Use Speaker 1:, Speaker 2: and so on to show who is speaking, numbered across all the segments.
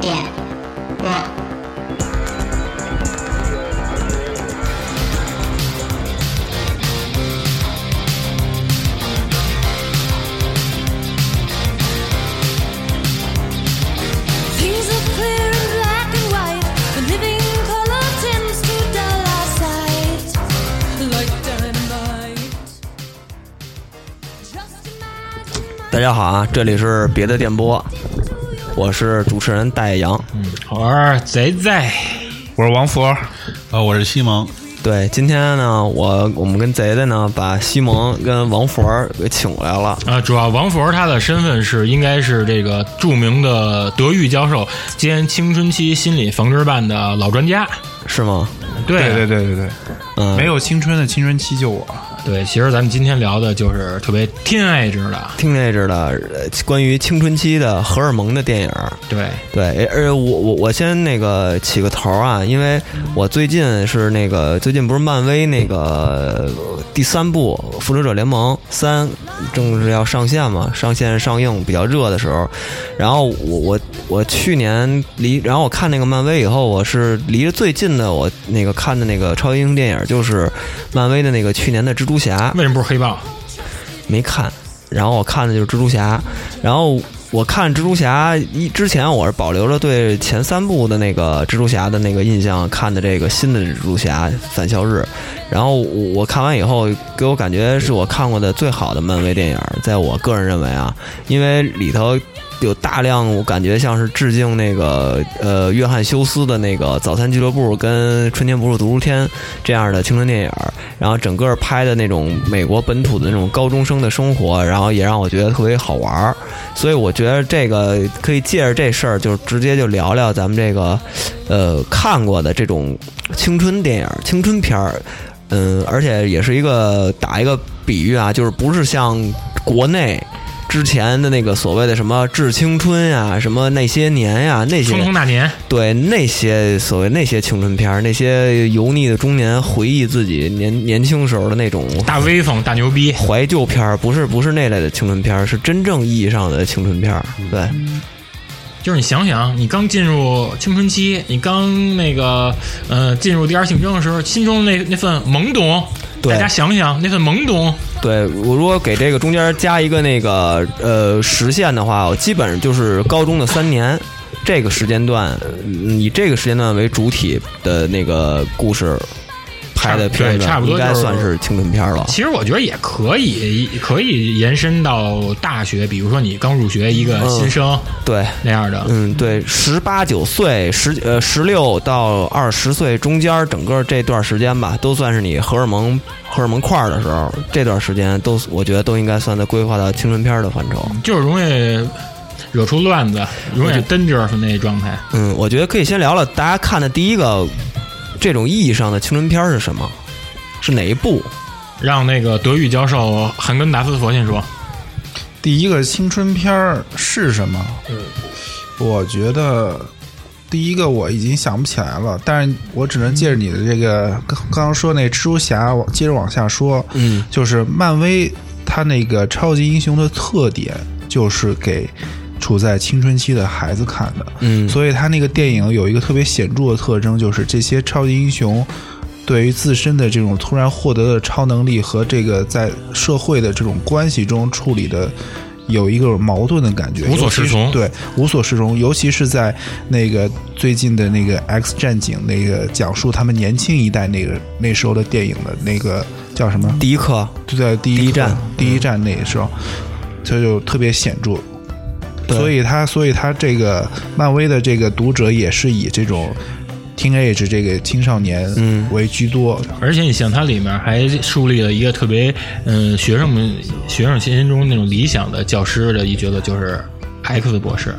Speaker 1: 点了。
Speaker 2: Things are clear in black and white, but living color tends to dull our sight like dynamite. Just imagine
Speaker 3: 大家好啊，这里是别的电波，我是主持人戴阳。
Speaker 4: 我是贼贼，
Speaker 5: 我是王佛，
Speaker 6: 啊，我是西蒙，
Speaker 3: 对，今天呢，我我们跟贼贼呢，把西蒙跟王佛儿给请过来了。
Speaker 4: 啊，主要王佛他的身份是应该是这个著名的德育教授兼青春期心理防治办的老专家。
Speaker 3: 是吗？
Speaker 4: 对
Speaker 5: 对对对对对，
Speaker 3: 嗯，
Speaker 5: 没有青春的青春期就我，
Speaker 4: 对其实咱们今天聊的就是特别 teenage 的，
Speaker 3: 听那着的呃关于青春期的荷尔蒙的电影儿。
Speaker 4: 对，
Speaker 3: 对，而且我我我先那个起个头儿啊，因为我最近是那个最近不是漫威那个呃第三部《复仇者联盟三》正是要上线嘛，上线上映比较热的时候，然后我我我去年离，然后我看那个漫威以后，我是离着最近的我那个看的那个超级英雄电影就是漫威的那个去年的蜘蛛侠，
Speaker 4: 为什么不是黑豹？
Speaker 3: 没看，然后我看的就是蜘蛛侠，然后我看蜘蛛侠一之前我是保留着对前三部的那个蜘蛛侠的那个印象看的这个新的蜘蛛侠返校日，然后我我看完以后给我感觉是我看过的最好的漫威电影，在我个人认为啊，因为里头。有大量，我感觉像是致敬那个呃约翰休斯的那个《早餐俱乐部》跟《春天不是读书天》这样的青春电影，然后整个拍的那种美国本土的那种高中生的生活，然后也让我觉得特别好玩儿，所以我觉得这个可以借着这事儿，就直接就聊聊咱们这个，呃，看过的这种青春电影、青春片儿，嗯，而且也是一个打一个比喻啊，就是不是像国内。之前的那个所谓的什么《致青春》呀，什么那些年呀，那些
Speaker 4: 春风大年，
Speaker 3: 对那些所谓那些青春片儿，那些油腻的中年回忆自己年年轻时候的那种
Speaker 4: 大威风，大牛逼。
Speaker 3: 怀旧片儿，不是不是那类的青春片儿，是真正意义上的青春片儿。对，
Speaker 4: 就是你想想，你刚进入青春期，你刚那个呃进入第二性征的时候，心中那那份懵懂，
Speaker 3: 对
Speaker 4: 大家想想那份懵懂，
Speaker 3: 对我如果给这个中间加一个那个呃时限的话，我基本上就是高中的三年。这个时间段，嗯以这个时间段为主体的那个故事拍的
Speaker 4: 差
Speaker 3: 片
Speaker 4: 对
Speaker 3: 段，
Speaker 4: 差不多
Speaker 3: 应该
Speaker 4: 就是
Speaker 3: 算是青春片儿了。
Speaker 4: 其实我觉得也可以，可以延伸到大学，比如说你刚入学一个新生
Speaker 3: 对，
Speaker 4: 那样的，
Speaker 3: 嗯，对，十八九岁，十呃十六到二十岁中间儿，整个这段时间吧，都算是你荷尔蒙荷尔蒙块儿的时候，这段时间都我觉得都应该算在规划到青春片儿的范畴。
Speaker 4: 就是容易惹出乱子，容易蹬着那状态。
Speaker 3: 嗯，我觉得可以先聊聊大家看的第一个这种意义上的青春片儿是什么，是哪一部？
Speaker 4: 让那个德语教授韩根达斯佛先说，
Speaker 5: 第一个青春片儿是什么？
Speaker 6: 嗯
Speaker 5: 我觉得第一个我已经想不起来了，但是我只能借着你的这个刚刚刚说那蜘蛛侠，往接着往下说，
Speaker 3: 嗯，
Speaker 5: 就是漫威它那个超级英雄的特点就是给处在青春期的孩子看的，
Speaker 3: 嗯
Speaker 5: 所以他那个电影有一个特别显著的特征，就是这些超级英雄对于自身的这种突然获得的超能力和这个在社会的这种关系中处理的。有一个矛盾的感觉，
Speaker 4: 无所适从
Speaker 5: 尤其是对，无所适从，尤其是在那个最近的那个《X 战警》那个讲述他们年轻一代那个那时候的电影的那个叫什么？
Speaker 3: 第一课，
Speaker 5: 就在第一
Speaker 3: 第一
Speaker 5: 课
Speaker 3: 站嗯
Speaker 5: 第一站那个时候，这就特别显著。
Speaker 3: 对
Speaker 5: 所以他，所以他这个漫威的这个读者也是以这种 teenage 这个青少年
Speaker 3: 嗯
Speaker 5: 为居多。
Speaker 4: 而且你像它里面还树立了一个特别，嗯，学生们学生心中那种理想的教师的一角色，就是 X 博士。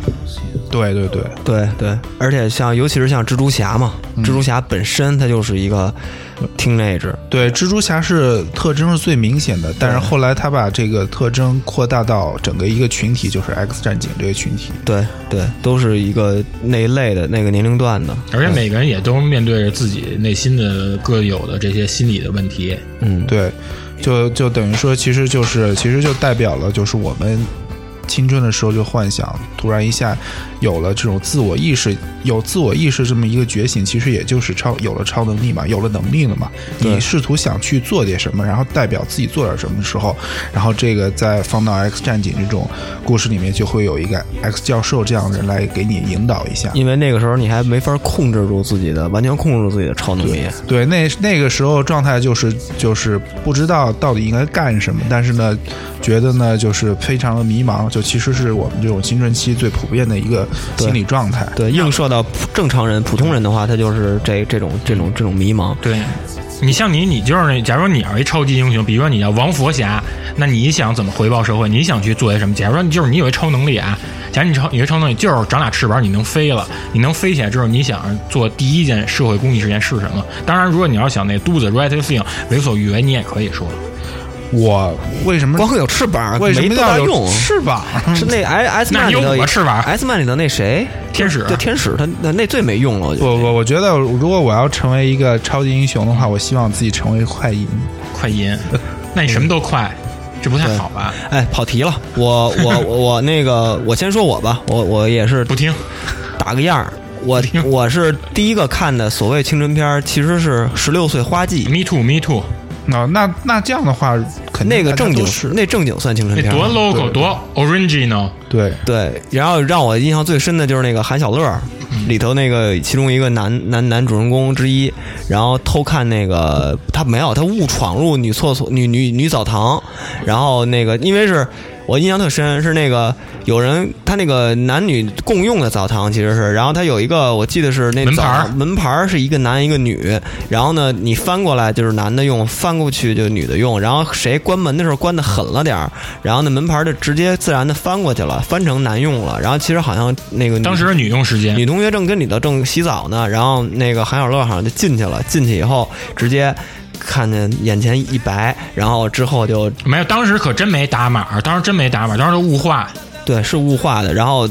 Speaker 5: 对对对，
Speaker 3: 对对，嗯而且像尤其是像蜘蛛侠嘛，蜘蛛侠本身它就是一个 teenager，
Speaker 5: 对，蜘蛛侠是特征是最明显的，但是后来他把这个特征扩大到整个一个群体，就是 X 战警这个群体。
Speaker 3: 对对，都是一个那一类的那个年龄段的。
Speaker 4: 而且每个人也都面对着自己内心的各有的这些心理的问题，
Speaker 3: 嗯，
Speaker 5: 对，就就等于说，其实就是其实就代表了就是我们青春的时候就幻想，突然一下有了这种自我意识，有自我意识这么一个觉醒，其实也就是超有了超能力嘛，有了能力了嘛。你试图想去做点什么，然后代表自己做点什么的时候，然后这个再放到《X 战警》这种故事里面，就会有一个 X 教授这样的人来给你引导一下。
Speaker 3: 因为那个时候你还没法控制住自己的，完全控制住自己的超能力。
Speaker 5: 对，那那个时候状态就是就是不知道到底应该干什么，但是呢，觉得呢就是非常的迷茫，就其实是我们这种青春期最普遍的一个心理状态。
Speaker 3: 对，映射到普正常人、普通人的话，他就是这这种这种这种迷茫。
Speaker 4: 对，你像你，你就是那，假如你要一超级英雄，比如说你要王佛侠，那你想怎么回报社会？你想去做些什么？假如说你就是你有一超能力啊，假如你超你的超能力就是长俩翅膀，你能飞了，你能飞起来之后，你想做第一件社会公益事件是什么？当然，如果你要想那个 do the right thing，为所欲为，你也可以说。
Speaker 5: 我为什么
Speaker 3: 光有翅膀
Speaker 5: 为什
Speaker 3: 没
Speaker 5: 么
Speaker 3: 多
Speaker 5: 要
Speaker 3: 大
Speaker 5: 有
Speaker 3: 用？啊
Speaker 5: 翅膀？
Speaker 3: 是那 S S
Speaker 4: 那
Speaker 3: 曼
Speaker 4: 你
Speaker 3: 里
Speaker 4: 有
Speaker 3: 的
Speaker 4: 我翅膀
Speaker 3: S 曼里的那谁
Speaker 4: 天使啊
Speaker 3: 对天使，他那那最没用了，我觉得。
Speaker 5: 我我我觉得，如果我要成为一个超级英雄的话，我希望自己成为快银。
Speaker 4: 快银，那你什么都快，这不太好吧？
Speaker 3: 哎，跑题了，我我我我那个，我先说我吧，我我也是
Speaker 4: 不听，
Speaker 3: 打个样儿。我我是第一个看的所谓青春片儿，其实是《十六岁花季》，
Speaker 4: me too，me too，
Speaker 5: 那啊那那这样的话，肯定
Speaker 3: 那个
Speaker 5: 大家
Speaker 3: 正经
Speaker 5: 都是
Speaker 3: 那正经算青春
Speaker 4: 那
Speaker 3: 片儿
Speaker 4: 哎多
Speaker 3: 了。
Speaker 4: local，多 original，
Speaker 5: 对
Speaker 3: 对，然后让我印象最深的就是那个韩小乐儿
Speaker 4: 嗯
Speaker 3: 里头那个其中一个男男男主人公之一，然后偷看那个他没有他误闯入女厕所女女女澡堂，然后那个因为是我印象特深是那个有人他那个男女共用的澡堂其实是，然后他有一个我记得是那
Speaker 4: 门
Speaker 3: 澡
Speaker 4: 牌儿
Speaker 3: 堂门牌儿是一个男一个女，然后呢，你翻过来就是男的用，翻过去就是女的用，然后谁关门的时候关的狠了点儿，然后那门牌儿就直接自然的翻过去了，翻成男用了。然后其实好像那个女
Speaker 4: 当时女用时间，
Speaker 3: 女同学正跟里头正洗澡呢，然后那个韩小乐好像就进去了，进去以后直接看见眼前一白，然后之后就
Speaker 4: 没有，当时可真没打码，当时真没打码，当时都雾化，
Speaker 3: 对是物化的，然后。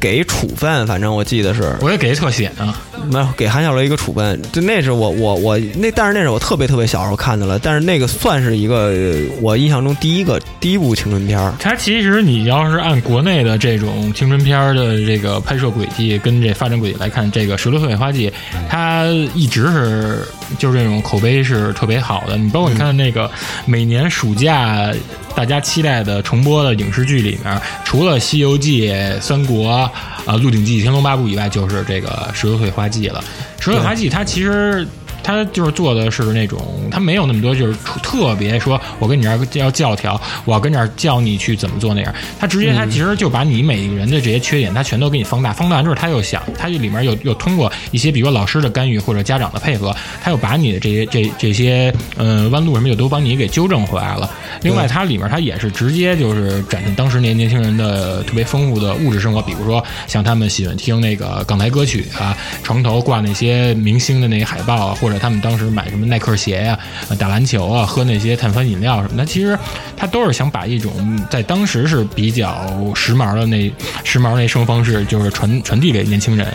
Speaker 3: 给处分，反正我记得是，
Speaker 4: 我也给特写啊呢。
Speaker 3: 没有给韩小乐一个处分，就那是我我我那，但是那是我特别特别小时候看的了，但是那个算是一个呃我印象中第一个第一部青春片儿。
Speaker 4: 它其实你要是按国内的这种青春片儿的这个拍摄轨迹跟这发展轨迹来看，这个《十六岁花季》它一直是就是这种口碑是特别好的。你包括你看那个每年暑假大家期待的重播的影视剧里面，除了《西游记》《三国》啊《鹿鼎记》《天龙八部》以外，就是这个《十六岁花季》了。《十六岁花季》它其实。他就是做的是那种，他没有那么多就是出特别说，我跟你这儿要教条，我要跟这儿教你去怎么做那样。他直接他其实就把你每个人的这些缺点，他全都给你放大，放大完之后，他又想，他就里面又又通过一些比如说老师的干预或者家长的配合，他又把你的这些这这些呃弯路什么就都帮你给纠正回来了。另外，它里面它也是直接就是展现当时年年轻人的特别丰富的物质生活，比如说像他们喜欢听那个港台歌曲啊，床头挂那些明星的那个海报啊，或者他们当时买什么耐克鞋呀、呃打篮球啊，喝那些碳酸饮料什么的。其实他都是想把一种在当时是比较时髦的那时髦那生活方式，就是传传递给年轻人。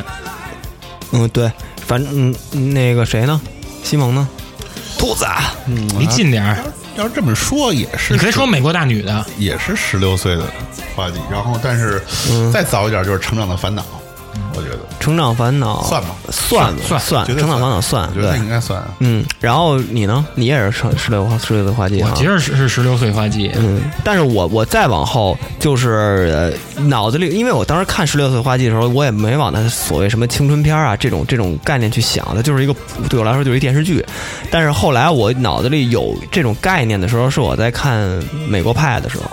Speaker 3: 嗯，对，反正嗯那个谁呢，西蒙呢，兔子啊，
Speaker 4: 离近点儿，
Speaker 1: 要嗯这么说也是，
Speaker 4: 你可以说美国大女的，
Speaker 1: 也是十六岁的花季，然后但是再早一点就是《成长的烦恼》，我觉得
Speaker 3: 成长烦恼
Speaker 1: 算吧
Speaker 3: 算
Speaker 4: 算
Speaker 3: 算
Speaker 1: 绝对
Speaker 3: 成长烦恼算
Speaker 1: 我觉得
Speaker 3: 对
Speaker 1: 那，应该算。
Speaker 3: 嗯，然后你呢，你也是成十六十六岁花季啊哈
Speaker 4: 我其。实是是十六岁花季。
Speaker 3: 嗯，但是我我再往后就是呃脑子里，因为我当时看《十六岁花季》的时候，我也没往那所谓什么青春片啊这种这种概念去想，它就是一个对我来说就是一电视剧。但是后来我脑子里有这种概念的时候，是我在看《美国派》的时候，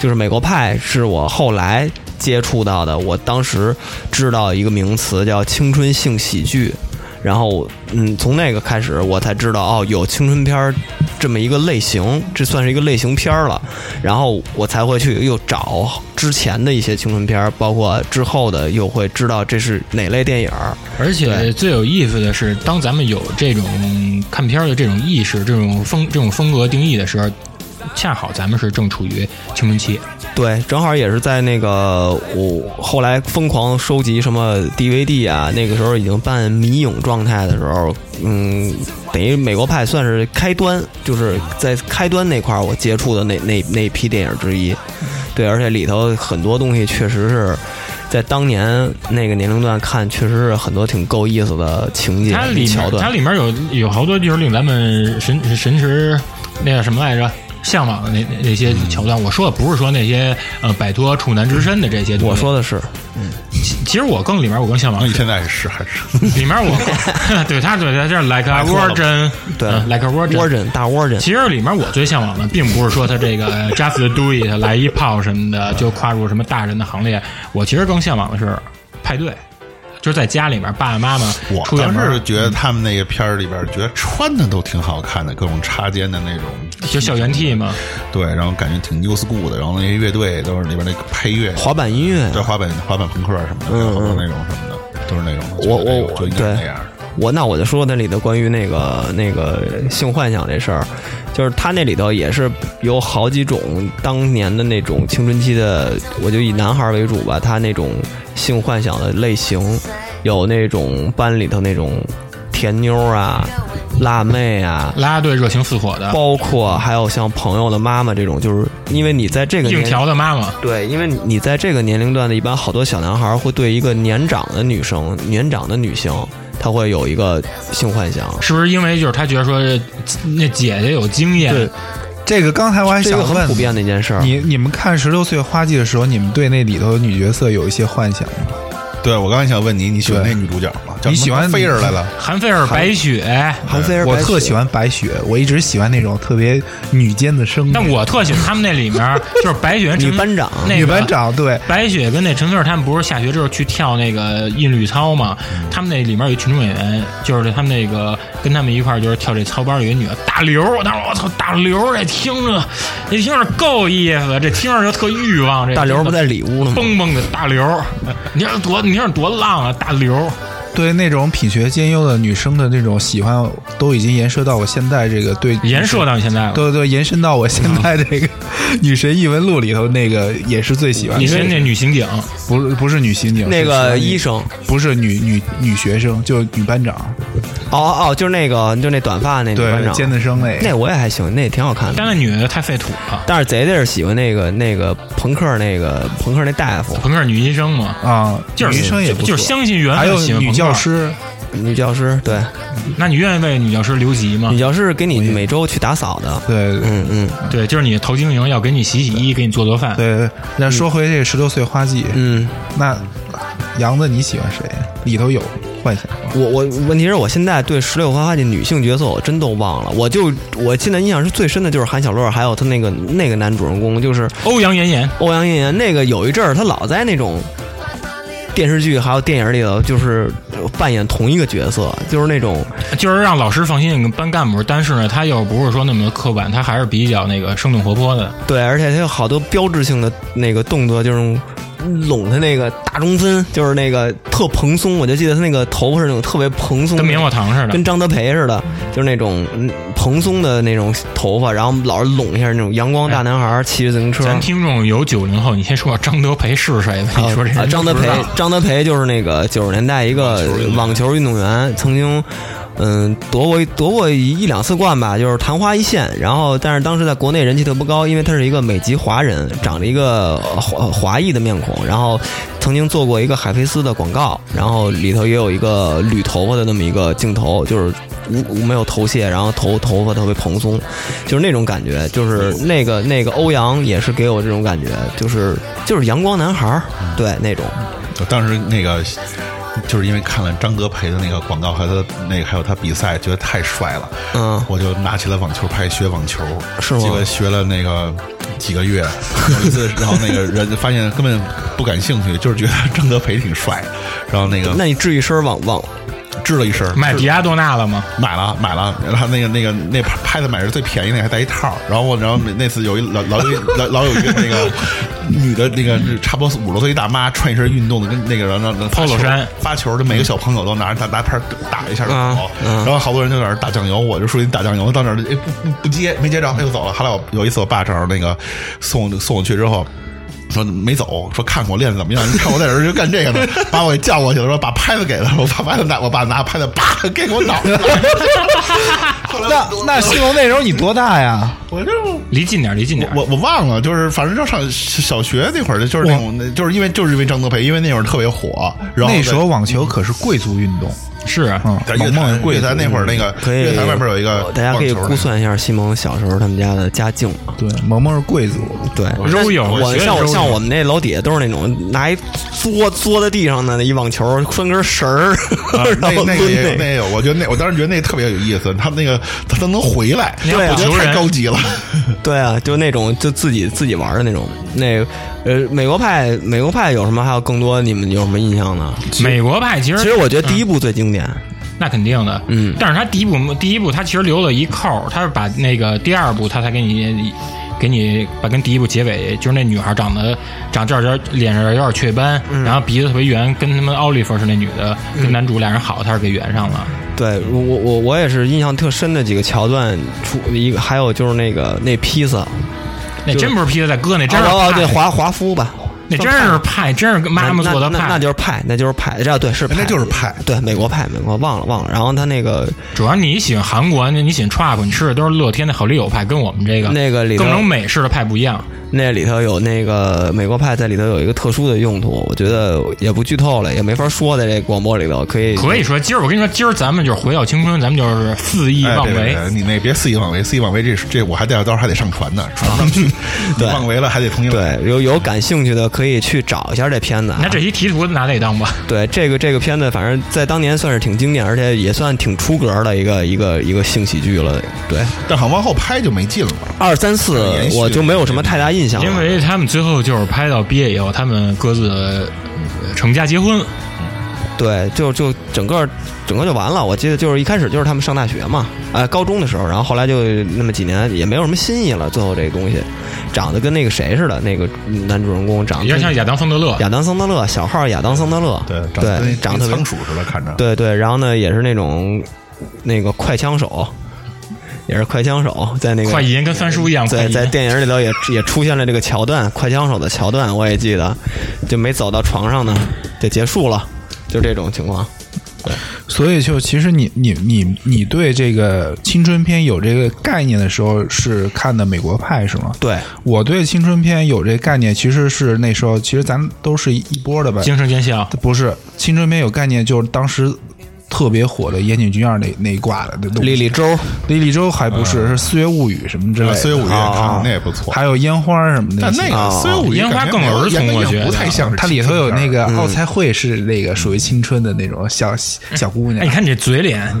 Speaker 3: 就是《美国派》是我后来接触到的，我当时知道一个名词叫青春性喜剧。然后我，嗯，从那个开始，我才知道哦，有青春片儿这么一个类型，这算是一个类型片儿了。然后我才会去又找之前的一些青春片儿，包括之后的，又会知道这是哪类电影儿。
Speaker 4: 而且
Speaker 3: 对
Speaker 4: 最有意思的是，当咱们有这种看片儿的这种意识、这种风、这种风格定义的时候，恰好咱们是正处于青春期。
Speaker 3: 对，正好也是在那个我后来疯狂收集什么 DVD 啊，那个时候已经半迷影状态的时候，嗯，等于美国派算是开端，就是在开端那块儿我接触的那那那批电影之一。对，而且里头很多东西确实是在当年那个年龄段看，确实是很多挺够意思的情节
Speaker 4: 它里
Speaker 3: 桥
Speaker 4: 面它
Speaker 3: 段。
Speaker 4: 里面有有好多就是令咱们神神驰那叫什么来着？向往的那那那些桥段，我说的不是说那些呃摆脱处男之身的这些东西。
Speaker 3: 我说的是，
Speaker 4: 其，其实我更里面我更向往
Speaker 1: 那你现在是还是
Speaker 4: 里面我 对他对他这 like a virgin，
Speaker 3: 对
Speaker 4: 嗯，like a virgin。
Speaker 3: ，Virgin 大 Virgin，
Speaker 4: 其实里面我最向往的，并不是说他这个 just do it 来一炮什么的就跨入什么大人的行列。我其实更向往的是派对，就是在家里面，爸爸妈妈
Speaker 1: 我
Speaker 4: 出远
Speaker 1: 当
Speaker 4: 门
Speaker 1: 时
Speaker 4: 儿
Speaker 1: 觉得他们那个片儿里边，觉得穿的都挺好看的，各种插肩的那种，
Speaker 4: 就校园 T 嘛。
Speaker 1: 对，然后感觉挺 new school 的，然后那些乐队都是里边那个配乐，
Speaker 3: 滑板音乐。
Speaker 1: 对滑板滑板朋克什么的，还有好多那种什么的，都是那种的。
Speaker 3: 我
Speaker 1: 觉得哎呦
Speaker 3: 我
Speaker 1: 就应该
Speaker 3: 对
Speaker 1: 那样儿。
Speaker 3: 我那我就说那里头关于那个那个性幻想这事儿，就是他那里头也是有好几种当年的那种青春期的，我就以男孩为主吧，他那种性幻想的类型，有那种班里头那种甜妞啊、辣妹啊，
Speaker 4: 啦啦队热情似火的，
Speaker 3: 包括还有像朋友的妈妈这种，就是因为你在这个
Speaker 4: 硬
Speaker 3: 年
Speaker 4: 条的妈妈，
Speaker 3: 对，因为你在这个年龄段的，一般好多小男孩会对一个年长的女生、年长的女性，他会有一个性幻想。
Speaker 4: 是不是因为就是他觉得说那姐姐有经验
Speaker 5: 对，这个刚才我还
Speaker 3: 这
Speaker 5: 哎想
Speaker 3: 个很
Speaker 5: 问
Speaker 3: 普遍的一件事儿。
Speaker 5: 你，你们看《十六岁花季》的时候，你们对那里头的女角色有一些幻想吗？
Speaker 1: 对，我刚才想问你，你喜欢那
Speaker 5: 对
Speaker 1: 女主角吗？叫
Speaker 5: 你
Speaker 1: 什么
Speaker 5: 喜欢
Speaker 1: 菲儿来了？
Speaker 4: 韩菲尔、白雪。
Speaker 3: 韩菲尔，
Speaker 5: 我特喜。欢白雪，我一直喜欢那种特别女间的声音。
Speaker 4: 但我特喜欢他们那里面，就是白雪跟陈
Speaker 3: 女班长
Speaker 4: 那个
Speaker 5: 女班长对，
Speaker 4: 白雪跟那陈飞儿他们不是下学之后去跳那个韵律操嘛？他们那里面有一群众演员，就是他们那个跟他们一块儿就是跳这操班儿有一女的大刘儿，我当时我操大刘儿这听着这听着够意思，这听着就特欲望。这
Speaker 3: 大刘不在里屋呢 吗？
Speaker 4: 蹦蹦的大刘儿，你说多你说多浪啊，大刘儿。
Speaker 5: 对那种品学兼优的女生的那种喜欢，都已经延射到我现在这个对
Speaker 4: 延射到你嗯现在了，
Speaker 5: 对对，延伸到我现在这个《 女神异闻录》里头那个也是最喜欢的。
Speaker 4: 你是那女刑警，
Speaker 5: 不是不是女刑警，
Speaker 3: 那个
Speaker 5: 是
Speaker 3: 医生，
Speaker 5: 不是女女女学生，就女班长，
Speaker 3: 哦哦哦，就是那个，就是那短发那女班
Speaker 5: 对，
Speaker 3: 长，
Speaker 5: 尖子生那
Speaker 3: 那我也还行，那也挺好看的。
Speaker 4: 但那女的太费土了，
Speaker 3: 但是贼贼是喜欢那个那个朋克那个朋克那大夫
Speaker 4: 朋克女医生嘛，
Speaker 5: 啊，
Speaker 4: 就是
Speaker 5: 女生也不错
Speaker 4: 就是相信缘分，
Speaker 5: 还有
Speaker 4: 喜欢
Speaker 5: 女
Speaker 4: 朋克
Speaker 5: 教，师，
Speaker 3: 女教师，对，
Speaker 5: 啊
Speaker 4: 那你愿意为女教师留级吗
Speaker 3: 女？教师给你每周去打扫的。
Speaker 5: 对对
Speaker 3: 嗯嗯
Speaker 4: 对，就是你投精营要给你洗洗衣，给你做做饭。
Speaker 5: 对。那说回这个十六岁花季，
Speaker 3: 嗯，
Speaker 5: 那杨子你喜欢谁？里头有幻想吗？
Speaker 3: 我我问题是我现在对《十六花花》的女性角色我真都忘了，我就我现在印象是最深的就是韩小乐，还有他那个那个男主人公就是
Speaker 4: 欧阳妍妍，
Speaker 3: 欧阳艳艳，那个有一阵儿他老在那种电视剧还有电影里头就是扮演同一个角色，就是那种
Speaker 4: 就是让老师放心班干部，但是呢，他又不是说那么刻板，他还是比较那个生动活泼的。
Speaker 3: 对，而且他有好多标志性的那个动作，就是拢他那个大中分，就是那个特蓬松，我就记得他那个头发是那种特别蓬松的，
Speaker 4: 跟棉花糖似的
Speaker 3: 跟。张德培似的，就是那种嗯蓬松的那种头发，然后老是拢一下那种阳光大男孩儿骑着自行车。
Speaker 4: 咱听众有九零后，你先说张德培是谁吧？你说这人
Speaker 3: 啊，张德培
Speaker 4: 不知道，
Speaker 3: 张德培就是那个九十年代一个网球运动员，曾经嗯夺过夺过一一两次冠吧，就是昙花一现。然后，但是当时在国内人气特不高，因为他是一个美籍华人，长着一个呃华华裔的面孔，然后曾经做过一个海飞丝的广告，然后里头也有一个捋头发的那么一个镜头，就是无无没有头屑，然后头头发特别蓬松，就是那种感觉，就是那个那个欧阳也是给我这种感觉，就是就是阳光男孩儿，对那种，
Speaker 1: 我当时那个就是因为看了张德培的那个广告，还有他那个还有他比赛，觉得太帅了，
Speaker 3: 嗯，
Speaker 1: 我就拿起了网球拍学网球，
Speaker 3: 是吗
Speaker 1: 结果学了那个几个月，有一次，然后那个人发现根本不感兴趣，就是觉得张德培挺帅，然后那个
Speaker 3: 那你至于身往往
Speaker 1: 支了一身，
Speaker 4: 买迪亚多纳了吗？
Speaker 1: 买了买了，然后那个那个那拍的买是最便宜的，还带一套儿。然后我然后那次有一老老有一老老有一个那个女的，那个差不多五十岁一大妈，穿一身运动的，跟那个人让
Speaker 4: Polo 衫
Speaker 1: 发球的每个小朋友都拿着大拿拍打一下就走
Speaker 3: 啊。嗯
Speaker 1: 然后好多人就在那儿打酱油，我就属于打酱油，到那儿哎哎不不不接没接着，他就走了。后来我有一次我爸正好那个送送我去之后。说没走，说看我练的怎么样？你看我在这儿就干这个呢， 把我给叫过去了，说把拍子给他，我把拍子拿，我把拿拍子啪给我脑袋。后来
Speaker 5: 那
Speaker 1: 我
Speaker 5: 那西蒙那时候你多大呀？
Speaker 1: 我这
Speaker 4: 离近点，离近点。
Speaker 1: 我我忘了，就是反正就上小学那会儿，就是那种，那就是因为就是因为张德培，因为那会儿特别火，然后
Speaker 5: 那时候网球可是贵族运动，
Speaker 4: 是啊，
Speaker 5: 嗯，
Speaker 1: 在乐
Speaker 5: 猛
Speaker 1: 坛
Speaker 5: 猛贵
Speaker 1: 乐
Speaker 5: 族
Speaker 1: 坛那会儿那个
Speaker 3: 可以
Speaker 1: 乐坛外边有一个
Speaker 3: 大家可以
Speaker 1: 网球
Speaker 3: 估算一下西蒙小时候他们家的家境嘛。
Speaker 5: 对，萌萌是贵族，
Speaker 3: 对，
Speaker 4: 都有
Speaker 3: 我
Speaker 4: 学的
Speaker 3: 像我
Speaker 4: 都有
Speaker 3: 像我们那楼底下都是那种拿一作作在地上的那一网球，拴根绳儿，
Speaker 1: 那
Speaker 3: 然后
Speaker 1: 那
Speaker 3: 蹲
Speaker 1: 个也有，
Speaker 3: 那
Speaker 1: 那也有，我觉得那我当时觉得那特别有意思，他们那个他他能回来，
Speaker 4: 对
Speaker 1: 我
Speaker 4: 啊
Speaker 1: 觉得太高级了。
Speaker 3: 对啊，就那种就自己自己玩的那种。那呃，美国派美国派有什么？还有更多你们有什么印象呢？
Speaker 4: 美国派其实
Speaker 3: 其实我觉得第一部最经典，
Speaker 4: 那肯定的，
Speaker 3: 嗯
Speaker 4: 但是他第一部第一部他其实留了一扣儿，他是把那个第二部他才给你给你把跟第一部结尾就是那女孩长得长这儿这儿脸上有点雀斑，
Speaker 3: 嗯
Speaker 4: 然后鼻子特别圆，跟他们奥利弗是那女的，跟男主俩人好，他是给圆上了。
Speaker 3: 对我我我我也是印象特深的几个桥段，出一个还有就是那个那披萨，
Speaker 4: 那真不是披萨大哥，那真是
Speaker 3: 哦哦对
Speaker 4: 派
Speaker 3: 华华夫吧，
Speaker 4: 那真是派，真是跟妈妈做的
Speaker 3: 那那那
Speaker 4: 派。
Speaker 3: 就是派，那就是派，这对是派，
Speaker 1: 那就是派
Speaker 3: 对美国派，美国忘了忘了。然后他那个
Speaker 4: 主要你喜欢韩国，那你喜欢 trap，你吃的都是乐天的好丽友派，跟我们这个
Speaker 3: 那个里头
Speaker 4: 啊更能美式的派不一样。
Speaker 3: 那里头有那个美国派在里头有一个特殊的用途，我觉得也不剧透了，也没法说，在这广播里头可以
Speaker 4: 可以说，今儿我跟你说，今儿咱们就是回到青春，咱们就是肆意
Speaker 1: 哎，
Speaker 4: 妄
Speaker 1: 对对
Speaker 4: 为。
Speaker 1: 对，你那别肆意妄为，肆意妄为这这我还得到时候还得上传呢，传不上去，你
Speaker 3: 对
Speaker 1: 妄为了还得重新来。
Speaker 3: 对，有有感兴趣的可以去找一下这片子、啊。
Speaker 4: 那这期题图拿哪当吧？
Speaker 3: 对这个这个片子，反正在当年算是挺经典，而且也算挺出格的一个一个一个性喜剧了。对，
Speaker 1: 但好像往后拍就没劲了。
Speaker 3: 二三四
Speaker 1: 延续
Speaker 3: 我就没有什么太大印象了。
Speaker 4: 因为他们最后就是拍到毕业以后，他们各自呃成家结婚，
Speaker 3: 对，就就整个整个就完了。我记得就是一开始就是他们上大学嘛，呃，高中的时候，然后后来就那么几年也没有什么新意了。最后这个东西长得跟那个谁似的，那个男主人公长得
Speaker 4: 有点像亚当·桑德勒。
Speaker 3: 亚当桑德勒，小号亚当桑德勒，
Speaker 1: 对，长得
Speaker 3: 对
Speaker 1: 跟
Speaker 3: 长
Speaker 1: 跟
Speaker 3: 得特别
Speaker 1: 仓鼠似的，看着。
Speaker 3: 对对，然后呢，也是那种那个快枪手，也是快枪手，在那个
Speaker 4: 快银跟三叔一样，快
Speaker 3: 在
Speaker 4: 银
Speaker 3: 在电影里头也也出现了这个桥段，快枪手的桥段，我也记得，就没走到床上呢，就结束了，就这种情况。
Speaker 5: 所以就其实你你你你对这个青春片有这个概念的时候是看的《美国派》是吗？
Speaker 3: 对，
Speaker 5: 我对青春片有这概念，其实是那时候，其实咱都是一波的吧。
Speaker 4: 精神见效。
Speaker 5: 不是青春片有概念，就是当时特别火的岩井俊二那那一挂的。
Speaker 3: 莉莉周，
Speaker 5: 李李周还不是，是《四月物语》什么之类
Speaker 1: 嗯啊，
Speaker 5: 的。
Speaker 1: 四月五月
Speaker 3: 啊啊
Speaker 1: 看那也不错，
Speaker 5: 还有烟花什么的。
Speaker 1: 但那个
Speaker 3: 啊
Speaker 1: 四月五月
Speaker 4: 烟花
Speaker 1: 感觉
Speaker 4: 更
Speaker 1: 没有
Speaker 4: 儿童
Speaker 1: 也
Speaker 4: 我觉得
Speaker 1: 不太像是
Speaker 5: 它
Speaker 1: 青
Speaker 5: 里头
Speaker 1: 春
Speaker 5: 有
Speaker 1: 片儿嗯
Speaker 5: 那个奥彩绘是那个属于青春的那种小小姑
Speaker 4: 哎，
Speaker 5: 娘
Speaker 4: 你。看你这嘴脸，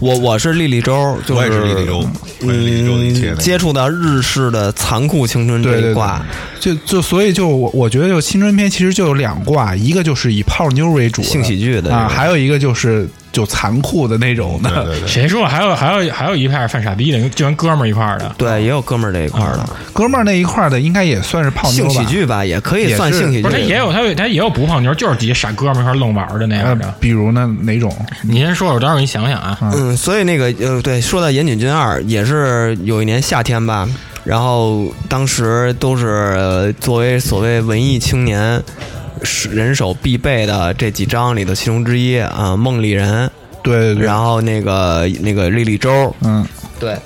Speaker 3: 我我是莉莉周，就
Speaker 1: 我也是莉莉周，我也是莉莉周的一切那
Speaker 3: 嗯，
Speaker 1: 个
Speaker 3: 接触到日式的残酷青春
Speaker 5: 对
Speaker 3: 这
Speaker 5: 对
Speaker 3: 一
Speaker 5: 对
Speaker 3: 挂，，
Speaker 5: 就就所以就我我觉得就青春片其实就有两挂，一个就是以泡妞为主的
Speaker 3: 性喜剧的
Speaker 5: 啊，
Speaker 3: 这种
Speaker 5: 还有一个就是就残酷的那种
Speaker 1: 对
Speaker 5: 的。
Speaker 1: 对对。
Speaker 4: 谁说还有还有还有一派是犯傻逼的，就跟哥们儿一块儿的。
Speaker 3: 对，也有哥们儿这一块儿的
Speaker 5: 哥们儿那一块儿的应该也算是
Speaker 1: 哦
Speaker 5: 泡妞
Speaker 3: 性
Speaker 5: 吧。
Speaker 3: 喜剧吧，也可以
Speaker 5: 也
Speaker 3: 算
Speaker 5: 是
Speaker 3: 性喜
Speaker 4: 不是，他也
Speaker 3: 剧。
Speaker 4: 有他有他也有不泡妞，就是几个傻哥们儿一块儿愣玩儿的那
Speaker 5: 呃
Speaker 4: 样的。，
Speaker 5: 比如呢哪种？
Speaker 4: 你先说，我待会儿给你想想啊。
Speaker 3: 嗯，所以那个呃，对，说到岩井俊二，也是有一年夏天吧，然后当时都是呃作为所谓文艺青年是人手必备的这几张里头其中之一啊，《梦里人》，
Speaker 5: 对对对，
Speaker 3: 然后那个那个莉莉周，
Speaker 5: 嗯，
Speaker 3: 对。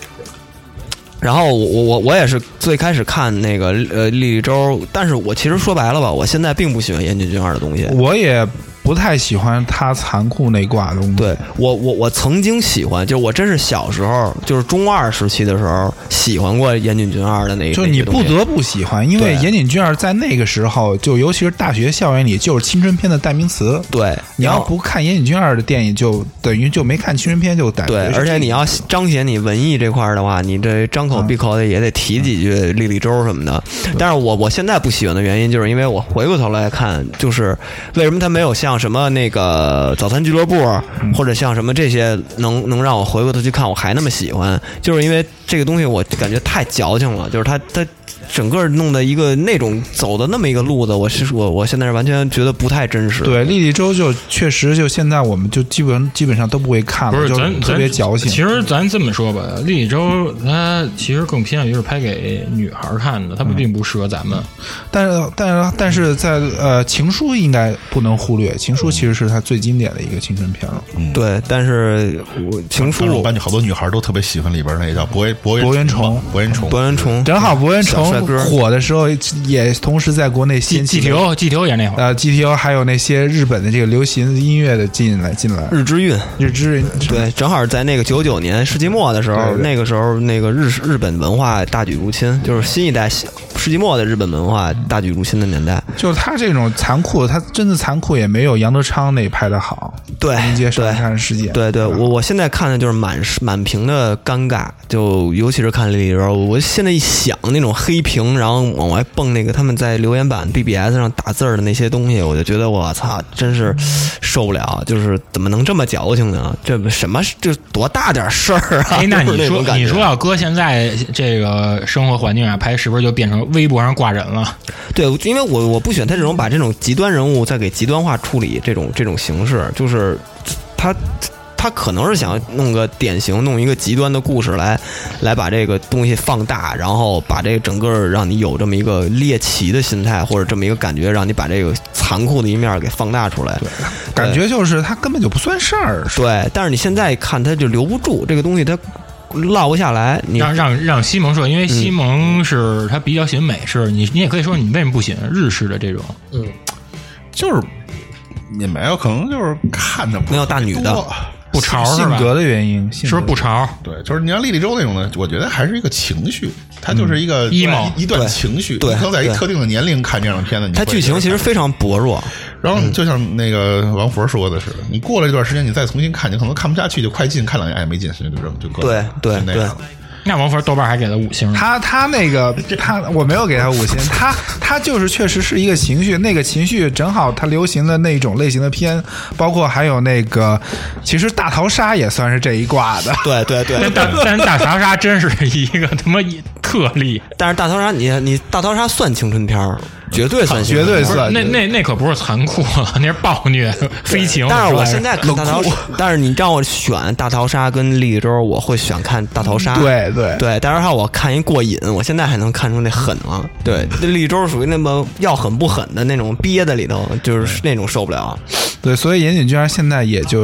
Speaker 3: 然后我我我我也是最开始看那个呃莉莉周，但是我其实说白了吧，我现在并不喜欢岩井俊二的东西。
Speaker 5: 我也不太喜欢他残酷那挂的东西。
Speaker 3: 对我我我曾经喜欢，就是我真是小时候，就是中二时期的时候喜欢过岩井俊二的那，
Speaker 5: 就
Speaker 3: 那
Speaker 5: 你
Speaker 3: 些东
Speaker 5: 不
Speaker 3: 西
Speaker 5: 得不喜欢，因为
Speaker 3: 对
Speaker 5: 岩井俊二在那个时候，就尤其是大学校园里，就是青春片的代名词。
Speaker 3: 对，
Speaker 5: 你
Speaker 3: 然
Speaker 5: 要
Speaker 3: 后
Speaker 5: 不看岩井俊二的电影，就等于就没看青春片，就哎感觉
Speaker 3: 对，
Speaker 5: 是
Speaker 3: 而且
Speaker 5: 这嗯
Speaker 3: 你要彰显你文艺这块儿的话，你这张口闭口的也得提几句莉莉周什么的。但是我我现在不喜欢的原因，就是因为我回过头来看，就是为什么他没有像什么那个早餐俱乐部，
Speaker 5: 嗯
Speaker 3: 或者像什么这些能能让我回过头去看，我还那么喜欢，就是因为这个东西我感觉太矫情了，就是他他整个弄的一个那种走的那么一个路子，我是我我现在是完全觉得不太真实。
Speaker 5: 对，莉莉周就确实就现在我们就基本基本上都不会看
Speaker 4: 不
Speaker 5: 了，
Speaker 4: 是
Speaker 5: 啊就
Speaker 4: 咱
Speaker 5: 特别矫情。
Speaker 4: 咱其实咱这么说吧，《利益周》它其实更偏向于是拍给女孩看的，它并不适合咱们。
Speaker 5: 但是但是但是在呃，《情书》应该不能忽略，《情书》其实是他最经典的一个青春片儿。
Speaker 3: 对，但是我情书
Speaker 1: 但是我班里好多女孩都特别喜欢里边那叫博博
Speaker 5: 博
Speaker 1: 博
Speaker 5: 元
Speaker 1: 元
Speaker 5: 崇
Speaker 1: 博元崇
Speaker 3: 博人虫
Speaker 5: 正好博元
Speaker 3: 小帅
Speaker 5: 崇
Speaker 3: 哥
Speaker 5: 火的时候，也同时在国内
Speaker 4: 季
Speaker 5: 掀
Speaker 4: 季
Speaker 5: 起
Speaker 4: 提
Speaker 5: 了
Speaker 4: 欧，季提欧也那会儿，
Speaker 5: 呃 GTO，还有那些日本的这个流行音乐的进来进来，
Speaker 3: 日之韵。
Speaker 5: 日之
Speaker 3: 对，正好在那个九九年世纪末的时候，
Speaker 5: 对对
Speaker 3: 那个时候那个日日本文化大举入侵，就是新一代新世纪末的日本文化大举入侵的年代。
Speaker 5: 就是他这种残酷，他真的残酷也没有杨德昌那拍的好。
Speaker 3: 对
Speaker 5: 迎接上
Speaker 3: 对
Speaker 5: 山事件，
Speaker 3: 对对，
Speaker 5: 吧
Speaker 3: 我我现在看的就是满是满屏的尴尬，就尤其是看里边，我现在一想那种黑屏，然后往外蹦那个他们在留言板 BBS 上打字儿的那些东西，我就觉得我操，真是受不了，就是怎么能这么矫情呢？这什么这多大点事儿 啊？
Speaker 4: 哎，那
Speaker 3: 就是
Speaker 4: 你
Speaker 3: 种
Speaker 4: 说
Speaker 3: 感觉
Speaker 4: 你说要搁现在这个生活环境下拍，是不是就变成微博上挂人了？
Speaker 3: 对，因为我我不喜欢他这种把这种极端人物再给极端化处理这种这种形式，就是他他可能是想弄个典型，弄一个极端的故事来来把这个东西放大，然后把这个整个让你有这么一个猎奇的心态或者这么一个感觉，让你把这个残酷的一面给放大出来。
Speaker 5: 感觉就是他根本就不算事儿，
Speaker 3: 对，但是你现在看他就留不住这个东西，他落不下来。你
Speaker 4: 让让让西蒙说，因为
Speaker 3: 嗯
Speaker 4: 西蒙是他比较喜欢美式，你你也可以说你为什么不喜欢日式的这种？
Speaker 1: 就是也没有，可能就是看着不
Speaker 3: 没有大女的
Speaker 1: 多
Speaker 4: 不潮是
Speaker 5: 性
Speaker 4: 吧？
Speaker 5: 格的原因，是
Speaker 4: 是不是不潮？
Speaker 1: 对，就是你像莉莉周那种的，我觉得还是一个情绪，它就是一个
Speaker 4: emo
Speaker 1: 一一段情绪。
Speaker 3: 嗯对
Speaker 1: 你可能在一
Speaker 3: 对
Speaker 1: 特定的年龄看这样的片子，你
Speaker 3: 他
Speaker 1: 会
Speaker 3: 剧情其实嗯非常薄弱。
Speaker 1: 然后就像那个王佛说的似的，你过了这段时间，你再重新看，你可能看不下去，就快进，看两眼哎没劲，就扔就搁那儿
Speaker 3: 对对
Speaker 1: 就那样
Speaker 3: 对
Speaker 4: 那王佛豆瓣还给了五星呢，
Speaker 5: 他他那个他我没有给他五星，他他就是确实是一个情绪，那个情绪正好他流行的那一种类型的片，包括还有那个，其实大逃杀也算是这一挂的。
Speaker 3: 对对对，
Speaker 4: 但大但大逃杀真是一个他妈一 特例，
Speaker 3: 但是大逃杀你，你大逃杀算青春片儿，绝对算青春
Speaker 5: 绝
Speaker 3: 片儿
Speaker 5: 对算
Speaker 4: 那那那可不是残酷了，那是暴虐、飞情。
Speaker 3: 哦但是我
Speaker 4: 说
Speaker 3: 现在看大逃， 但是你让我选大逃杀跟利益周，我会选看大逃杀。
Speaker 5: 对对
Speaker 3: 对，大逃杀我看一过瘾，我现在还能看出那狠啊。对，那利益周属于那么要狠不狠的那种憋在里头，就是那种受不了。
Speaker 5: 对，所以岩井俊二现在也就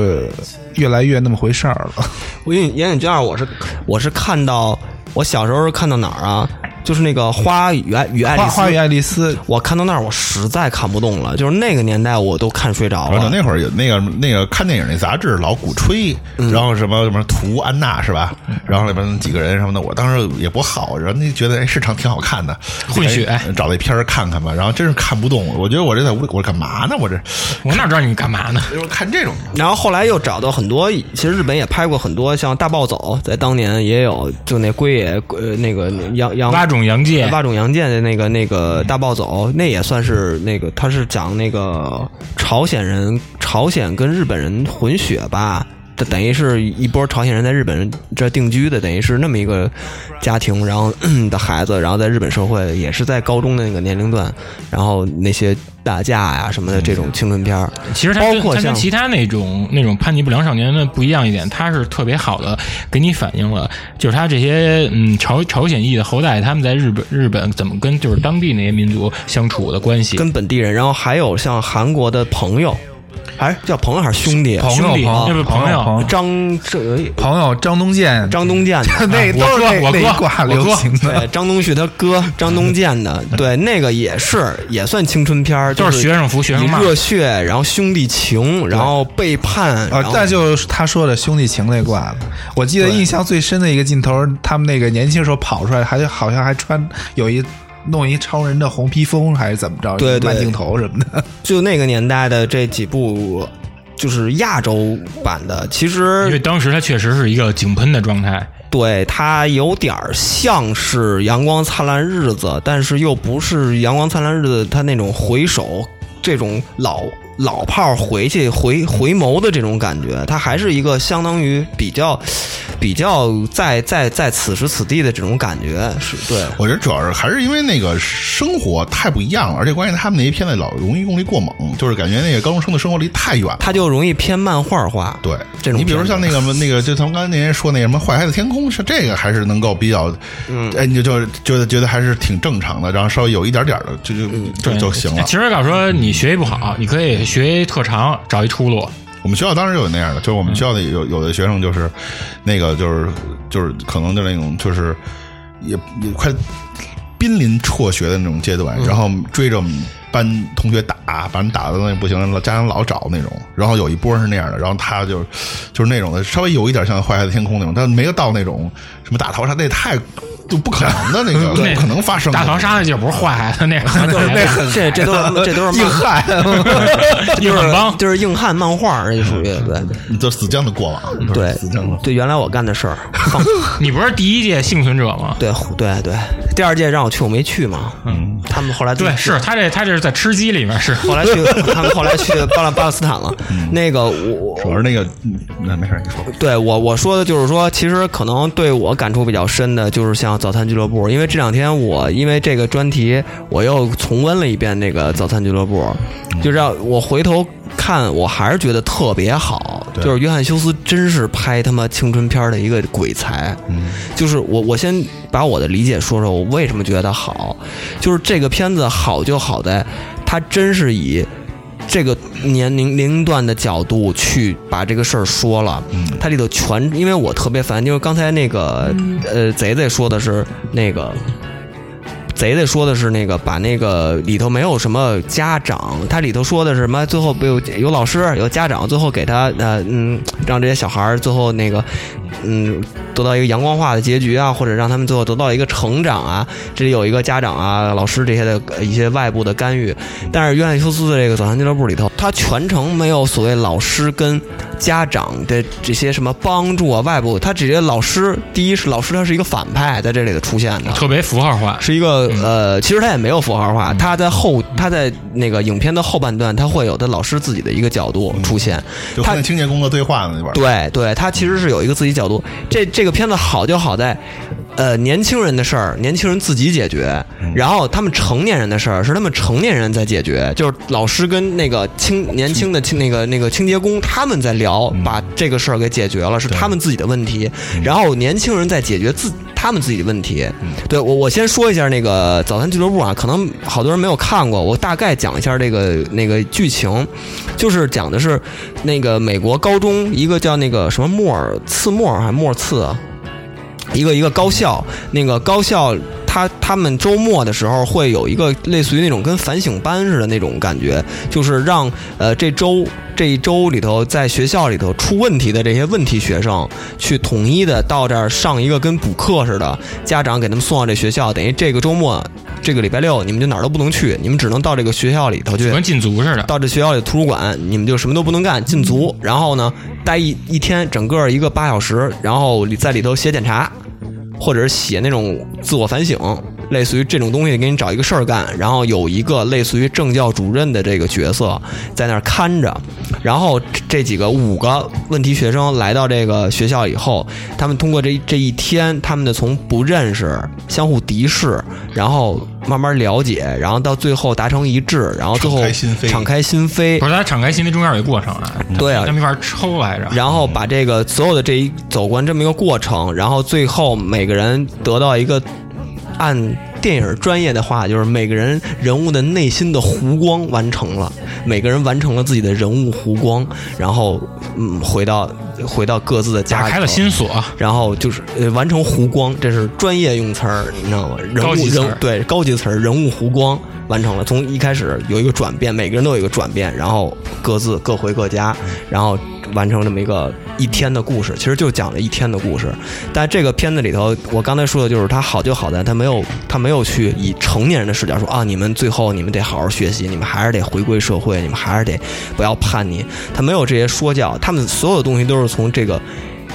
Speaker 5: 越来越那么回事儿了。
Speaker 3: 我因为《岩井俊二》，我是我是看到我小时候是看到哪儿啊？就是那个《花与爱与爱丽
Speaker 5: 花
Speaker 3: 丝》，
Speaker 5: 花与爱丽丝
Speaker 3: 我看到那儿我实在看不动了，就是那个年代我都看睡着
Speaker 5: 哦
Speaker 1: 然后
Speaker 3: 了
Speaker 1: 就。那会儿有那个那个看电影那杂志老鼓吹，
Speaker 4: 嗯
Speaker 1: 然后什么什么图安娜是吧？然后里边几个人什么的，我当时也不好，然后那觉得哎市场挺好看的，
Speaker 4: 混血
Speaker 1: 哎找那片儿看看吧。然后真是看不动，我觉得我这在屋里我干嘛呢？我这
Speaker 4: 我哪知道你干嘛呢？
Speaker 1: 就是看这种
Speaker 3: 然后后来又找到很多，其实日本也拍过很多，像《大暴走》，在当年也有，就那龟野呃那个杨杨
Speaker 4: 挖种洋界，
Speaker 3: 八种洋介的那个那个大暴走，那也算是那个，他是讲那个朝鲜人，朝鲜跟日本人混血吧。这等于是一波朝鲜人在日本这定居的，等于是那么一个家庭，然后嗯的孩子，然后在日本社会也是在高中的那个年龄段，然后那些打架呀、什么的这种青春片儿，
Speaker 4: 其实它
Speaker 3: 包
Speaker 4: 跟
Speaker 3: 括
Speaker 4: 它
Speaker 3: 像
Speaker 4: 跟其他那种那种叛逆不良少年的不一样一点，它是特别好的给你反映了，就是它这些嗯朝朝鲜裔的后代，他们在日本日本怎么跟就是当地那些民族相处的关系。
Speaker 3: 跟本地人，然后还有像韩国的朋友，还是叫朋友还是兄弟？啊
Speaker 5: 朋友
Speaker 4: 兄弟，
Speaker 5: 朋友
Speaker 4: 那不是朋
Speaker 5: 朋友
Speaker 4: 友，
Speaker 3: 张这
Speaker 5: 朋友张东健，
Speaker 3: 张东健的 哎
Speaker 5: 那
Speaker 4: 我
Speaker 5: 都是
Speaker 4: 哥
Speaker 5: 那
Speaker 4: 我
Speaker 5: 那
Speaker 4: 哥
Speaker 5: 一挂
Speaker 4: 我
Speaker 5: 流
Speaker 4: 哥
Speaker 5: 行的啊
Speaker 3: 对，张东旭他哥张东健的，对，那个也是也算青春片儿，
Speaker 4: 就是是学生服学
Speaker 3: 以
Speaker 4: 生骂。
Speaker 3: 热血，然后兄弟情，然后背叛，
Speaker 5: 啊
Speaker 3: 然后，
Speaker 5: 那就是他说的兄弟情那挂的。我记得印象最深的一个镜头，他们那个年轻时候跑出来，还好像还穿有一弄一超人的红披风，还是怎么着？
Speaker 3: 对对
Speaker 5: 慢镜头什么的。
Speaker 3: 就那个年代的这几部。就是亚洲版的，其
Speaker 4: 因为
Speaker 3: 实
Speaker 4: 当时他确实是一个井喷的状态，
Speaker 3: 对它有点儿像是《阳光灿烂日子》，但是又不是《阳光灿烂日子》它那种回首这种老老炮儿回去回回眸的这种感觉，它还是一个相当于比较比较在在在此时此地的这种感觉，是对。
Speaker 1: 我觉得主要是还是因为那个生活太不一样了，而且关键他们那一片子老容易用力过猛，就是感觉那个高中生的生活离太远了。
Speaker 3: 它就容易偏漫画化，
Speaker 1: 对，
Speaker 3: 这种
Speaker 1: 你比如
Speaker 3: 片
Speaker 1: 像
Speaker 3: 子
Speaker 1: 那个那个，就咱们刚才那人说那什么《坏孩子天空》，是这个还是能够比较，嗯，哎，你就就觉得觉得还是挺正常的，然后稍微有一点点的，就就
Speaker 3: 嗯
Speaker 1: 就就行了
Speaker 4: 其。实要说你学习不好，你可以学一特长，找一出路。
Speaker 1: 我们学校当时就有那样的，就是我
Speaker 4: 嗯
Speaker 1: 们学校的有有的学生就是，那个就是就是可能就那种就是也也快濒临辍学的那种阶
Speaker 4: 嗯
Speaker 1: 段，然后追着我们班同学打，把人打的那不行，了，家长老找那种。然后有一波是那样的，然后他就就是那种的，稍微有一点像《坏孩子天空》那种，但没有到那种什么大逃杀，那太就不可能的那个，
Speaker 4: 那
Speaker 1: 不可能发生
Speaker 4: 嗯
Speaker 1: 的。
Speaker 4: 大逃杀那就不是坏孩子，那个 那个
Speaker 3: 这这都是这都是
Speaker 5: 硬
Speaker 3: 漫
Speaker 5: 汉，
Speaker 4: 硬汉帮。
Speaker 3: 就是硬汉漫画，这属于对
Speaker 1: 你就死犟的过往，
Speaker 3: 对
Speaker 1: 死犟的。
Speaker 3: 对，原来我干的事儿，放
Speaker 4: 你不是第一届幸存者吗？
Speaker 3: 对对对，第二届让我去我没去嘛，嗯，他们后来自己
Speaker 4: 对，是他这他这是在吃鸡里面是。
Speaker 3: 后来去他们后来去巴勒巴勒斯坦了，
Speaker 4: 嗯
Speaker 3: 那个我
Speaker 1: 主要是那个，嗯那没事，你说。
Speaker 3: 对我我说的就是说，其实可能对我感触比较深的就是像早餐俱乐部，因为这两天我因为这个专题，我又重温了一遍那个早餐俱乐部，就是让我回头看，我还是觉得特别好，
Speaker 1: 对
Speaker 3: 就是约翰休斯真是拍他妈青春片儿的一个鬼才，就是我我先把我的理解说说，我为什么觉得好，就是这个片子好就好在它真是以。这个年龄年龄段的角度去把这个事儿说了，它里头全，因为我特别烦，就是刚才那个呃贼贼说的是那个。贼贼说的是那个，把那个里头没有什么家长，他里头说的是什么？最后不有呃有老师有家长，最后给他呃嗯，让这些小孩儿最后那个嗯得到一个阳光化的结局啊，或者让他们最后得到一个成长啊。这里有一个家长啊、老师这些的呃一些外部的干预，但是约翰休斯的这个早餐俱乐部里头，他全程没有所谓老师跟家长的这些什么帮助啊，外部他直接老师，第一是老师他是一个反派在这里头出现的，
Speaker 4: 特别符号化，
Speaker 3: 是一个呃，其实他也没有符号化，他在后他在那个影片的后半段，他会有他老师自己的一个角度出现，
Speaker 1: 就
Speaker 3: 他
Speaker 1: 和那青年工作对话呢那边儿，
Speaker 3: 对对，他其实是有一个自己角度。这这个片子好就好在，呃，年轻人的事儿，年轻人自己解决；然后他们成年人的事儿是他们成年人在解决，就是老师跟那个清年轻的清那个那个清洁工他们在聊，把这个事儿给解决了，是他们自己的问题。然后年轻人在解决自他们自己的问题。对我我先说一下那个早餐俱乐部啊，可能好多人没有看过，我大概讲一下这个那个剧情，就是讲的是那个美国高中一个叫那个什么莫尔次莫尔还是莫尔次啊。一个一个高校，那个高校他他们周末的时候会有一个类似于那种跟反省班似的那种感觉，就是让呃这周这一周里头在学校里头出问题的这些问题学生，去统一的到这儿上一个跟补课似的，家长给他们送到这学校，等于这个周末这个礼拜六你们就哪儿都不能去，你们只能到这个学校里头去
Speaker 4: 就。跟禁足似的。
Speaker 3: 到这学校里图书馆，你们就什么都不能干，禁
Speaker 1: 嗯
Speaker 3: 足。然后呢，待一一天，整个一个八小时，然后里在里头写检查，或者是写那种自我反省，类似于这种东西，给你找一个事儿干。然后有一个类似于政教主任的这个角色在那儿看着。然后这这几个五个问题学生来到这个学校以后，他们通过这这一天，他们的从不认识相互敌视，然后慢慢了解，然后到最后达成一致，然后最后
Speaker 1: 敞开心扉
Speaker 3: 敞开心扉
Speaker 4: 不，是，他敞开心扉中间有一过程啊，
Speaker 3: 对啊
Speaker 4: 他们一块儿抽来着，
Speaker 3: 然后把这个所有的这一走过这么一个过程，然后最后每个人得到一个按电影专业的话，就是每个人人物的内心的弧光完成了，每个人完成了自己的人物弧光，然后嗯回到回到各自的家
Speaker 4: 打
Speaker 3: 里
Speaker 4: 开了
Speaker 3: 头
Speaker 4: 心锁，
Speaker 3: 然后就是呃完成弧光，这是专业用词儿，你知道吗？人
Speaker 4: 高
Speaker 3: 物
Speaker 4: 级词儿
Speaker 3: 人对高级词儿，人物弧光完成了，从一开始有一个转变，每个人都有一个转变，然后各自各回各家，然后完成这么一个一天的故事，其实就讲了一天的故事。但这个片子里头，我刚才说的就是它好就好在它没有它没有去以成年人的视角说啊，你们最后你们得好好学习，你们还是得回归社会，你们还是得不要叛逆，他没有这些说教，他们所有的东西都是从这个。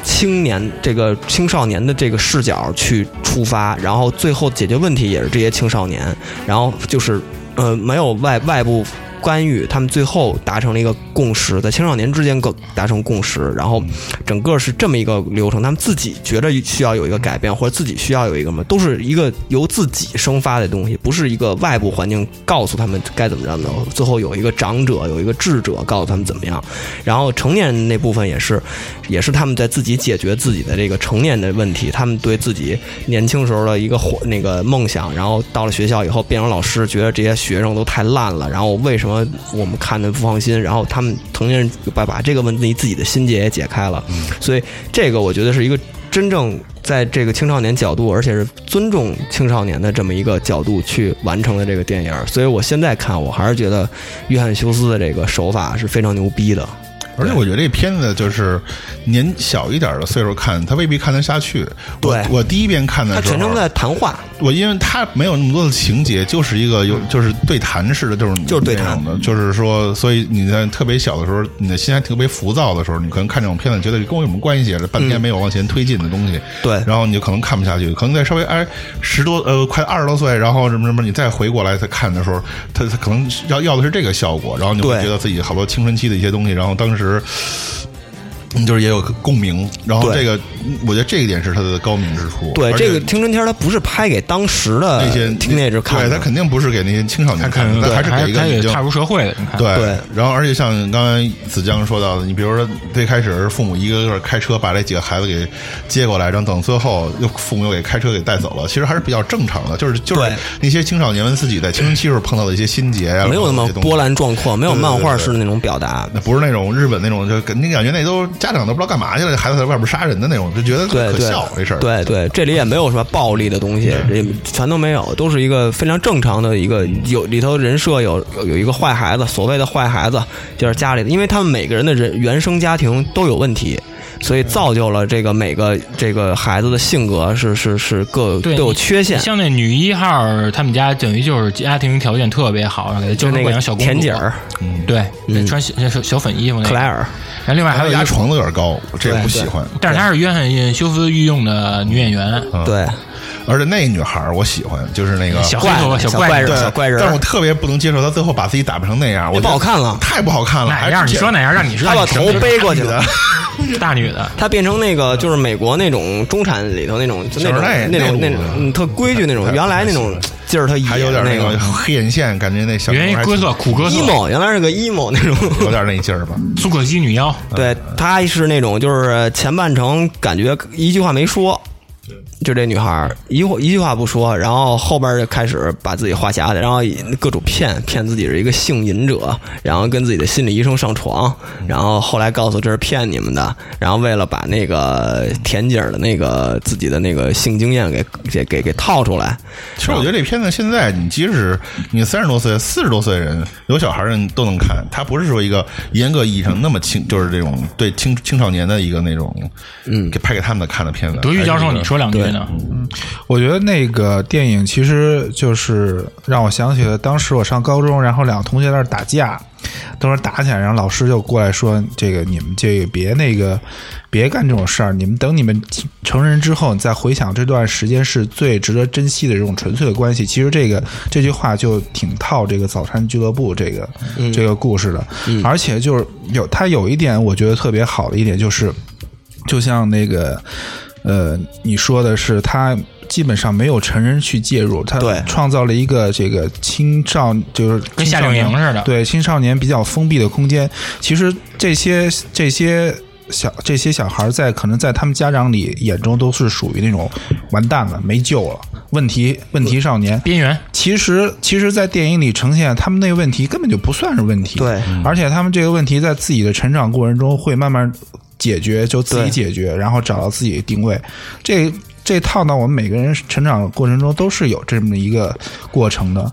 Speaker 3: 青年这个青少年的这个视角去出发，然后最后解决问题也是这些青少年，然后就是呃没有外外部干预，他们最后达成了一个共识，在青少年之间更达成共识，呃然后整个是这么一个流程，他们自己觉得需要有一个改变，或者自己需要有一个什么，都是一个由自己生发的东西，不是一个外部环境告诉他们该怎么着的。最后有一个长者，有一个智者告诉他们怎么样，然后成年人那部分也是，也是他们在自己解决自己的这个成年的问题，他们对自己年轻时候的一个火那个梦想，然后到了学校以后变成老师，觉得这些学生都太烂了，然后为什么我们看的不放心？然后他们成年人把把这个问题自己的心结也解开了，所以这个我觉得是一个真正在这个青少年角度，而且是尊重青少年的这么一个角度去完成的这个电影儿，所以我现在看我还是觉得约翰休斯的这个手法是非常牛逼的。
Speaker 1: 而且我觉得这片子就是年小一点的岁数看，他未必看得下去。我
Speaker 3: 对
Speaker 1: 我第一遍看的
Speaker 3: 他
Speaker 1: 时候，
Speaker 3: 全程在谈话，
Speaker 1: 我因为它没有那么多的情节，就是一个有就是对谈式的，就是你
Speaker 3: 嗯就是对
Speaker 1: 那
Speaker 3: 谈
Speaker 1: 种的，就是说，所以你在特别小的时候，你的心还特别浮躁的时候，你可能看这种片子，觉得跟我有什么关系啊？这半天没有往前推进的东西，
Speaker 3: 对
Speaker 1: 然后你就可能看不下去，可能在稍微哎十多呃快二十多岁，然后什么什么，你再回过来再看的时候，他他可能要要的是这个效果，然后你会
Speaker 3: 对
Speaker 1: 觉得自己好多青春期的一些东西，然后当时。嗯就是也有共鸣，然后
Speaker 3: 对
Speaker 1: 这个，我觉得这一点是他的高明之处。
Speaker 3: 对，
Speaker 1: 而且
Speaker 3: 这个青春片儿它不是拍给当时的
Speaker 1: 那些
Speaker 3: teenager 看
Speaker 1: 对
Speaker 3: 的，
Speaker 1: 他肯定不是给那些青少年
Speaker 4: 可
Speaker 1: 看
Speaker 4: 能
Speaker 1: 的，他还是给一
Speaker 4: 他
Speaker 1: 个
Speaker 4: 也
Speaker 1: 已经
Speaker 4: 踏入社会了，你看，
Speaker 1: 对
Speaker 3: 对
Speaker 1: 然后而且像刚才子江说到的，你比如说最开始是父母一个个开车把这几个孩子给接过来，然后等最后又父母又给开车给带走了，其实还是比较正常的，就是就是
Speaker 3: 对
Speaker 1: 那些青少年们自己在青春期时候碰到的一些心结啊呀、
Speaker 3: 没有那么
Speaker 1: 碰到的一些东西
Speaker 3: 波。澜壮阔，没有
Speaker 1: 对对
Speaker 3: 漫画
Speaker 1: 对对
Speaker 3: 式的那种表达。
Speaker 1: 那不是那种日本那种，就给你感觉那都家长都不知道干嘛去了，孩子在外边杀人的那种，就觉得
Speaker 3: 对
Speaker 1: 可
Speaker 3: 对
Speaker 1: 笑这事儿。，嗯
Speaker 3: 对对，这里也没有什么暴力的东西，也全都没有，都是一个非常正常的一个有里头人设有有有一个坏孩子，所谓的坏孩子就是家里的，因为他们每个人的人原生家庭都有问题，所
Speaker 1: 嗯
Speaker 3: 以造就了这个每个这个孩子的性格是是是各都
Speaker 4: 对
Speaker 3: 有缺陷。
Speaker 4: 像那女一号，他们家等于就是家庭条件特别好，然后给她
Speaker 3: 就
Speaker 4: 娇
Speaker 3: 是
Speaker 4: 生
Speaker 3: 那
Speaker 4: 惯
Speaker 3: 个
Speaker 4: 养小公主。
Speaker 3: 田姐儿、
Speaker 4: 对，
Speaker 3: 嗯
Speaker 4: 穿小小小粉衣服那
Speaker 3: 克
Speaker 4: 个。
Speaker 3: 莱尔，
Speaker 4: 然后另外
Speaker 1: 还
Speaker 4: 还
Speaker 1: 有
Speaker 4: 有
Speaker 1: 压
Speaker 4: 一个，
Speaker 1: 床的有点高，这个不喜欢。
Speaker 4: 但是她是约翰休斯御用的女演员，
Speaker 1: 嗯
Speaker 3: 对，
Speaker 1: 而且那女孩儿我喜欢，就是那个
Speaker 4: 小黑
Speaker 3: 怪
Speaker 4: 头发
Speaker 3: 小
Speaker 4: 怪
Speaker 3: 怪人
Speaker 1: 对，
Speaker 3: 小怪人
Speaker 1: 但是我特别不能接受他最后把自己打扮成那样，我
Speaker 3: 不
Speaker 1: 觉得
Speaker 3: 好看了
Speaker 1: 太不好看了。
Speaker 4: 哪样？
Speaker 1: 还是
Speaker 4: 你说哪样？让你知道
Speaker 3: 他把
Speaker 4: 你什么
Speaker 3: 头背过去了。
Speaker 4: 大女 的，
Speaker 3: 他变成那个就是美国那种中产里头那种就那种
Speaker 1: 小时代
Speaker 3: 那种
Speaker 1: 那
Speaker 3: 那
Speaker 1: 种
Speaker 3: 种嗯特规矩那种，
Speaker 1: 太
Speaker 3: 原来那种
Speaker 1: 太喜
Speaker 3: 劲儿他
Speaker 1: 还有点
Speaker 3: 那
Speaker 1: 那
Speaker 3: 个
Speaker 1: 个黑眼线，感觉那小
Speaker 4: 原来
Speaker 1: 妞儿还
Speaker 4: 哥特苦哥特
Speaker 3: emo，原来是个 emo 那种。
Speaker 1: 有点那劲 儿吧。
Speaker 4: 苏可西女妖，
Speaker 3: 对，她是那种就是前半程感觉一句话没说，就这女孩儿一会一句话不说，然后后边儿就开始把自己画匣子，然后各种骗骗自己是一个性瘾者，然后跟自己的心理医生上床，然后后来告诉这是骗你们的，然后为了把那个田姐儿的那个自己的那个性经验给给给给套出来，
Speaker 1: 其实我觉得这片子现在，你即使你三十多岁、四十多岁人有小孩儿人都能看，它不是说一个严格意义上那么青，就是这种对青青少年的一个那种，嗯，给拍给他们的看的片子。
Speaker 4: 德育教
Speaker 1: 还
Speaker 4: 授，
Speaker 1: 是一
Speaker 4: 你
Speaker 1: 个
Speaker 4: 说两句呢？
Speaker 5: 我觉得那个电影其实就是让我想起了当时我上高中，然后两个同学在那儿打架，都是打起来，然后老师就过来说：“这个你们这个别那个别干这种事儿，你们等你们成人之后，你再回想这段时间是最值得珍惜的这种纯粹的关系。”其实这个这句话就挺套这个早餐俱乐部这个、这个故事的，而且就是有它有一点我觉得特别好的一点就是。就像那个，呃，你说的是他基本上没有成人去介入，他
Speaker 3: 对
Speaker 5: 创造了一个这个青少就是
Speaker 4: 跟
Speaker 5: 青
Speaker 4: 夏
Speaker 5: 少
Speaker 4: 令
Speaker 5: 年
Speaker 4: 营似的。
Speaker 5: 对青少年比较封闭的空间。其实这些这些小这些小孩儿在可能在他们家长里眼中都是属于那种完蛋了、没救了、问题问题少年。
Speaker 4: 边缘，
Speaker 5: 其实，其实，在电影里呈现他们那个问题根本就不算是问题，
Speaker 3: 对，
Speaker 5: 而且他们这个问题在自己的成长过程中会慢慢解决，就自己
Speaker 3: 对
Speaker 5: 解决，然后找到自己的定位。这这套呢，我们每个人成长过程中都是有这么一个过程的。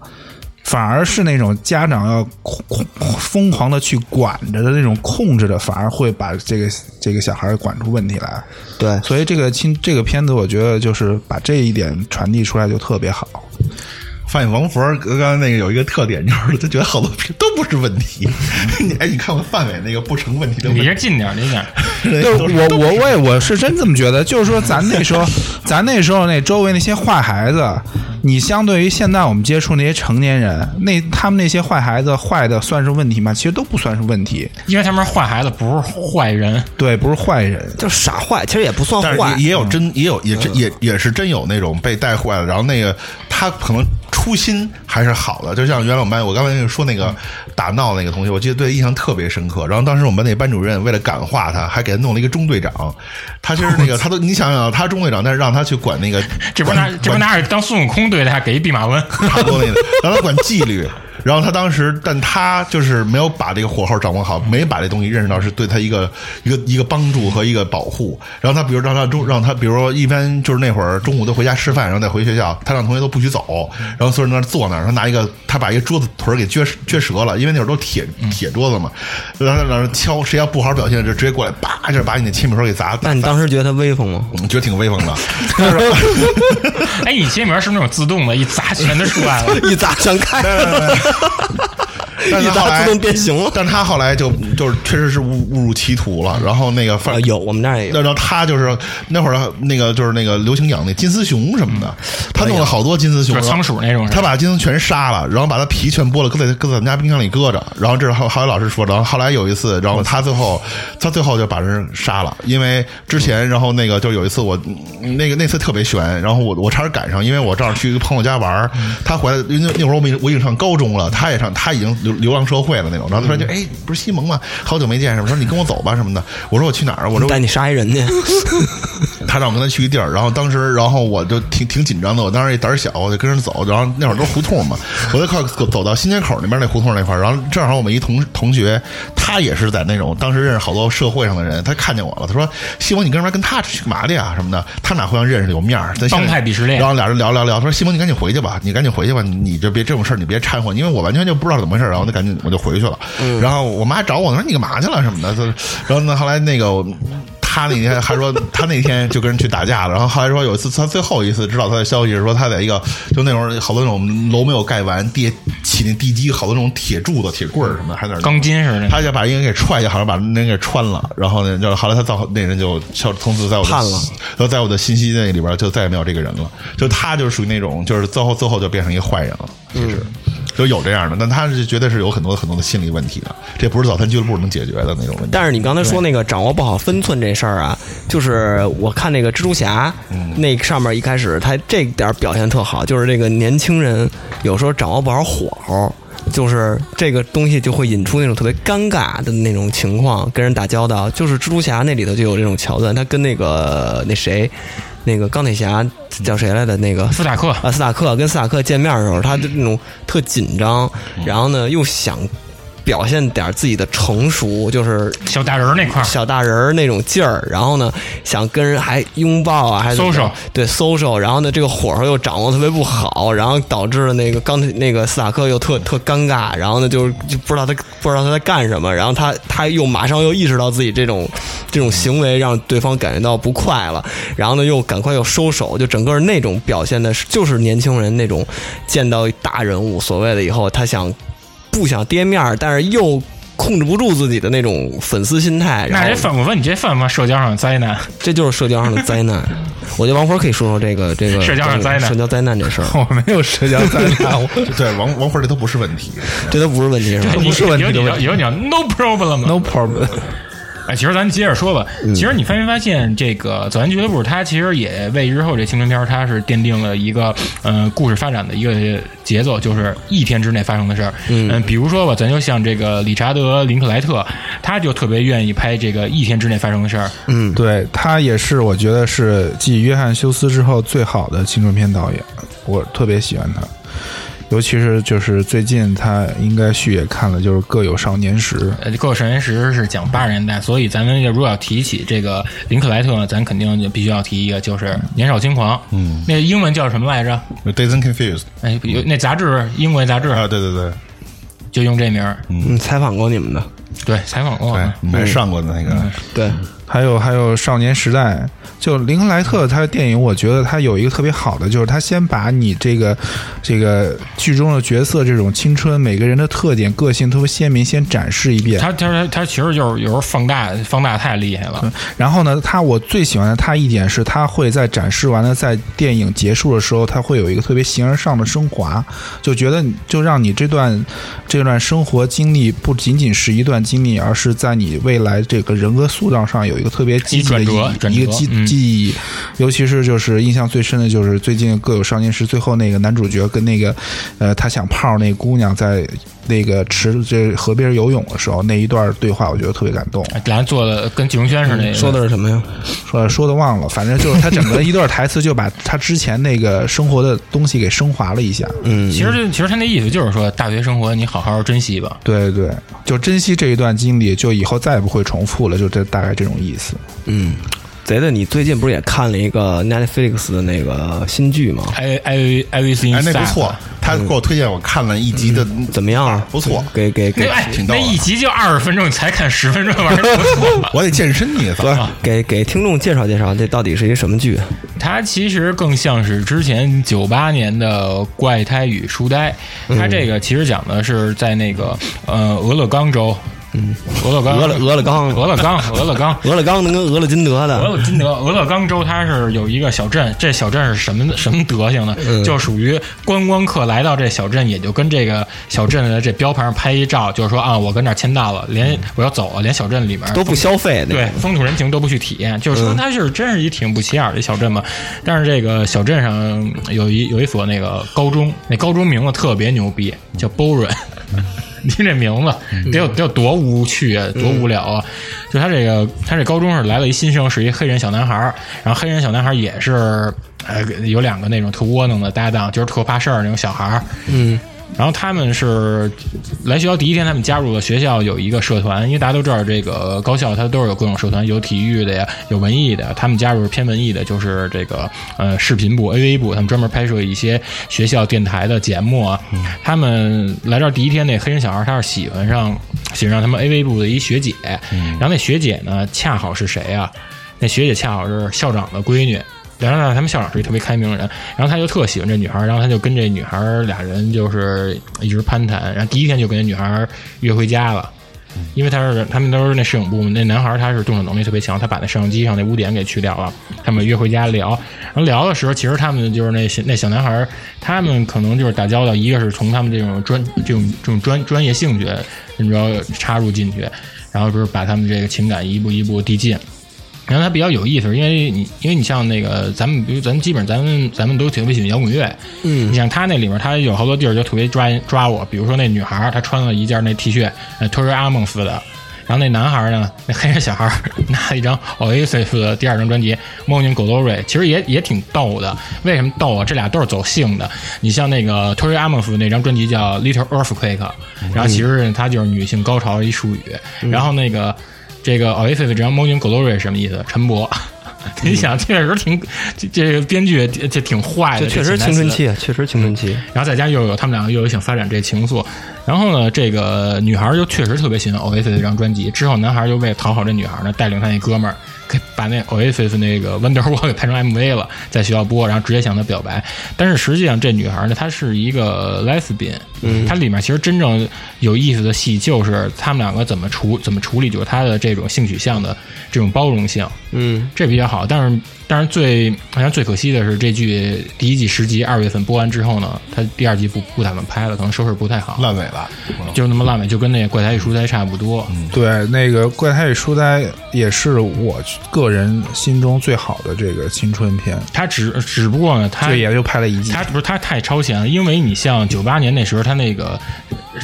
Speaker 5: 反而是那种家长要控控疯狂的去管着的那种控制的，反而会把这个这个小孩儿管出问题来。
Speaker 3: 对，
Speaker 5: 所以这个亲这个片子，我觉得就是把这一点传递出来就特别好。
Speaker 1: 发现王佛儿刚刚那个有一个特点，就是他觉得好多片都不是问题。 你哎，你看过范伟那个不成问题的问
Speaker 4: 离
Speaker 1: 题
Speaker 4: 这近点儿，离点儿。
Speaker 5: 就是我我我也我是真这么觉得，就是说咱那时候，咱那时候那周围那些坏孩子，你相对于现在我们接触那些成年人，那他们那些坏孩子坏的算是问题吗？其实都不算是问题，
Speaker 4: 因为他们是坏孩子，不是坏人。
Speaker 5: 对，不是坏人。
Speaker 3: 就傻坏，其实也不算
Speaker 1: 但
Speaker 3: 坏
Speaker 1: 是也，也有
Speaker 4: 嗯
Speaker 1: 真也有也真也也是真有那种被带坏了，然后那个他可能初心还是好的，就像原来我们班我刚才跟你说那
Speaker 4: 嗯
Speaker 1: 个打闹那个同学，我记得对印象特别深刻。然后当时我们班那班主任为了感化他，还给他弄了一个中队长，他其实那个他都你想想，他中队长，但是让他去管 那个
Speaker 4: 这不
Speaker 1: 管
Speaker 4: 拿这不
Speaker 1: 管
Speaker 4: 拿着当孙悟空对待，给一弼马温。
Speaker 1: 差不多那个，然后他管纪律。然后他当时，但他就是没有把这个火候掌握好，没把这东西认识到是对他一个一个一个帮助和一个保护。然后他比如让他中让他，比如说一般就是那会儿中午都回家吃饭，然后再回学校，他让同学都不许走，然后所有人在那儿坐那儿，他拿一个他把一个桌子腿儿给撅撅折了，因为那会儿都铁铁桌子嘛，然后让人敲，谁要不好好表现，就直接过来叭就把你的铅笔盒给砸，
Speaker 3: 那你当时觉得他威风 吗？
Speaker 1: 觉得挺威风的。
Speaker 4: 哎，你铅笔盒是不是那种自动的，一砸全都出来
Speaker 5: 啊
Speaker 4: 了？
Speaker 3: 一砸全 开，
Speaker 1: 但是
Speaker 3: 一
Speaker 1: 他
Speaker 3: 砸
Speaker 1: 后来
Speaker 3: 自动变形了。
Speaker 1: 但他后来就就是确实是误误入歧途了，然后那个反
Speaker 3: 啊，有我们那儿也有
Speaker 1: 然后他就是那会儿那个就是那个流行养那金丝熊什么的，他
Speaker 3: 哎
Speaker 1: 弄了好多金丝熊，
Speaker 4: 就是仓鼠那种是吧
Speaker 1: 他把金丝全杀了，然后把它皮全剥了，搁在搁在咱们家冰箱里搁着。然后这是后后来老师说的，然后后来有一次，然后他最后他最后就把人杀了，因为之前然后那个就有一次我嗯那个那次特别悬，然后我我差点赶上，因为我正好去一个朋友家玩儿，他回来因为那会儿我们已经我已经上高中了，他也上他已经流流浪社会了那种，然后他说就哎不是西蒙吗？好久没见什么，说你跟我走吧什么的，我说我去哪儿？我说
Speaker 3: 带你杀一人去，
Speaker 1: 他让我跟他去一地儿，然后当时，然后我就挺挺紧张的，我当时也胆儿小，我就跟着走，然后那会儿都胡同嘛，我就快走到新街口那边那胡同那块儿，然后正好我们一同同学，他也是在那种当时认识好多社会上的人，他看见我了，他说：“西蒙，你跟他妈跟他去干嘛的呀？什么的？他俩互相认识有面儿，咱现在
Speaker 4: 帮派鄙视链
Speaker 1: 然后俩人聊聊聊，他说：“西蒙，你赶紧回去吧，你赶紧回去吧，你你就别这种事儿，你别掺和，因为我完全就不知道怎么回事儿。”然后那赶紧我就回去了，然后我妈找我，她说：“你干嘛去了？什么的？”她然后呢，后来那个。他那天还说，他那天就跟人去打架了，然后后来说有一次，他最后一次知道他的消息是说，他在一个就那种好多那种楼没有盖完，地起那地基好多那种铁柱子、铁棍儿什么的，还在那儿
Speaker 4: 钢筋似的。
Speaker 1: 他就把一个人给踹下，好像把那人给穿了，然后呢，就后来他到那人就消，从此在我的
Speaker 3: 判了，
Speaker 1: 然后在我的信息那里边就再也没有这个人了。就他就属于那种，就是最后最后就变成一个坏人了，
Speaker 3: 嗯
Speaker 1: 其实、就有这样的，但他是绝对是有很多很多的心理问题的，这不是早餐俱乐部能解决的那种问题。
Speaker 3: 但是你刚才说那个掌握不好分寸这事儿啊，就是我看那个蜘蛛侠，那上面一开始他这点儿表现特好，就是这个年轻人有时候掌握不好火候，就是这个东西就会引出那种特别尴尬的那种情况，跟人打交道。就是蜘蛛侠那里头就有这种桥段，他跟那个那谁，那个钢铁侠叫谁来的那个
Speaker 4: 斯塔克
Speaker 3: 啊，斯塔克跟斯塔克见面的时候，他就那种特紧张，然后呢又想表现点自己的成熟，就是
Speaker 4: 小大人儿 那块儿，
Speaker 3: 小大人儿那种劲儿，然后呢想跟人还拥抱啊，还是
Speaker 4: social
Speaker 3: 对 social，然后呢这个火候又掌握得特别不好，然后导致了那个钢铁那个斯塔克又特特尴尬，然后呢就是就不知道他不知道他在干什么，然后他他又马上又意识到自己这种这种行为让对方感觉到不快了，然后呢又赶快又收手，就整个那种表现的是就是年轻人那种见到大人物所谓的以后，他想不想跌面儿，但是又。控制不住自己的那种粉丝心态，然
Speaker 4: 那
Speaker 3: 后
Speaker 4: 这犯我问你，这犯不犯社交上的灾难？
Speaker 3: 这就是社交上的灾 难。我觉得王辉可以说说这个这个
Speaker 4: 社交上的灾难
Speaker 3: 社交灾难这事儿，
Speaker 5: 我没有社交灾难，我
Speaker 1: 对王王慧这都不是问题，
Speaker 3: 这都不是问题，是吧？
Speaker 5: 不是问题
Speaker 4: 有
Speaker 5: 的
Speaker 4: 你
Speaker 5: 问
Speaker 4: 有
Speaker 5: 题
Speaker 4: 有你有 no problem。
Speaker 5: no problem。
Speaker 4: 哎，其实咱接着说吧。其实你发没发现，这个早安俱乐部它其实也为日后这青春片儿它是奠定了一个呃故事发展的一个节奏，就是一天之内发生的事儿。嗯、比如说吧，咱就像这个理查德·林克莱特，他就特别愿意拍这个一天之内发生的事儿。
Speaker 5: 对他也是，我觉得是继约翰·休斯之后最好的青春片导演，我特别喜欢他。尤其是就是最近他应该续也看了，就是《各有少年时》。
Speaker 4: 呃，《各有少年时》是讲八十年代，所以咱们要如果要提起这个林克莱特呢，咱肯定就必须要提一个，就是《年少轻狂》。嗯，那英文叫什么来着？
Speaker 1: Days and Confused
Speaker 4: 哎，有那杂志，英
Speaker 3: 嗯
Speaker 4: 文杂志
Speaker 1: 啊，对对对，
Speaker 4: 就用这名儿。
Speaker 3: 嗯，采访过你们的，嗯
Speaker 4: 对，采访过我啊
Speaker 1: 对
Speaker 4: 们。
Speaker 1: 你还上过那个
Speaker 3: 对，
Speaker 5: 还有还有《少年时代》，就林克莱特他的电影，我觉得他有一个特别好的，就是他先把你这个这个剧中的角色这种青春每个人的特点、个性特别鲜明，先展示一遍。
Speaker 4: 他他他他其实就是有时候放大放大太厉害
Speaker 1: 嗯
Speaker 4: 了，
Speaker 5: 然后呢，他我最喜欢的他一点是，他会在展示完了，在电影结束的时候，他会有一个特别形而上的升华，就觉得你就让你这段这段生活经历不仅仅是一段经历，而是在你未来这个人格塑造上有一个特别积极的
Speaker 4: 一
Speaker 5: 意
Speaker 4: 转折转
Speaker 5: 义
Speaker 4: 折
Speaker 5: 一个记
Speaker 4: 嗯
Speaker 5: 记忆。尤其是就是印象最深的就是最近《各有少年时》最后那个男主角跟那个呃他想泡那姑娘在那个池这河边游泳的时候那一段对话，我觉得特别感动。
Speaker 4: 咱做的跟纪荣轩
Speaker 1: 嗯
Speaker 4: 似的，
Speaker 3: 说的是什么呀？
Speaker 5: 说说的忘了，反正就是他整个一段台词就把他之前那个生活的东西给升华了一下。
Speaker 3: 嗯，
Speaker 4: 其实这其实他那意思就是说，大学生活你好好珍惜吧。
Speaker 5: 对对，就珍惜这一段经历，就以后再也不会重复了，就这大概这种意思。
Speaker 3: 嗯，贼的，你最近不是也看了一个 Netflix 的那个新剧吗？
Speaker 4: I I I V C
Speaker 1: 哎，那不错，他
Speaker 3: 嗯
Speaker 1: 给我推荐，我看了一集的，
Speaker 3: 怎么样啊？
Speaker 1: 不错
Speaker 3: 给给
Speaker 4: 那
Speaker 3: 给
Speaker 4: 哎
Speaker 1: 挺逗
Speaker 4: 那
Speaker 1: 的
Speaker 4: 一集就二十分钟，你才看十分钟玩意儿不错 吧
Speaker 1: 我得健身去，
Speaker 3: 不是给给听众介绍介绍，这到底是一什么剧？
Speaker 4: 它其实更像是之前九八年的《怪胎与书呆》，
Speaker 1: 嗯
Speaker 4: 它这个其实讲的是在那个呃俄勒冈州，嗯，俄勒冈
Speaker 3: 俄勒俄勒冈
Speaker 4: 俄勒冈俄勒冈
Speaker 3: 俄勒冈能跟俄勒金德
Speaker 4: 俄
Speaker 3: 的，
Speaker 4: 勒金德，俄勒冈州它是有一个小镇，这小镇是什么什么德行呢？
Speaker 3: 嗯
Speaker 4: 就属于观光客来到这小镇，也就跟这个小镇的这标牌上拍一照，就是说啊，我跟这儿签到了，连我要走了，连小镇里面
Speaker 3: 嗯都不消费的。
Speaker 4: 对，风土人情都不去体验，就
Speaker 3: 嗯
Speaker 4: 是说它是真是一挺不起眼儿的小镇嘛。但是这个小镇上有一有一所那个高中，那高中名字特别牛逼，叫 Boron。你 这名字得有得有多无趣啊，多无聊啊！就他这个，他这高中是来了一新生，是一黑人小男孩儿，然后黑人小男孩儿也是，呃，有两个那种特窝囊的搭档，就是特怕事儿那种小孩儿，
Speaker 3: 嗯，
Speaker 4: 然后他们是来学校第一天，他们加入了学校有一个社团，因为大家都知道这个高校它都是有各种社团，有体育的呀，有文艺的。他们加入是偏文艺的，就是这个呃视频部、AV 部，他们专门拍摄一些学校电台的节目啊。他们来这儿第一天，那黑人小孩他是喜欢上喜欢上他们 AV 部的一学姐，然后那学姐呢恰好是谁啊？那学姐恰好是校长的闺女。然后呢，他们校长是一特别开明的人，然后他就特喜欢这女孩儿，然后他就跟这女孩儿俩人就是一直攀谈，然后第一天就跟这女孩儿约回家了。因为他是他们都是那摄影部嘛，那男孩儿他是动手能力特别强，他把那摄像机上那污点给去掉了。他们约回家聊，然后聊的时候，其实他们就是那些那小男孩儿，他们可能就是打交道，一个是从他们这种专这种这种专专业兴趣，你知道插入进去，然后就是把他们这个情感一步一步递进。然后它比较有意思，因为你因为你像那个咱们，比如咱基本咱们咱们都特别喜欢摇滚乐，嗯，你像他那里面，他有好多地儿就特别抓抓我，比如说那女孩儿她穿了一件那 T 恤，呃，托瑞阿梦斯的，然后那男孩儿呢， 那黑人小孩儿拿了一张 Oasis 的第二张专辑《梦境 Glory》，其实也也挺逗的。为什么逗啊？这俩都是走性的。你像那个托瑞阿莫夫那张专辑叫《Little Earthquake》，然后其实它就是女性高潮一术语。然后那个这个 Oasis 这张《梦境 Glory》是什么意思？陈勃。
Speaker 3: 嗯
Speaker 4: 你想，确实挺这这个编剧这这挺坏
Speaker 3: 这
Speaker 4: 的，
Speaker 3: 确
Speaker 4: 这
Speaker 3: 实
Speaker 4: 潜台
Speaker 3: 青春
Speaker 4: 词
Speaker 3: 期，啊确实青春期。
Speaker 4: 然后再加又有他们两个又有想发展这情愫，然后呢，这个女孩儿就确实特别喜欢 Oasis 这张专辑。之后，男孩儿就为了讨好这女孩儿呢，带领他那哥们儿给把那 Oasis 那个 Wonderwall 给拍成 MV 了，在学校播，然后直接向她表白。但是实际上，这女孩儿呢，她是一个 lesbian，嗯，她里面其实真正有意思的戏就是他们两个怎么处怎么处理，就是她的这种性取向的这种包容性，
Speaker 3: 嗯，
Speaker 4: 这比较好。但是，但是最好像最可惜的是，这剧第一季十集二月份播完之后呢，它第二季不不打算拍了，可能收视不太好，
Speaker 1: 烂尾了。嗯
Speaker 4: 就那么烂尾，就跟那个《怪胎与书呆》差不多。
Speaker 5: 嗯对，那个《怪胎与书呆》也是我个人心中最好的这个青春片，
Speaker 4: 它只只不过呢，它
Speaker 5: 这也就拍了一季。
Speaker 4: 它不是它太超前了，因为你像九八年那时候，它那个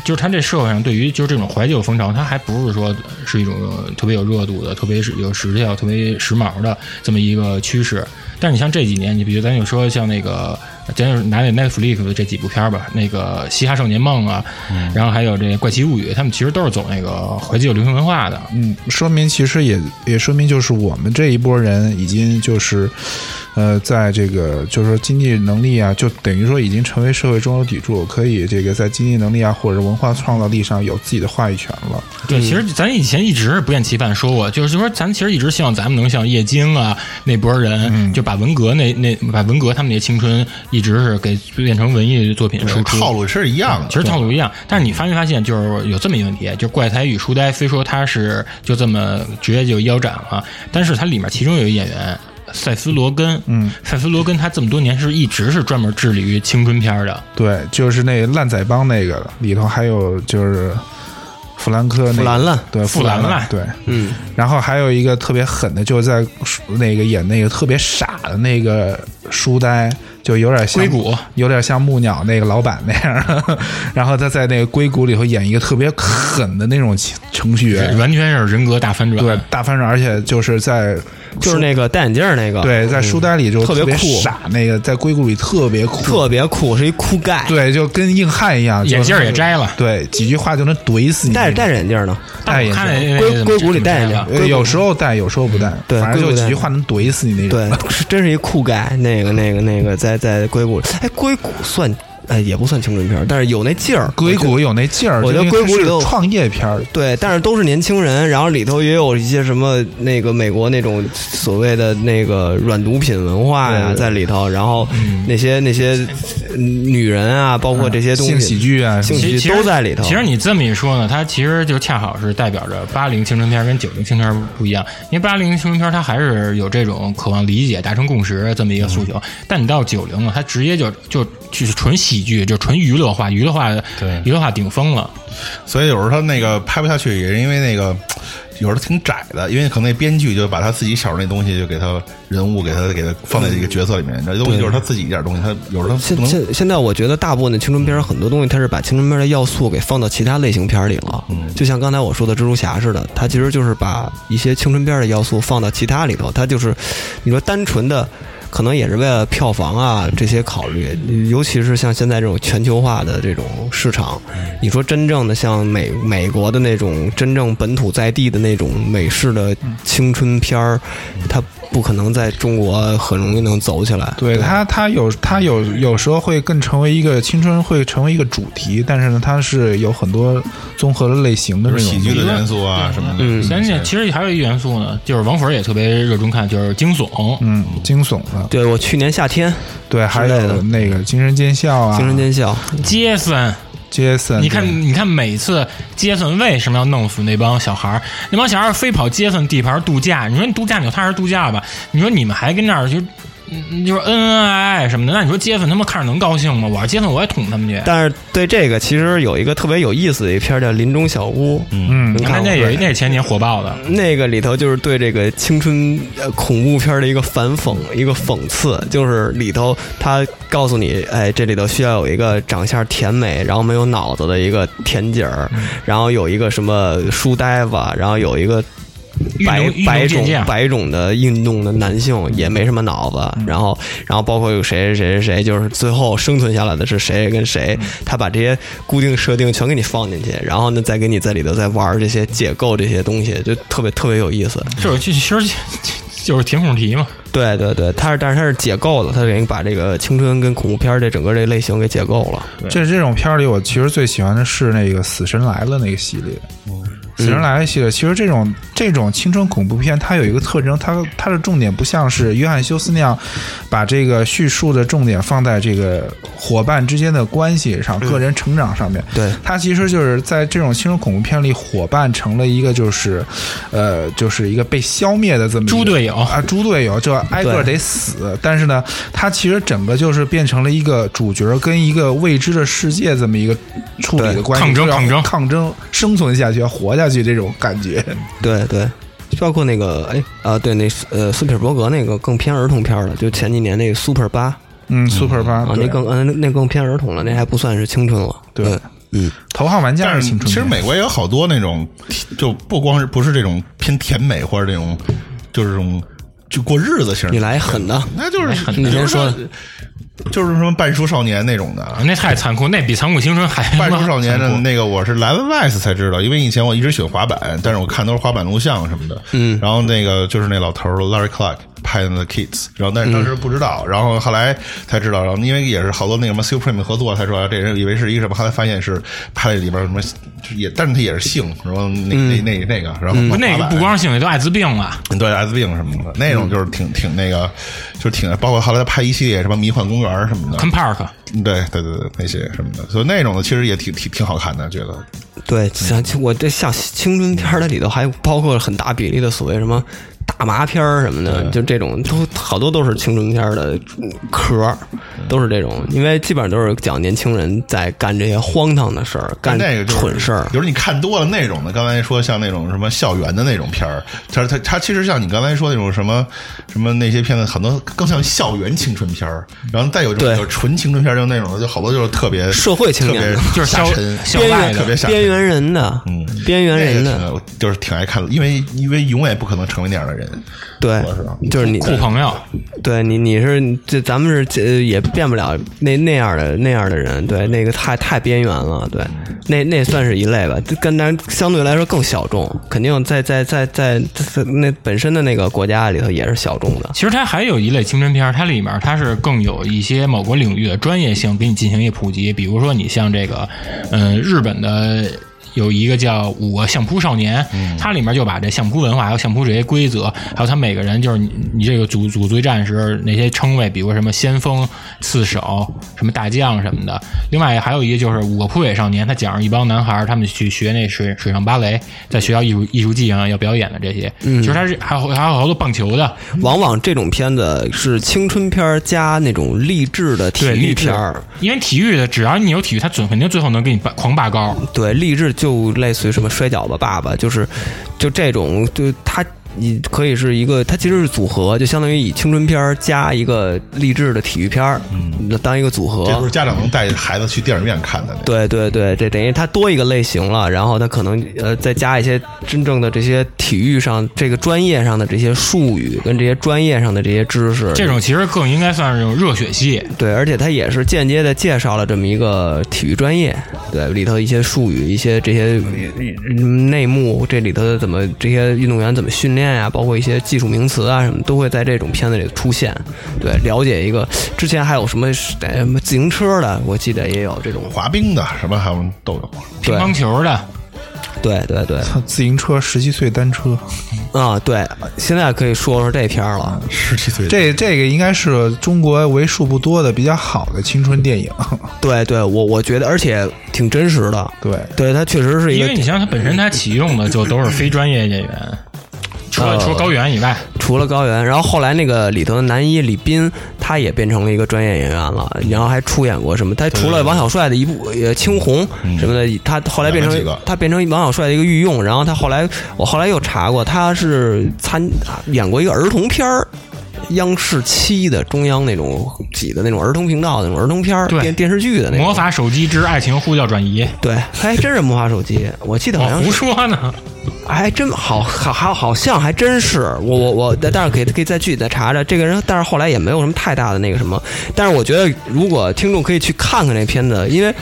Speaker 4: 就是它这社会上对于就是这种怀旧风潮，它还不是说是一种特别有热度的、特别是有时效、特别时髦的这么一个趋势。但是你像这几年，你比如咱就说像那个，咱就拿那 Netflix 的这几部片儿吧，那个《嘻哈少年梦》啊，然后还有这《怪奇物语》，他们其实都是走那个怀旧流行文化的。
Speaker 5: 嗯，说明其实也也说明就是我们这一波人已经就是呃，在这个就是说经济能力啊，就等于说已经成为社会中流砥柱，可以这个在经济能力啊或者文化创造力上有自己的话语权了。
Speaker 4: 对，其实咱以前一直不厌其烦说过，就是说咱其实一直希望咱们能像叶京啊那波人，就把文革那那把文革他们那青春一直是给变成文艺作品输出。嗯
Speaker 1: 套路是一样的。
Speaker 4: 其实套路一样，但是你发没发现，就是有这么一个问题，就是怪才与书呆，虽说他是就这么直接就腰斩了，但是它里面其中有一演员塞斯罗根，嗯，塞斯罗根他这么多年是一直是专门致力于青春片儿的，
Speaker 5: 对，就是那烂仔帮那个里头还有就是弗兰克、那个、
Speaker 3: 弗兰兰
Speaker 5: 对
Speaker 4: 弗
Speaker 5: 弗兰
Speaker 4: 兰
Speaker 5: 兰
Speaker 4: 兰
Speaker 5: 对，
Speaker 3: 嗯，
Speaker 5: 然后还有一个特别狠的，就是在书那个演那个特别傻的那个书呆，就有点像
Speaker 4: 硅谷
Speaker 5: 有点像木鸟那个老板那样。然后他在那个硅谷里头演一个特别狠的那种程序员，
Speaker 4: 完全是人格大反转。
Speaker 5: 对，大反转，而且就是在
Speaker 3: 就是那个戴眼镜儿那个，嗯
Speaker 5: 对在书呆里就
Speaker 3: 特别
Speaker 5: 别
Speaker 3: 酷
Speaker 5: 傻，那个在硅谷里特别酷，
Speaker 3: 特别酷，是一酷盖，
Speaker 5: 对，就跟硬汉一样，
Speaker 4: 眼镜儿也
Speaker 5: 摘，
Speaker 4: 摘了，
Speaker 5: 对，几句话就能怼死你那
Speaker 3: 戴
Speaker 5: 种。
Speaker 3: 着戴着眼镜呢，
Speaker 5: 戴眼
Speaker 4: 看
Speaker 5: 镜。
Speaker 4: 那
Speaker 3: 硅硅谷里戴着
Speaker 4: 了。
Speaker 5: 呃，有时候戴，有时候不戴，
Speaker 3: 对
Speaker 5: 反正
Speaker 3: 硅
Speaker 5: 就
Speaker 3: 谷戴
Speaker 5: 几句话能怼死你那种。
Speaker 3: 对，真是一酷盖，那个那个那个在在硅谷里，哎，硅谷算哎也不算青春片儿，但是有那劲儿，
Speaker 5: 硅谷有那劲儿，
Speaker 3: 我觉得
Speaker 5: 就因为
Speaker 3: 硅谷里
Speaker 5: 它是
Speaker 3: 头
Speaker 5: 创业片儿，
Speaker 3: 对，但是都是年轻人，然后里头也有一些什么那个美国那种所谓的那个软毒品文化呀、
Speaker 5: 对对对嗯
Speaker 3: 在里头，然后那些那些呃女人啊，包括这些东西，
Speaker 5: 性喜剧啊，
Speaker 3: 性
Speaker 5: 什么
Speaker 3: 喜剧
Speaker 4: 其实
Speaker 3: 都在里头。
Speaker 4: 其实你这么一说呢，它其实就恰好是代表着八零青春片跟九零青春片不一样，因为八零青春片它还是有这种渴望理解、达成共识这么一个诉求，但你到九零了，它直接就就就是纯喜剧，就纯娱乐化、娱乐化、娱乐化顶峰了。
Speaker 1: 所以有时候他那个拍不下去，也是因为那个有时候挺窄的，因为可能那编剧就把他自己小时候那东西就给他人物给他给他放在这个角色里面，这东西就是他自己一点东西，他有时候他
Speaker 3: 现
Speaker 1: 不能。嗯
Speaker 3: 现现在我觉得大部分的青春片儿很多东西，它是把青春片儿的要素给放到其他类型片儿里
Speaker 1: 哦
Speaker 3: 了。
Speaker 1: 嗯
Speaker 3: 就像刚才我说的蜘蛛侠似的，它其实就是把一些青春片儿的要素放到其他里头。它就是你说单纯的，可能也是为了票房啊这些考虑，尤其是像现在这种全球化的这种市场，
Speaker 1: 嗯
Speaker 3: 你说真正的像美美国的那种真正本土在地的那种美式的
Speaker 1: 嗯
Speaker 3: 青春片儿，它不可能在中国很容易能走起来。
Speaker 5: 对它，它有它有有时候会更成为一个青春，会成为一个主题，但是呢，它是有很多综合的类型的
Speaker 1: 就
Speaker 5: 这
Speaker 1: 是
Speaker 5: 种
Speaker 1: 喜剧的元素啊什么的，
Speaker 3: 嗯
Speaker 4: 相信其实还有一元素呢，就是王粉儿也特别热衷看，就是惊悚。
Speaker 5: 嗯惊悚的，
Speaker 3: 对我去年夏天
Speaker 5: 对，还
Speaker 3: 之类的
Speaker 5: 有那个精神见效啊，
Speaker 3: 精神见效，
Speaker 4: 杰森，
Speaker 5: 杰森，
Speaker 4: 你看
Speaker 5: 嗯对，
Speaker 4: 你看，每次杰森为什么要弄死那帮小孩儿？那帮小孩儿非跑杰森地盘度假，你说你度假你就踏实度假吧。你说你们还跟那儿就，嗯就是恩恩爱爱什么的，那你说杰森他们看着能高兴吗？我要杰森我也捅他们去。
Speaker 3: 但是对这个其实有一个特别有意思的一片儿叫《林中小屋》，
Speaker 5: 嗯
Speaker 3: 你
Speaker 4: 那
Speaker 3: 看
Speaker 4: 那也
Speaker 3: 也
Speaker 4: 那也前年火爆的，
Speaker 3: 那个里头就是对这个青春呃恐怖片儿的一个反讽，一个讽刺，就是里头他告诉你，哎，这里头需要有一个长相甜美，然后没有脑子的一个甜姐儿，
Speaker 4: 嗯
Speaker 3: 然后有一个什么书呆子，然后有一个
Speaker 4: 运
Speaker 3: 白
Speaker 4: 动运
Speaker 3: 白
Speaker 4: 动健
Speaker 3: 种
Speaker 4: 将。
Speaker 3: 白种的运动的男性也没什么脑
Speaker 4: 嗯
Speaker 3: 子，然后然后包括有谁谁谁谁，就是最后生存下来的是谁跟谁，
Speaker 4: 嗯
Speaker 3: 他把这些固定设定全给你放进去，然后呢再给你在里头再玩这些解构这些东西，就特别特别有意思。
Speaker 4: 就是其实就是填空题嘛，
Speaker 3: 对对对，他是但是他是解构了，他给你把这个青春跟恐怖片这整个这类型给解构了。
Speaker 5: 这这种片儿里，我其实最喜欢的是那个《死神来了》那个系列。
Speaker 4: 嗯
Speaker 5: 死神来了系列，其实这种这种青春恐怖片，它有一个特征，它它的重点不像是约翰休斯那样，把这个叙述的重点放在这个伙伴之间的关系上、个人成长上面。
Speaker 4: 嗯
Speaker 3: 对
Speaker 5: 它其实就是在这种青春恐怖片里，伙伴成了一个就是，呃，就是一个被消灭的这么一个
Speaker 4: 猪队友。
Speaker 5: 啊，猪队友就挨个得死。但是呢，它其实整个就是变成了一个主角跟一个未知的世界这么一个处理的
Speaker 3: 对
Speaker 5: 关系，
Speaker 4: 抗争
Speaker 5: 就是要
Speaker 4: 抗争
Speaker 5: 抗争，生存下去，要活下去这种感觉。
Speaker 3: 对对。包括那个哎啊对那呃斯皮尔伯格那个更偏儿童片儿了，就前几年那个 Super 八，
Speaker 5: 嗯，Super 八、
Speaker 3: 啊，
Speaker 5: 对
Speaker 3: 那更嗯，那那更偏儿童了，那还不算是青春了。
Speaker 5: 对
Speaker 3: 嗯嗯，
Speaker 5: 头号玩家
Speaker 1: 但
Speaker 5: 是
Speaker 1: 是
Speaker 5: 青春片，
Speaker 1: 其实美国也有好多那种，就不光是不是这种偏甜美或者这种，就是这种就过日子型的。
Speaker 3: 你来狠的，
Speaker 1: 那就是
Speaker 3: 你
Speaker 1: 比如
Speaker 3: 先说的，
Speaker 1: 就是什么半熟少年那种的，啊
Speaker 4: 那太残酷，那比《残酷青春》还
Speaker 1: 半熟少年
Speaker 4: 残
Speaker 1: 的
Speaker 4: 酷
Speaker 1: 那个，我是来了 Vice 才知道，因为以前我一直喜欢滑板，但是我看都是滑板录像什么的。嗯，然后那个就是那老头儿 Larry Clark，拍的那 Kids，然后但是当时不知道，然后后来才知道，然后因为也是好多那个什么 Supreme 合作，才说、啊、这人以为是一个什么，后来发现是拍了里边什么就也，但是他也是性，然后那、那那那个，然后
Speaker 4: 不
Speaker 1: 滑板、
Speaker 4: 那个不光是性，也都艾滋病了。
Speaker 1: 对艾滋病什么的，那种就是挺、挺那个，就是挺包括后来他拍一系列什么迷幻公园什么的，
Speaker 4: 看 Park，
Speaker 1: 对对对对那些什么的，所以那种的其实也挺挺挺好看的，觉得
Speaker 3: 对，像我这像青春片儿的里头还包括很大比例的所谓什么大麻片儿什么的，就这种都好多都是青春片儿的壳儿，
Speaker 1: 嗯
Speaker 3: 都是这种，因为基本上都是讲年轻人在干这些荒唐的事儿，干
Speaker 1: 那个就是
Speaker 3: 蠢事儿。啊
Speaker 1: 比如你看多了那种的，刚才说像那种什么校园的那种片儿，它它它其实像你刚才说那种什么什么那些片子，很多更像校园青春片儿，然后再有这种
Speaker 3: 对
Speaker 1: 就是纯青春片儿，就那种的就好多就是特别
Speaker 3: 社会青年
Speaker 1: 特别
Speaker 3: 的
Speaker 4: 就是
Speaker 1: 下
Speaker 4: 校
Speaker 1: 沉
Speaker 4: 校
Speaker 3: 边
Speaker 4: 外
Speaker 3: 缘
Speaker 1: 特别
Speaker 4: 的，
Speaker 1: 吓人
Speaker 3: 边缘人的，
Speaker 1: 嗯
Speaker 3: 边缘人的，
Speaker 1: 那个挺就是挺爱看的，因为因为永远也不可能成为那样的人，
Speaker 3: 对
Speaker 1: 我是啊，
Speaker 3: 就是你
Speaker 4: 酷朋友，
Speaker 3: 对你，你是这，咱们是这也变不了那那样的那样的人，对，那个太太边缘了，对，那那算是一类吧，这跟咱相对来说更小众，肯定在在在在在那本身的那个国家里头也是小众的，
Speaker 4: 其实它还有一类青春片儿，它里面它是更有一些某个领域的专业性给你进行一个普及，比如说你像这个，嗯，日本的。有一个叫《五个相扑少年》，它里面就把这相扑文化、还有相扑这些规则，还有他每个人就是你你这个组组队战时那些称谓，比如什么先锋、刺手、什么大将什么的。另外还有一个就是《五个扑尾少年》，他讲一帮男孩儿他们去学那水水上芭蕾，在学校艺术艺术季上要表演的这些。其实它是还有还有好多棒球的，
Speaker 3: 往往这种片子是青春片儿加那种励志的体
Speaker 4: 对
Speaker 3: 育
Speaker 4: 励志
Speaker 3: 片儿，
Speaker 4: 因为体育的，只要你有体育，他准肯定最后能给你拔狂拔高。
Speaker 3: 对，励志就类似于什么摔跤吧爸爸，就是就这种，就它你可以是一个，它其实是组合，就相当于以青春片儿加一个励志的体育片儿，嗯，当一个组合。
Speaker 1: 这都是家长能带孩子去电影院看的那种。
Speaker 3: 对对对，这等于它多一个类型了，然后它可能呃再加一些真正的这些体育上这个专业上的这些术语跟这些专业上的这些知识，
Speaker 4: 这种其实更应该算是这种热血系。
Speaker 3: 对，而且它也是间接的介绍了这么一个体育专业，对里头一些术语、一些这些嗯内幕，这里头的怎么这些运动员怎么训练呀、包括一些技术名词啊什么，都会在这种片子里出现。对，了解一个之前还有什么呃什么自行车的，我记得也有这种。
Speaker 1: 滑冰的什么还有都有，
Speaker 4: 乒
Speaker 3: 对
Speaker 4: 乓球的，
Speaker 3: 对对对，
Speaker 5: 操自行车十七岁单车，
Speaker 3: 啊对，现在可以说说这片儿了。
Speaker 1: 十七岁
Speaker 5: 这这个应该是中国为数不多的比较好的青春电影。
Speaker 3: 对对，我我觉得，而且挺真实的。
Speaker 5: 对，
Speaker 3: 对，它确实是一
Speaker 4: 因
Speaker 3: 个
Speaker 4: 为你像他本身他启用的就都是非专业 演员，除了
Speaker 3: 呃
Speaker 4: 除了高原以外，
Speaker 3: 除了高原，然后后来那个里头的男一李斌，他也变成了一个专业演员了，然后还出演过什么？他除了王小帅的一部呃《青红》什么的，他后来变
Speaker 1: 演了几
Speaker 3: 成
Speaker 1: 个
Speaker 3: 他变成王小帅的一个御用，然后他后来我后来又查过，他是参啊演过一个儿童片儿。央视七的中央那种几的那种儿童频道的那种儿童片儿
Speaker 4: 对
Speaker 3: 电电视剧的那种
Speaker 4: 魔法手机之爱情呼叫转移》
Speaker 3: 对，还真是魔法手机，我记得好
Speaker 4: 我
Speaker 3: 像
Speaker 4: 胡
Speaker 3: 是
Speaker 4: 说呢。
Speaker 3: 还真好，好，好，好像还真是我，我，我，但但是可以可以再具体再查查这个人，但是后来也没有什么太大的那个什么，但是我觉得如果听众可以去看看这片子，因为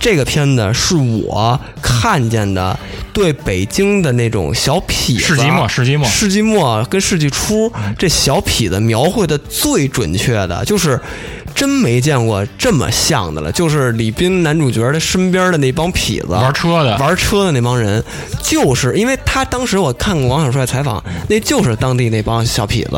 Speaker 3: 这个片子是我看见的对北京的那种小痞 子啊
Speaker 4: 世纪末，世纪末，
Speaker 3: 世纪末跟世纪初这小痞子描绘的最准确的，就是真没见过这么像的了，就是李斌男主角的身边的那帮痞子
Speaker 4: 玩车的，
Speaker 3: 啊玩车的那帮人，就是因为他当时我看过王小帅采访，那就是当地那帮小痞子，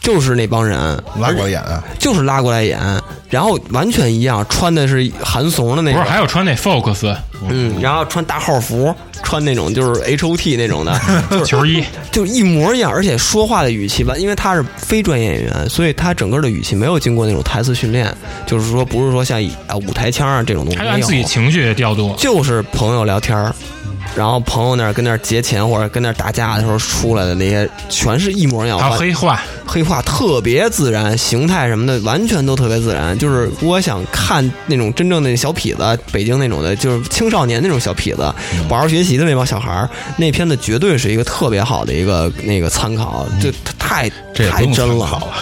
Speaker 3: 就是那帮人，
Speaker 1: 拉过眼啊，
Speaker 3: 就是拉过来演，然后完全一样，穿的是韩怂的那
Speaker 4: 不
Speaker 3: 种
Speaker 4: 是，还有穿 那 Focus
Speaker 3: 嗯，然后穿大号服，穿那种就是 H O T 那种的，就是
Speaker 4: 球衣，
Speaker 3: 就一模一样，而且说话的语气吧，因为他是非专业演员，所以他整个的语气没有经过那种台词训练，就是说不是说像啊舞台腔啊这种东西，
Speaker 4: 还
Speaker 3: 没
Speaker 4: 有
Speaker 3: 有。
Speaker 4: 按自己情绪调度。
Speaker 3: 就是朋友聊天儿，然后朋友那儿跟那儿结钱或者跟那儿打架的时候出来的那些，全是一模一样。
Speaker 1: 啊
Speaker 4: 还有黑化，
Speaker 3: 黑化特别自然，形态什么的完全都特别自然。就是我想看那种真正的小痞子，北京那种的，就是青少年那种小痞子，
Speaker 1: 嗯
Speaker 3: 好好学习的那帮小孩儿，那片子绝对是一个特别好的一个那个参考，就太
Speaker 1: 这也不
Speaker 3: 太
Speaker 1: 用
Speaker 3: 真
Speaker 1: 参
Speaker 3: 了
Speaker 1: 考了。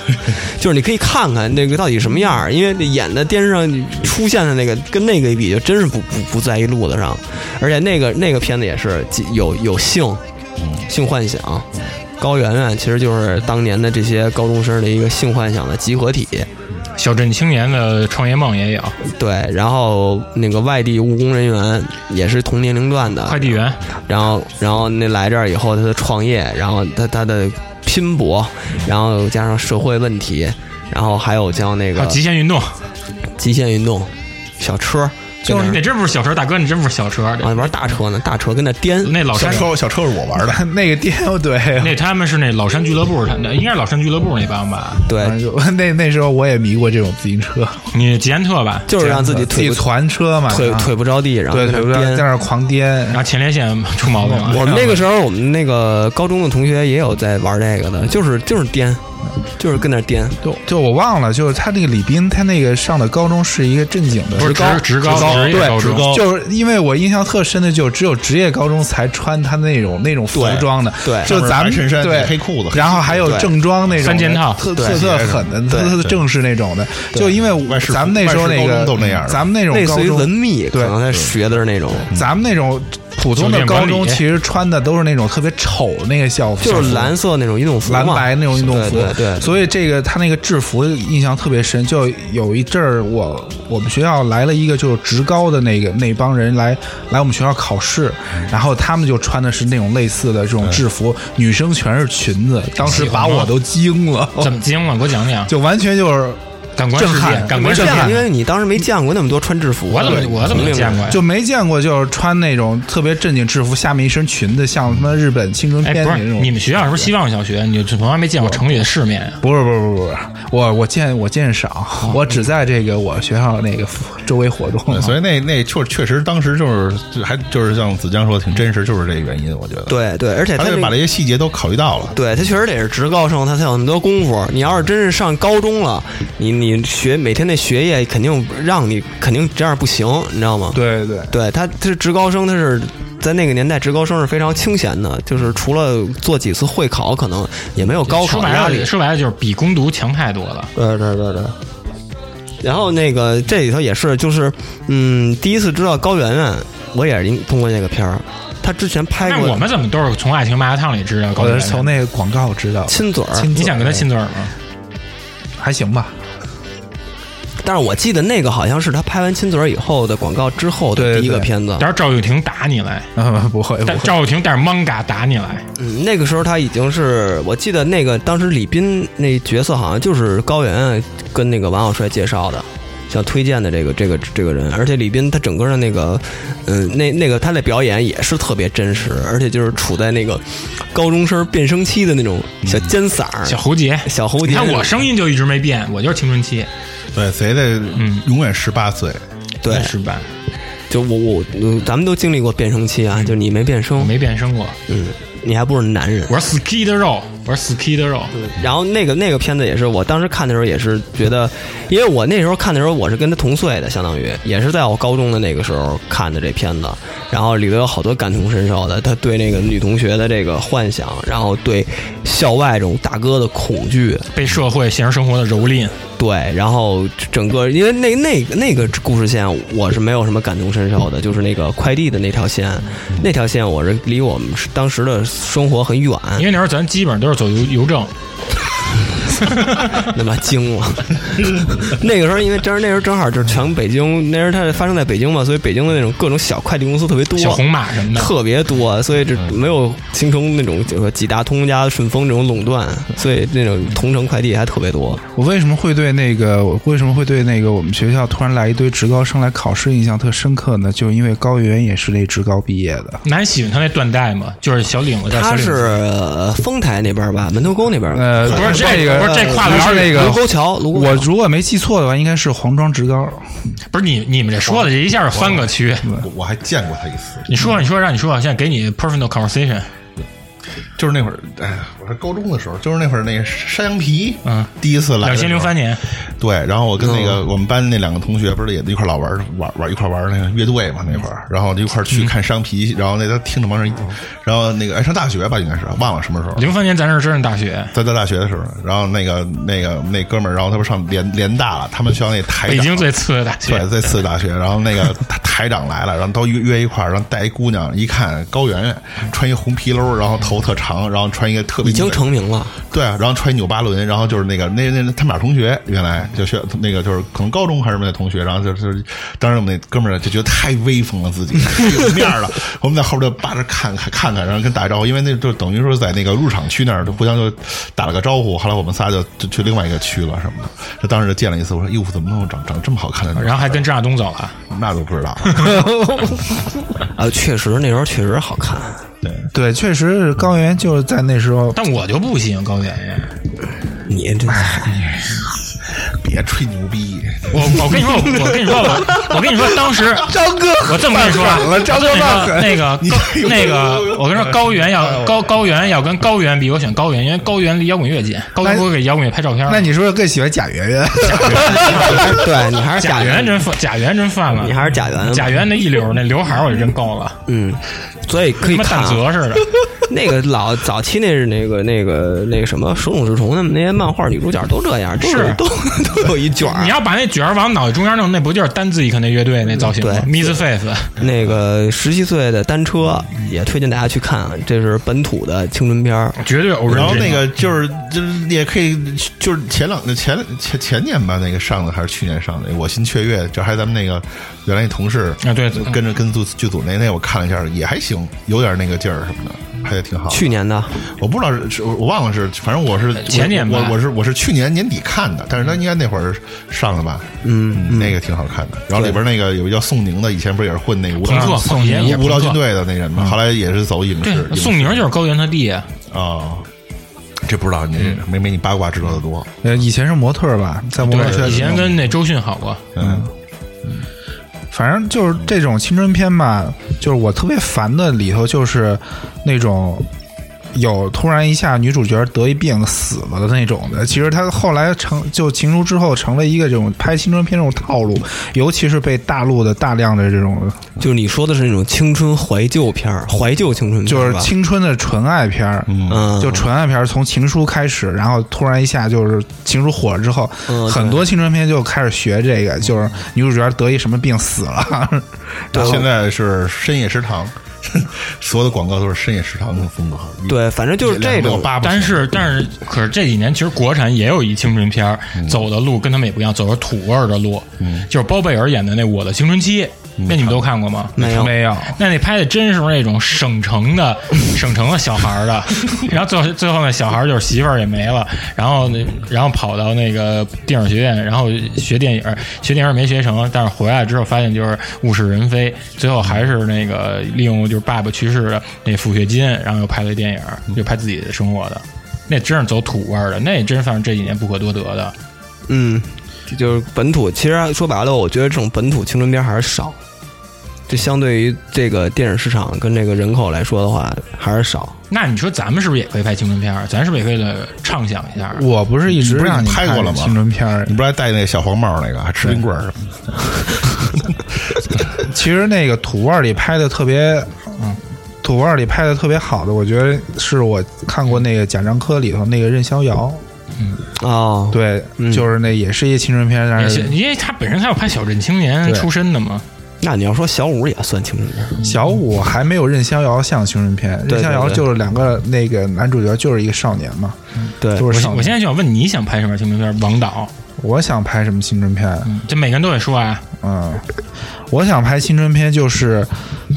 Speaker 3: 就是你可以看看那个到底什么样儿，因为那演的电视上出现的那个跟那个一比，就真是不不不在一路子上。而且那个那个片子也是几有有性性幻想，啊高圆圆其实就是当年的这些高中生的一个性幻想的集合体。
Speaker 4: 小镇青年的创业梦也有，
Speaker 3: 啊对，然后那个外地务工人员也是同年龄段的，
Speaker 4: 快递员
Speaker 3: 然后，然后那来这儿以后，他的创业，然后他他的拼搏，然后加上社会问题，然后还有像那
Speaker 4: 还
Speaker 3: 个
Speaker 4: 有极限运动。
Speaker 3: 极限运动、小车，
Speaker 4: 就是你真不是小车，大哥，你真不是小车。
Speaker 3: 啊，玩大车呢，大车跟那颠，
Speaker 4: 那老
Speaker 1: 小
Speaker 4: 山，
Speaker 1: 车小车是我玩的，
Speaker 5: 那个店 对，
Speaker 4: 那他们是那老山俱乐部，他那应该是老山俱乐部那帮吧？
Speaker 3: 对
Speaker 5: 反，正就那那时候我也迷过这种自行车，
Speaker 4: 你捷安特吧，
Speaker 3: 就是让自己
Speaker 5: 自
Speaker 3: 腿
Speaker 5: 己
Speaker 3: 不
Speaker 5: 团车嘛，
Speaker 3: 腿
Speaker 5: 啊
Speaker 3: 腿不着地，然后
Speaker 5: 对
Speaker 3: 在
Speaker 5: 腿
Speaker 3: 那啊
Speaker 5: 不在
Speaker 3: 颠
Speaker 5: 那。儿狂颠，
Speaker 4: 然后前列腺出毛病啊了。
Speaker 3: 我们那个时候，我们那个高中的同学也有在玩这个的，就是就是颠，就是跟那儿颠，
Speaker 5: 就就我忘了，就是他那个李斌，他那个上的高中是一个正经 的
Speaker 4: 不是职职高职业高
Speaker 5: 对，
Speaker 4: 中
Speaker 5: 就是因为我印象特深的，就只有职业高中才穿他那种那种服
Speaker 3: 对
Speaker 5: 装的，
Speaker 3: 对
Speaker 5: 就咱们
Speaker 1: 上面白衬衫
Speaker 5: 对
Speaker 1: 黑裤子
Speaker 5: 然后还有
Speaker 3: 对
Speaker 5: 正装那种的
Speaker 4: 三件套
Speaker 5: 特
Speaker 3: 对
Speaker 5: 特特狠的，
Speaker 3: 对
Speaker 5: 特特
Speaker 1: 对
Speaker 5: 正式那种的。就因为
Speaker 1: 外事
Speaker 5: 咱们那时候
Speaker 1: 外事
Speaker 5: 那
Speaker 1: 高
Speaker 5: 个
Speaker 1: 中都那样的
Speaker 5: 咱们那种
Speaker 3: 类
Speaker 5: 高
Speaker 3: 似于
Speaker 5: 中
Speaker 3: 文秘，可
Speaker 5: 对
Speaker 3: 能在学的是那种，
Speaker 5: 咱们那种普通的
Speaker 4: 酒店
Speaker 5: 高
Speaker 4: 管
Speaker 5: 中
Speaker 4: 理
Speaker 5: 其实穿的都是那种特别丑那个校服，
Speaker 3: 就是
Speaker 5: 校服
Speaker 3: 蓝色那种运动服嘛，
Speaker 5: 蓝白那种运动服，
Speaker 3: 对对对
Speaker 5: 所以这个他那个制服印象特别深。就有一阵儿，我我们学校来了一个就是职高的那个那帮人来来我们学校考试，
Speaker 4: 嗯
Speaker 5: 然后他们就穿的是那种类似的这种制服，女生全是裙子，当时把我都惊了，
Speaker 4: 怎么惊了？给我讲讲，
Speaker 5: 哦 就完全就是
Speaker 4: 感官世界，
Speaker 5: 震撼
Speaker 4: 感
Speaker 3: 没
Speaker 4: 官世
Speaker 3: 见
Speaker 4: 界
Speaker 3: 过，。因为你当时没见过那么多穿制服的，
Speaker 4: 我怎么我怎么没见过呀？
Speaker 5: 就没见过就是穿那种特别正经制服，下面一身裙子，像他妈日本青春
Speaker 4: 哎，
Speaker 5: 片
Speaker 4: 不
Speaker 5: 那
Speaker 4: 是，
Speaker 5: 种。
Speaker 4: 你们学校是不是希望小学？你就从来没见过城里的世面啊？
Speaker 5: 不是不是不是不是，我我见我见少，
Speaker 4: 哦
Speaker 5: 我只在这个我学校那个周围活动。
Speaker 1: 嗯所以那那确确实当时就是就还就是像子江说的挺真实，就是这个原因，我觉得。，
Speaker 3: 对对，而且
Speaker 1: 他
Speaker 3: 那
Speaker 1: 就
Speaker 3: 个
Speaker 1: 把这些细节都考虑到了。
Speaker 3: 对他确实得是职高生，他才有那么多功夫。你要是真是上高中了，你你学每天那学业肯定让你肯定这样不行，你知道吗？
Speaker 5: 对对，
Speaker 3: 对，他他是职高生，他是在那个年代职高生是非常清闲的，就是除了做几次会考，可能也没有高
Speaker 4: 说
Speaker 3: 考
Speaker 4: 白
Speaker 3: 压力
Speaker 4: 了，。说白了就是比攻读强太多了。
Speaker 3: 对对对对。然后那个这里头也是，就是嗯，第一次知道高圆圆，我也是通过那个片儿，她之前拍
Speaker 4: 那
Speaker 3: 过
Speaker 4: 我们怎么都是从《爱情麻辣烫》里知道高
Speaker 5: 我
Speaker 4: 圆
Speaker 5: 是
Speaker 4: 圆
Speaker 5: 从那个广告知道的。
Speaker 3: 亲嘴儿，
Speaker 5: 亲哎
Speaker 4: 你想跟他亲嘴儿吗？
Speaker 5: 还行吧？
Speaker 3: 但是我记得那个好像是他拍完《亲嘴》以后的广告之后的
Speaker 5: 对
Speaker 3: 第一个
Speaker 5: 对
Speaker 3: 片子
Speaker 4: 到时。候赵又廷打你来，
Speaker 5: 嗯，不会不
Speaker 4: 但
Speaker 5: 会。
Speaker 4: 赵又廷带着 manga 打你来，
Speaker 3: 嗯，那个时候他已经是我记得那个当时李斌那角色好像就是高原跟那个王小帅介绍的。想推荐的这个这个这个人，而且李斌他整个的那个，嗯，那那个他的表演也是特别真实，而且就是处在那个高中生变声期的那种小尖嗓儿、
Speaker 4: 嗯小喉
Speaker 1: 哎
Speaker 4: 结，
Speaker 3: 小喉结
Speaker 4: 你看
Speaker 3: 那种
Speaker 4: 我声音就一直没变，我就是青春期，
Speaker 1: 对，贼的
Speaker 4: 嗯
Speaker 1: 永远十八岁，
Speaker 3: 对，
Speaker 1: 哎
Speaker 4: 是吧？
Speaker 3: 就我我、嗯咱们都经历过变声期啊，就你没变
Speaker 4: 我
Speaker 3: 声，
Speaker 4: 没变声过，
Speaker 3: 嗯，你还不是男人，
Speaker 4: 我是 ski 的肉，我是 ski 的肉。
Speaker 3: 然后那个那个片子也是，我当时看的时候也是觉得，因为我那时候看的时候我是跟他同岁的，相当于也是在我高中的那个时候看的这片子，然后里头有好多感同身受的，他对那个女同学的这个幻想，然后对校外这种大哥的恐惧，
Speaker 4: 被社会、现实生活的蹂躏，
Speaker 3: 对，然后整个因为那那个那个故事线我是没有什么感同身受的，就是那个快递的那条线，那条线我是离我们当时的生活很远，
Speaker 1: 嗯
Speaker 4: 因为那时候咱基本上都是走邮邮政，
Speaker 3: 那妈惊了。 那个时候，因为正是那时候正好就是全北京，那时候它发生在北京嘛，所以北京的那种各种小快递公司特别多，
Speaker 4: 小红马什么的。
Speaker 3: 特别多，所以这没有形成那种就是几大通家顺丰这种垄断，所以那种同城快递还特别多。
Speaker 5: 我为什么会对那个我为什么会对那个我们学校突然来一堆职高生来考试印象特深刻呢？就是因为高原也是那职高毕业的。
Speaker 4: 那你喜欢他那缎带吗？就是小领子带小
Speaker 3: 它
Speaker 4: 领
Speaker 3: 是
Speaker 4: 子。
Speaker 3: 呃丰台那边吧，门头沟那边，
Speaker 5: 呃，
Speaker 4: 不是这
Speaker 5: 这
Speaker 4: 个
Speaker 5: 个，呃
Speaker 4: 不是这跨栏
Speaker 5: 是那
Speaker 3: 卢
Speaker 5: 个。
Speaker 3: 沟桥，卢沟
Speaker 5: 我
Speaker 3: 桥。
Speaker 5: 如果没记错的话，应该是黄庄职高。
Speaker 4: 不是你你们这说的这一下是翻个区。
Speaker 1: 我我还见过他一次，
Speaker 4: 你说你说让你说，现在给你 personal conversation。
Speaker 1: 就是那会儿，哎呀，我上高中的时候，就是那会儿那个山羊皮，
Speaker 4: 嗯
Speaker 1: 第一次来，
Speaker 4: 两千零三，年，
Speaker 1: 对，然后我跟那个我们班那两个同学不是也一块儿老玩儿玩玩一块儿玩儿那个乐队嘛，那会
Speaker 4: 嗯
Speaker 1: 儿，然后就一块儿去看山羊皮，然后那他听着忙人，然后那个哎上大学吧，应该是忘了什么时候，
Speaker 4: 零三年咱是真是大学，
Speaker 1: 在在大学的时候，然后那个那个那哥们儿，然后他不是上联联大了，他们学校那台长
Speaker 4: 北京最次的大学
Speaker 1: 哎对。最次大学，然后 那个台台长来了，然后都约约一块儿，然后带一姑娘，一看高圆圆穿一红皮褛，然后头特长，长，然后穿一个特别
Speaker 3: 已经成名了，
Speaker 1: 对啊，然后穿一纽巴伦，然后就是那个那那那他们俩同学原来就学那个就是可能高中还是什么的同学，然后就是当时我们那哥们儿就觉得太威风了自己， 太有面儿了，我们在后边就扒着看看看看，然后跟打招呼，因为那就等于说在那个入场区那儿就互相就打了个招呼，后来我们仨就就去另外一个区了什么的，就当时就见了一次，我说哟怎么那么长长这么好看的女孩儿，
Speaker 4: 然后还跟张亚东走了。
Speaker 1: 那都不知道，
Speaker 3: 啊，确实那时候确实好看，
Speaker 1: 对。
Speaker 5: 对，确实是高原就是在那时候，
Speaker 4: 但我就不喜欢高圆圆，
Speaker 3: 你这
Speaker 4: 哎
Speaker 1: 别吹牛逼，
Speaker 4: 我我跟你说，我跟你说， 我我跟你说，当时
Speaker 5: 张哥
Speaker 4: 我这么跟你说啊，
Speaker 5: 了张哥
Speaker 4: 我这
Speaker 5: 骂
Speaker 4: 么
Speaker 5: 狠
Speaker 4: 跟你说，那个高那个，我跟你说，高原要高高原要跟高原比，我选高原，因为高原离摇滚乐近，高原不会给摇滚乐拍照片儿。
Speaker 5: 那你是不是更喜欢贾圆圆？
Speaker 3: 对你还是
Speaker 4: 贾
Speaker 3: 元
Speaker 4: 元真犯贾元真犯了，
Speaker 3: 你还是贾元
Speaker 4: 贾元那一溜儿那刘海儿我就真够了，
Speaker 3: 嗯，所以可
Speaker 4: 他
Speaker 3: 以
Speaker 4: 妈
Speaker 3: 看
Speaker 4: 蛋
Speaker 3: 啊、
Speaker 4: 泽似的。
Speaker 3: 那个老早期那是那个那个那个什么手冢治虫他们那些漫画女主角都这样，都
Speaker 4: 是
Speaker 3: 都 都有一卷儿
Speaker 5: 啊
Speaker 4: 你要把那卷儿往脑袋中间弄，那不就是单字一肯那乐队那造型吗
Speaker 3: 对
Speaker 4: ？Miss Face，
Speaker 3: 那个十七岁的单车也推荐大家去看，啊，这是本土的青春片儿。
Speaker 4: 绝对偶然。
Speaker 1: 然后那个就是就是也可以，就是前两前前前年吧，那个上的还是去年上的《我心雀跃》，这还咱们那个原来那同事
Speaker 4: 啊对
Speaker 1: 就跟着跟剧剧组那那我看了一下，也还行，有点那个劲儿什么的，拍的挺好。
Speaker 3: 去年的
Speaker 1: 我不知道是是我忘了是，反正我是
Speaker 4: 前年吧
Speaker 1: 我我是我是去年年底看的，但是他应该那会儿上的吧，嗯，那个挺好看的。然后里边那个有一个叫宋宁的，以前不是也是混那个无
Speaker 4: 彭
Speaker 1: 聊
Speaker 4: 措宋宁也
Speaker 1: 无无聊
Speaker 4: 彭措
Speaker 1: 军队的那人嘛，后来也是走影视影
Speaker 4: 对
Speaker 1: 视
Speaker 4: 宋宁就是高原他弟啊，
Speaker 1: 哦，这不知道你这没没你八卦知道的多。
Speaker 5: 呃，以前是模特儿吧，在模特儿
Speaker 4: 对，
Speaker 5: 圈
Speaker 4: 以
Speaker 5: 子
Speaker 4: 前跟那周迅好过。
Speaker 1: 嗯，
Speaker 5: 反正就是这种青春片吧，就是我特别烦的里头就是那种有突然一下女主角得一病死了的那种的。其实她后来成就《情书》之后成了一个这种拍青春片这种套路，尤其是被大陆的大量的这种
Speaker 4: 嗯
Speaker 3: 就是你说的是那种青春怀旧片儿，怀旧青春片
Speaker 5: 就
Speaker 3: 儿
Speaker 5: 是
Speaker 3: 吧
Speaker 5: 青春的纯爱片儿。
Speaker 3: 嗯，
Speaker 5: 就纯爱片儿从《情书》开始，然后突然一下就是《情书》火了之后，
Speaker 3: 嗯对嗯
Speaker 5: 很多青春片就开始学这个，就是女主角得一什么病死了，
Speaker 1: 对，现在是深夜食堂， 所有的广告都是深夜食堂的风格。
Speaker 3: 对，反正就是这种。
Speaker 1: 八不
Speaker 4: 但是但是，可是这几年其实国产也有一青春片儿、走的路跟他们也不一样，走的土味儿的路，就是包贝尔演的那《我的青春期》，那你们都看过吗？
Speaker 3: 没有，
Speaker 5: 没有。
Speaker 4: 那那拍的真是那种省城的省城的小孩儿的，然后最后最后那小孩儿就是媳妇儿也没了，然后那然后跑到那个电影学院，然后学电影，学电影没学成，但是回来之后发现就是物是人非，最后还是那个利用就是爸爸去世的那抚恤金，然后又拍了电影，又拍自己的生活的。那真是走土味儿的，那也真是算是这几年不可多得的。
Speaker 3: 嗯，就是本土。其实说白了，我觉得这种本土青春片还是少，就相对于这个电影市场跟这个人口来说的话，还是少。
Speaker 4: 那你说咱们是不是也可以拍青春片儿？咱是不是也可以畅想一下儿？
Speaker 5: 我不是一直
Speaker 1: 你不是
Speaker 5: 让你
Speaker 1: 拍过了吗
Speaker 5: 青春片儿
Speaker 1: 你，不是还戴那个小黄帽那个，还吃冰棍儿什么的？
Speaker 5: 其实那个土味儿里拍的特别，嗯，土味儿里拍的特别好的，我觉得是我看过那个《贾樟柯》里头那个任逍遥，
Speaker 3: 哦，，
Speaker 5: 对，
Speaker 3: 嗯
Speaker 5: 就是那也是一青春片，但
Speaker 4: 也
Speaker 5: 是
Speaker 4: 行，因为他本身他要拍小镇青年
Speaker 5: 对
Speaker 4: 出身的嘛，
Speaker 3: 那你要说小五也算青春片，
Speaker 5: 小五还没有任逍遥像青春片，
Speaker 3: 嗯对
Speaker 5: 任逍遥
Speaker 3: 对对
Speaker 5: 就是两个那个男主角就是一个少年嘛，
Speaker 3: 对，
Speaker 5: 就是少
Speaker 4: 我现
Speaker 5: 年。
Speaker 4: 在就想问你想拍什么青春片？王导，
Speaker 5: 我想拍什么青春片？
Speaker 4: 这每个人都得说啊，
Speaker 5: 嗯，我想拍青春片，就是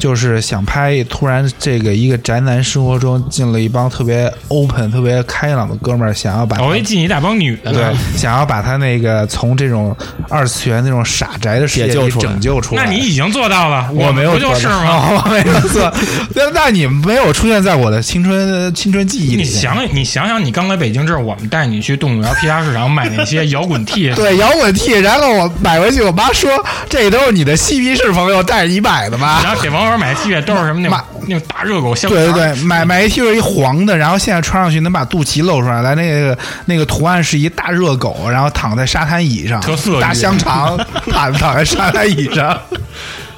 Speaker 5: 就是想拍突然这个一个宅男生活中进了一帮特别 open、特别开朗的哥们儿，想要把他
Speaker 4: 我一进一大帮女的呢
Speaker 5: 对。，想要把他那个从这种二次元那种傻宅的世界
Speaker 3: 解救
Speaker 5: 里
Speaker 3: 出来
Speaker 5: 拯救出来。
Speaker 4: 那你已经做到了，
Speaker 5: 我没有
Speaker 4: 不就是吗？？
Speaker 5: 我没有错。那那你没有出现在我的青春青春记忆里。
Speaker 4: 你想，你想想，你刚来北京这儿，我们带你去动物园批发市场买那些摇滚 T，
Speaker 5: 对摇滚 T，然后我买回去，我妈说这都是你的嬉皮士朋友带着你买的吧？
Speaker 4: 然后给网友买 T 恤都是什么那种
Speaker 5: 妈
Speaker 4: 那种大热狗 香肠，
Speaker 5: 对对对，买买一 T 恤一黄的，然后现在穿上去能把肚脐露出来，来那个那个图案是一大热狗，然后躺在沙滩椅上
Speaker 4: 特色，
Speaker 5: 大
Speaker 4: 欲
Speaker 5: 香肠躺躺在沙滩椅上。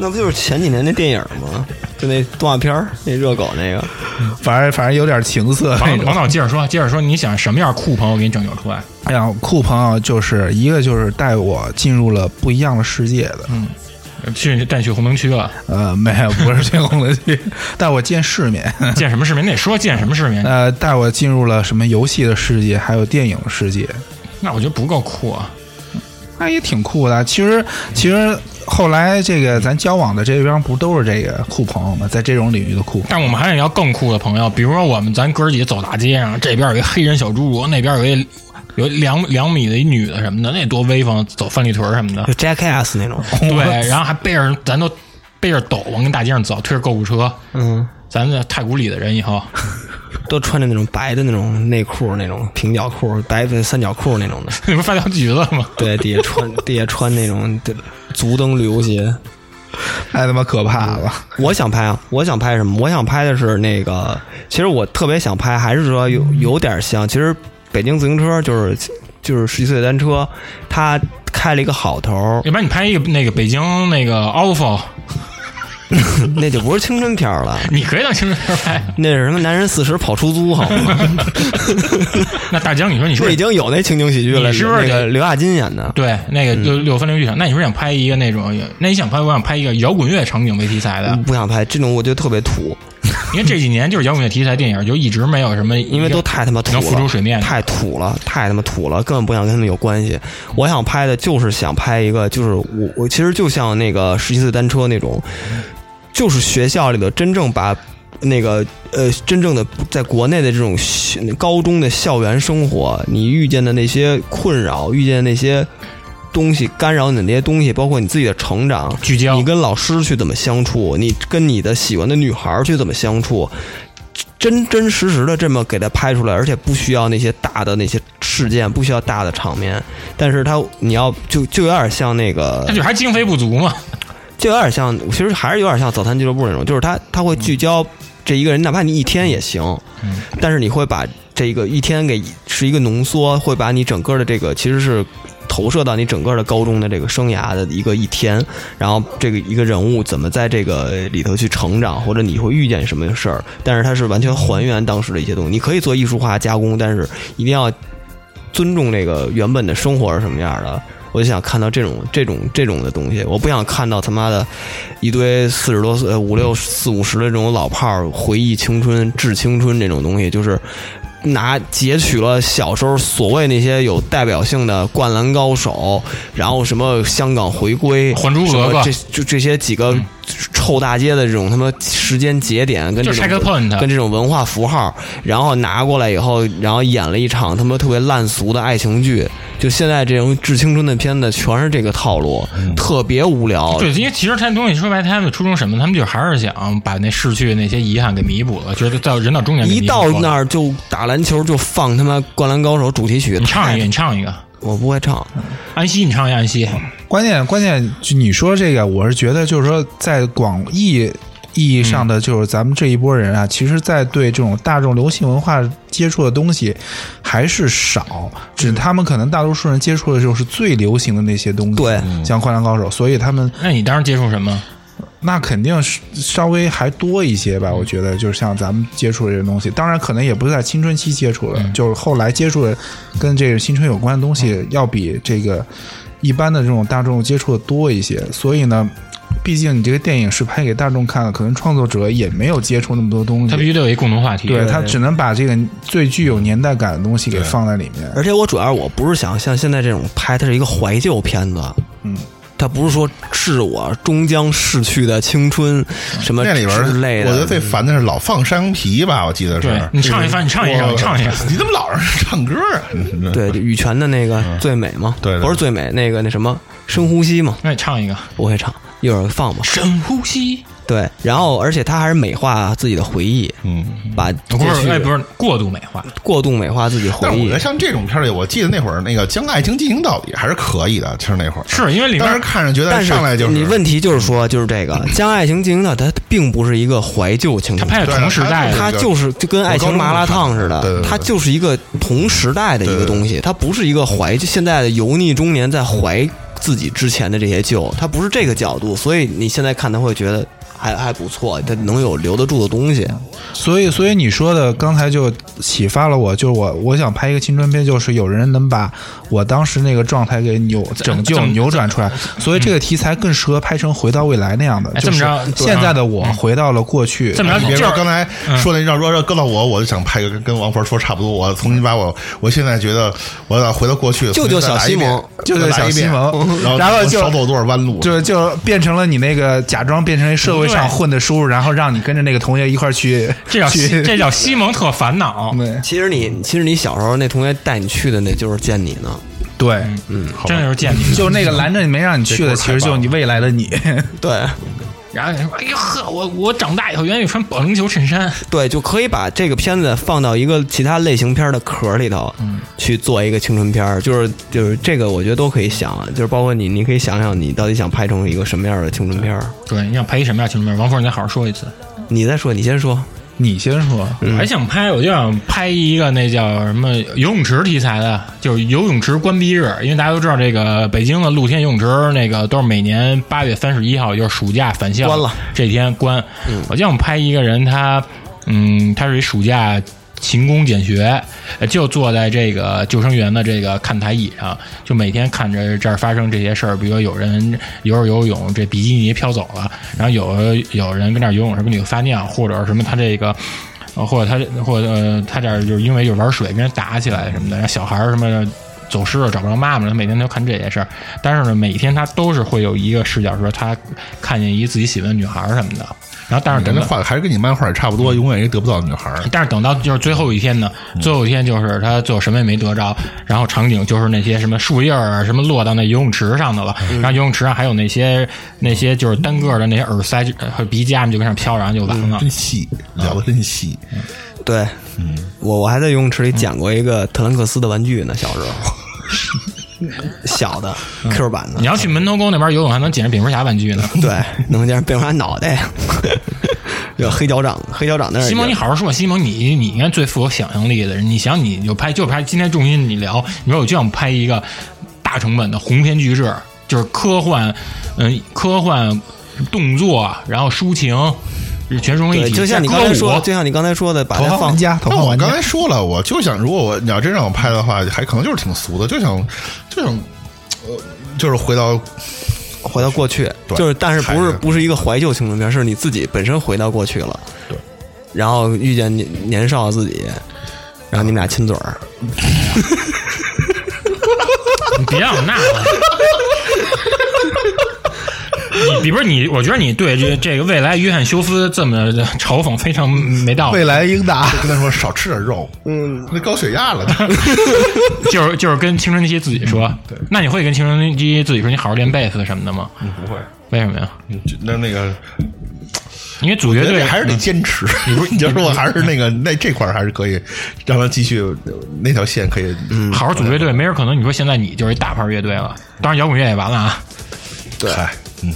Speaker 3: 那不就是前几年那电影吗？就那动画片儿，那热狗那个，
Speaker 5: 反正反正有点情色那
Speaker 4: 王
Speaker 5: 种
Speaker 4: 王。导接着说，接着说，你想什么样酷朋友给你拯救出来？
Speaker 5: 哎呀，酷朋友就是一个就是带我进入了不一样的世界的，
Speaker 4: 嗯，去但去红灯区了，
Speaker 5: 呃，没有，不是见红灯区，带我见世面，
Speaker 4: 见什么世面？你得说见什么世面，
Speaker 5: 呃，带我进入了什么游戏的世界，还有电影世界，
Speaker 4: 那我觉得不够酷啊。
Speaker 5: 那也挺酷的。其实，其实后来这个咱交往的这边不都是这个酷朋友吗？在这种领域的酷朋友，
Speaker 4: 但我们还得要更酷的朋友，比如说我们咱哥儿几个走大街上，这边有一黑人小侏儒，那边有一 有一两两米的一女的什么的，那多威风，走翻地腿儿什么的
Speaker 3: 就。Jackass 那种，
Speaker 4: 对，然后还背着咱都背着斗往跟大街上走，推着购物车，
Speaker 3: 嗯，
Speaker 4: 咱这太古里的人以后，
Speaker 3: 都穿着那种白的那种内裤，那种平角裤、白的三角裤那种的，
Speaker 4: 你不是发条橘子吗？
Speaker 3: 对，底下 穿底下穿那种足蹬旅游鞋。
Speaker 5: 太他妈可怕了。
Speaker 3: 我想拍啊，我想拍什么？我想拍的是那个，其实我特别想拍，还是说有有点像，其实北京自行车就是就是十七岁单车，它开了一个好头儿，
Speaker 4: 要不然你拍一个那个北京那个 ofo，
Speaker 3: 那就不是青春片儿了，
Speaker 4: 你可以当青春片 拍。
Speaker 3: 那是什么？男人四十跑出租好吗？
Speaker 4: 那大江，你说你是不
Speaker 3: 那
Speaker 4: 是
Speaker 3: 已经有那情景喜剧了，
Speaker 4: 你是不是
Speaker 3: 那
Speaker 4: 得
Speaker 3: 个刘亚金演的？
Speaker 4: 对那个六六分零剧场？那你是不是想拍一个那种？那你想拍，我想拍一个摇滚乐场景为题材的，
Speaker 3: 不想拍这种，我觉得特别土，
Speaker 4: 因为这几年就是摇滚乐题材电影就一直没有什么，
Speaker 3: 因
Speaker 4: 因
Speaker 3: 为都太他妈土
Speaker 4: 能浮出
Speaker 3: 了，
Speaker 4: 水面的。
Speaker 3: 太土了，太他妈土了，根本不想跟他们有关系。我想拍的就是想拍一个，就是我我其实就像那个十七岁单车那种，就是学校里的真正把。那个呃，真正的在国内的这种学高中的校园生活，你遇见的那些困扰，遇见的那些东西干扰你的那些东西，包括你自己的成长，
Speaker 4: 聚焦
Speaker 3: 你跟老师去怎么相处，你跟你的喜欢的女孩儿去怎么相处，真真实实的这么给它拍出来，而且不需要那些大的那些事件，不需要大的场面，但是它你要就就有点像那个
Speaker 4: 那，就还经费不足嘛。
Speaker 3: 就有点像，其实还是有点像早餐俱乐部那种，就是它它会聚焦这一个人，哪怕你一天也行，
Speaker 4: 嗯
Speaker 3: 但是你会把这一个一天给是一个浓缩，会把你整个的这个其实是投射到你整个的高中的这个生涯的一个一天，然后这个一个人物怎么在这个里头去成长，或者你会遇见什么事儿，但是它是完全还原当时的一些东西。你可以做艺术化加工，但是一定要尊重这个原本的生活是什么样的。我就想看到这种这种这种的东西，我不想看到他妈的一堆四十多岁、呃五六四五十的这种老炮儿回忆青春、致青春这种东西，就是拿截取了小时候所谓那些有代表性的《灌篮高手》，然后什么香港回归、
Speaker 4: 还珠
Speaker 3: 什
Speaker 4: 格格
Speaker 3: 么这就这些几个臭大街的这种他妈时间节点跟这
Speaker 4: 就是
Speaker 3: 种
Speaker 4: checkpoint
Speaker 3: 跟这种文化符号，然后拿过来以后，然后演了一场他妈特别烂俗的爱情剧。就现在这种致青春的片子，全是这个套路，
Speaker 1: 嗯
Speaker 3: 特别无聊。
Speaker 4: 对，因为其实他东西说白，他们的初衷什么？他们就还是想把那逝去的那些遗憾给弥补了，觉得到人到中年给
Speaker 3: 一
Speaker 4: 弥补
Speaker 3: 到
Speaker 4: 了
Speaker 3: 那，儿就打篮球，就放他妈《灌篮高手》主题曲。
Speaker 4: 你唱一个，
Speaker 3: 太
Speaker 4: 你唱一个，
Speaker 3: 我不会唱。
Speaker 4: 安息，你唱一个安息。
Speaker 3: 嗯
Speaker 5: 关键关键，就你说这个，我是觉得就是说，在广义意义上的，就是咱们这一波人啊，其实，在对这种大众流行文化接触的东西还是少，只他们可能大多数人接触的就是最流行的那些东西，
Speaker 3: 对，
Speaker 5: 像《灌篮高手》，所以他们
Speaker 4: 那你当时接触什么？
Speaker 5: 那肯定是稍微还多一些吧，我觉得就是像咱们接触的这些东西，当然可能也不是在青春期接触的，就是后来接触的跟这个青春有关的东西，要比这个一般的这种大众接触的多一些。所以呢，毕竟你这个电影是拍给大众看的，可能创作者也没有接触那么多东
Speaker 4: 他必须
Speaker 5: 西，
Speaker 4: 得有一共同话题。
Speaker 5: 对他只能把这个最具有年代感的东西给
Speaker 1: 对
Speaker 5: 放在里面。
Speaker 3: 而且我主要我不是想像现在这种拍，它是一个怀旧片子。
Speaker 5: 嗯，
Speaker 3: 它不是说致我终将逝去的青春什么
Speaker 1: 嗯那里边儿
Speaker 3: 之类的。
Speaker 1: 我觉得最烦的是老放山羊皮吧，我记得是
Speaker 4: 对。你唱一番，你唱一首，
Speaker 1: 我
Speaker 4: 你唱一首。
Speaker 1: 你怎么老让人唱歌啊？
Speaker 3: 对羽泉的那个最美嘛，
Speaker 1: 嗯对对
Speaker 3: 不是最美那个那什么深呼吸嘛，
Speaker 4: 那你唱 一个
Speaker 3: 我会唱，一会儿放嘛。
Speaker 4: 深呼吸，
Speaker 3: 对，然后而且他还是美化自己的回忆，
Speaker 1: 嗯。
Speaker 3: 把
Speaker 4: 不
Speaker 3: 过
Speaker 4: 是，
Speaker 3: 去
Speaker 4: 哎，不是过度美化，
Speaker 3: 过度美化自己回
Speaker 1: 但是我觉
Speaker 3: 忆
Speaker 1: 得。像这种片儿里，我记得那会儿那个《将爱情进行到底》还是可以的，其实那会儿
Speaker 4: 是因为里
Speaker 1: 当时
Speaker 4: 面
Speaker 1: 看着觉得
Speaker 3: 但是
Speaker 1: 上来就是
Speaker 3: 你问题就是说，就是这个 《将爱情进行到底》，它并不是一个怀旧青
Speaker 4: 他
Speaker 3: 春片
Speaker 4: 拍的
Speaker 1: 对
Speaker 4: 同时代的，
Speaker 1: 他
Speaker 3: 它就是就跟《爱情麻辣烫》似
Speaker 1: 我
Speaker 3: 的
Speaker 1: 高中的时候看，对对对
Speaker 3: 它就是一个同时代的一个东西，它不是一个怀就现在的油腻中年在怀自己之前的这些旧，它不是这个角度，所以你现在看他会觉得
Speaker 6: 还还不错，它能有留得住的东西。
Speaker 5: 所以，所以你说的刚才就启发了我，就是我我想拍一个青春片，就是有人能把我当时那个状态给扭拯救、
Speaker 4: 整
Speaker 5: 扭转出来。所以这个题材更适合拍成《回到未来》那样的，
Speaker 4: 哎
Speaker 5: 就
Speaker 4: 这么
Speaker 5: 是
Speaker 4: 着对啊
Speaker 5: 现在的我回到了过去。
Speaker 4: 这么着
Speaker 1: 你别
Speaker 4: 就
Speaker 1: 说
Speaker 4: 是
Speaker 1: 刚才
Speaker 5: 嗯
Speaker 1: 说的，要说要搁到我，我就想拍个跟跟王佛说差不多。我重新把我，我现在觉得我要回到过去，
Speaker 6: 救救小西蒙
Speaker 1: 重
Speaker 5: 就
Speaker 1: 新
Speaker 5: 是
Speaker 1: 再来
Speaker 5: 小
Speaker 1: 一
Speaker 5: 西
Speaker 1: 遍嗯
Speaker 5: 蒙，然
Speaker 1: 然
Speaker 5: 后就
Speaker 1: 少走多少弯路，
Speaker 5: 就就变成了你那个假装变成社会上混的叔，然后让你跟着那个同学一块儿去
Speaker 4: 这叫西
Speaker 5: 去
Speaker 4: 这叫西蒙特烦恼，
Speaker 5: 对
Speaker 3: 其实你其实你小时候那同学带你去的那就是见你呢，
Speaker 5: 对，
Speaker 3: 嗯
Speaker 4: 真的就是见你。
Speaker 5: 就那个拦着你没让你去的，其实就是你未来的你。
Speaker 3: 对
Speaker 4: 然后你说：“哎呦呵，我我长大以后愿意穿保龄球衬衫。
Speaker 3: 对，就可以把这个片子放到一个其他类型片的壳里头，
Speaker 4: 嗯
Speaker 3: 去做一个青春片儿，就是就是这个我觉得都可以想，啊就是包括你，你可以想想你到底想拍成一个什么样的青春片儿。”
Speaker 4: 对，你想拍一什么样的青春片？王峰，你再好好说一次。
Speaker 3: 你再说，你先说，
Speaker 5: 你先说，
Speaker 3: 嗯
Speaker 4: 我还想拍，我就想拍一个那叫什么游泳池题材的，就是游泳池关闭日，因为大家都知道这个北京的露天游泳池那个都是每年八月三十一号，也就是暑假返校
Speaker 3: 关了嗯
Speaker 4: 这天关。我就想拍一个人，他嗯，他是一暑假。勤工俭学，呃就坐在这个救生员的这个看台椅上，就每天看着这儿发生这些事儿，比如说有人游着游泳，这比基尼飘走了，然后有有人跟那儿游泳什么里头撒尿，或者什么他这个呃，或者他或者、呃、他这儿就是因为就是玩水跟人打起来什么的，然后小孩儿什么走失了找不着妈妈了，他每天都看这些事儿。但是呢，每天他都是会有一个视角说他看见一自己喜欢的女孩儿什么的。然后，但是
Speaker 1: 跟
Speaker 4: 等
Speaker 1: 那
Speaker 4: 到
Speaker 1: 画还是跟你漫画也差不多，永远也得不到的女孩儿。
Speaker 5: 啊
Speaker 4: 但是等到就是最后一天呢，最后一天就是他最后什么也没得着，然后场景就是那些什么树叶儿啊，什么落到那游泳池上的了，然后游泳池上还有那些那些就是单个的那些耳塞呃和鼻夹就跟上飘，然后就完了。
Speaker 1: 真细，聊的真细。
Speaker 3: 对，
Speaker 4: 嗯
Speaker 3: 我我还在游泳池里捡过一个特兰克斯的玩具呢，小时 候，小的 Q 版的
Speaker 4: 嗯你，要去门头沟那边游泳，还能捡着蝙蝠侠玩具呢。
Speaker 3: 对，能见蝙蝠侠脑袋， 有黑脚掌，黑脚掌那儿
Speaker 4: 西蒙，你好好说。西蒙你，你应该最富有想象力的人。你想，你就拍，就拍。今天重心你聊，你说我就想拍一个大成本的鸿篇巨制，就是科幻，嗯、科幻动作，然然后抒情，全融为一
Speaker 3: 对，
Speaker 4: 体。
Speaker 3: 就像你刚
Speaker 4: 歌
Speaker 3: 才
Speaker 4: 舞
Speaker 3: 说，就像你刚才说的，把它放
Speaker 6: 啊
Speaker 5: 家，头
Speaker 1: 但我刚才说了，我就想，如果我你要真让我拍的话，还可能就是挺俗的，就想就想呃，就是回到
Speaker 3: 回到过去，
Speaker 1: 对
Speaker 3: 就是但是不
Speaker 1: 还
Speaker 3: 是
Speaker 1: 是
Speaker 3: 不是一个怀旧青春片，是你自己本身回到过去了，对，然后遇见年年少的自己，然后你们俩亲嘴儿，
Speaker 4: 你别让我那了。 你比不是你，我觉得你对这这个未来约翰休斯这么嘲讽非常没道理
Speaker 5: 未，来英达。
Speaker 1: 跟他说少吃点肉，嗯，那高 血压了。
Speaker 4: 就是就是跟青春期自己说。
Speaker 1: 嗯
Speaker 4: 那你会跟青春期自己说你好好练贝斯什么的吗？
Speaker 1: 不会，
Speaker 4: 为什么呀？
Speaker 1: 那那个
Speaker 4: 因为组乐队
Speaker 1: 还是得坚持。 你不是，你就说我还是那个那这块儿还是可以让他继续那条线可以。嗯，
Speaker 4: 好好组乐队，没准可能你说现在你就是一大牌乐队了，当然摇滚乐也完了啊。
Speaker 1: 对，嗯，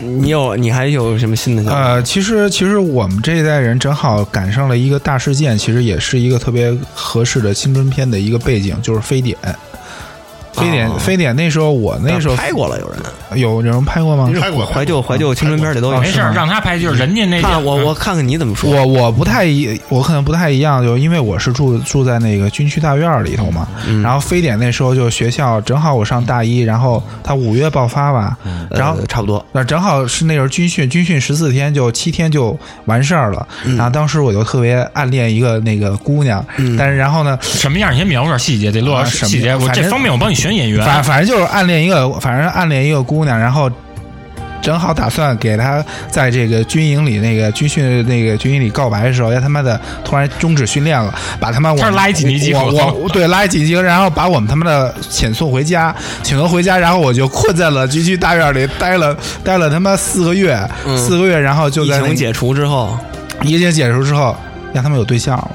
Speaker 3: 你有你还有什么新的想法？
Speaker 5: 呃，其实其实我们这一代人正好赶上了一个大事件，其实也是一个特别合适的青春片的一个背景，就是非典。非典，非典那时候我那时候
Speaker 3: 哦拍过了有人，
Speaker 5: 有人拍过吗？
Speaker 1: 拍过
Speaker 3: 怀旧怀旧青春片里
Speaker 1: 哦
Speaker 3: 都有
Speaker 4: 没。事儿，让他拍就是人家那
Speaker 3: 看我我看看你怎么说，
Speaker 5: 我我不太一，我可能不太一样，就因为我是住住在那个军区大院儿里头嘛。
Speaker 3: 嗯
Speaker 5: 然后非典那时候就学校正好我上大一，然后它五月爆发吧，然后
Speaker 3: 呃差不多，
Speaker 5: 那正好是那时候军训，军训十四天就七天就完事儿了。然后当时我就特别暗恋一个那个姑娘，但是然后呢，
Speaker 4: 什么样，你先描述点细节，得落
Speaker 5: 啊
Speaker 4: 点
Speaker 5: 什么
Speaker 4: 细节。我
Speaker 5: 反
Speaker 4: 这
Speaker 5: 正
Speaker 4: 方面我帮你选演员，
Speaker 5: 反反正就是暗恋一个，反正暗恋一个姑娘，然后正好打算给她在这个军营里那个军训那个军营里告白的时候，要他妈的突然终止训练了，把他妈我
Speaker 4: 这儿拉一紧急集合
Speaker 5: 我我我对拉一紧急集合，然后把我们他妈的遣送回家，遣送回家，然后我就困在了军区大院里待了待了他妈四个月，四个月，然后就
Speaker 3: 疫
Speaker 5: 在那
Speaker 3: 情解除之后，
Speaker 5: 疫情解除之后，让他们有对象了。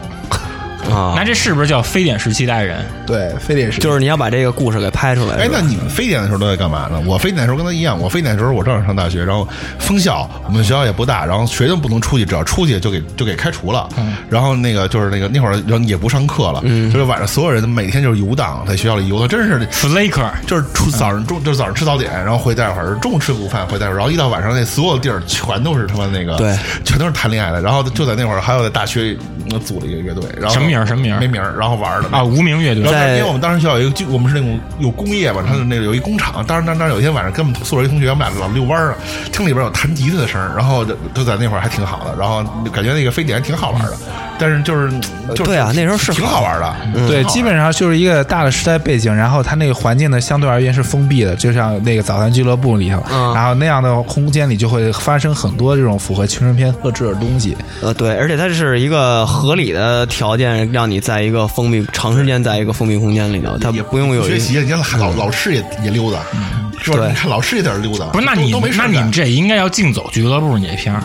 Speaker 3: 啊
Speaker 4: 那这是不是叫非典时期的爱人？
Speaker 5: 对，非得是
Speaker 3: 就是你要把这个故事给拍出来。
Speaker 1: 哎
Speaker 3: 是，吧
Speaker 1: 那你们非典的时候都在干嘛呢？我非典的时候跟他一样，我非典的时候我照样上大学，然后封校，我们学校也不大，然后谁都不能出去，只要出去就给就给开除了。然后那个就是那个那会儿，然后也不上课了，就是晚上所有人每天就是游荡，在学校里游荡，真是
Speaker 4: Flaker，
Speaker 1: 就是出早上中就是早上吃早点，然后回待会儿，中午吃午饭回待会儿，然后一到晚上那所有地儿全都是他妈那个，
Speaker 3: 对，
Speaker 1: 全都是谈恋爱的。然后就在那会儿，还有在大学呃组了一个乐队，然后
Speaker 4: 什么名儿什么名儿
Speaker 1: 没名儿，然后玩儿的
Speaker 4: 啊，无名乐队
Speaker 1: 然后
Speaker 3: 在
Speaker 1: 因为我们当时学校有一个就，我们是那种有工业嘛，他是那个有一工厂。当时当当时有一天晚上跟我们宿舍一同学，我们俩老遛弯儿啊，听里边有弹吉他的声儿，然后就就在那会儿还挺好的，然后就感觉那个非典挺好玩的，但是就是就是
Speaker 3: 对啊那时候是
Speaker 1: 挺好玩的，
Speaker 5: 对，
Speaker 1: 挺好玩
Speaker 5: 基本上就是一个大的时代背景，然后它那个环境呢，相对而言是封闭的，就像那个早餐俱乐部里头，
Speaker 3: 嗯
Speaker 5: 然后那样的空间里就会发生很多这种符合青春片特质的东西。
Speaker 3: 呃，对，而且它是一个合理的条件，让你在一个封闭长时间在一个封闭空间里头，它
Speaker 1: 也
Speaker 3: 不用有
Speaker 1: 学
Speaker 3: 一
Speaker 1: 习，你看老老师也也溜达，是吧？
Speaker 3: 对
Speaker 1: 你看老师也在这溜达，
Speaker 4: 不是？那
Speaker 1: 都
Speaker 4: 你
Speaker 1: 都没事
Speaker 4: 那
Speaker 1: 干
Speaker 4: 你们 这应该要竞走俱乐部你这片儿，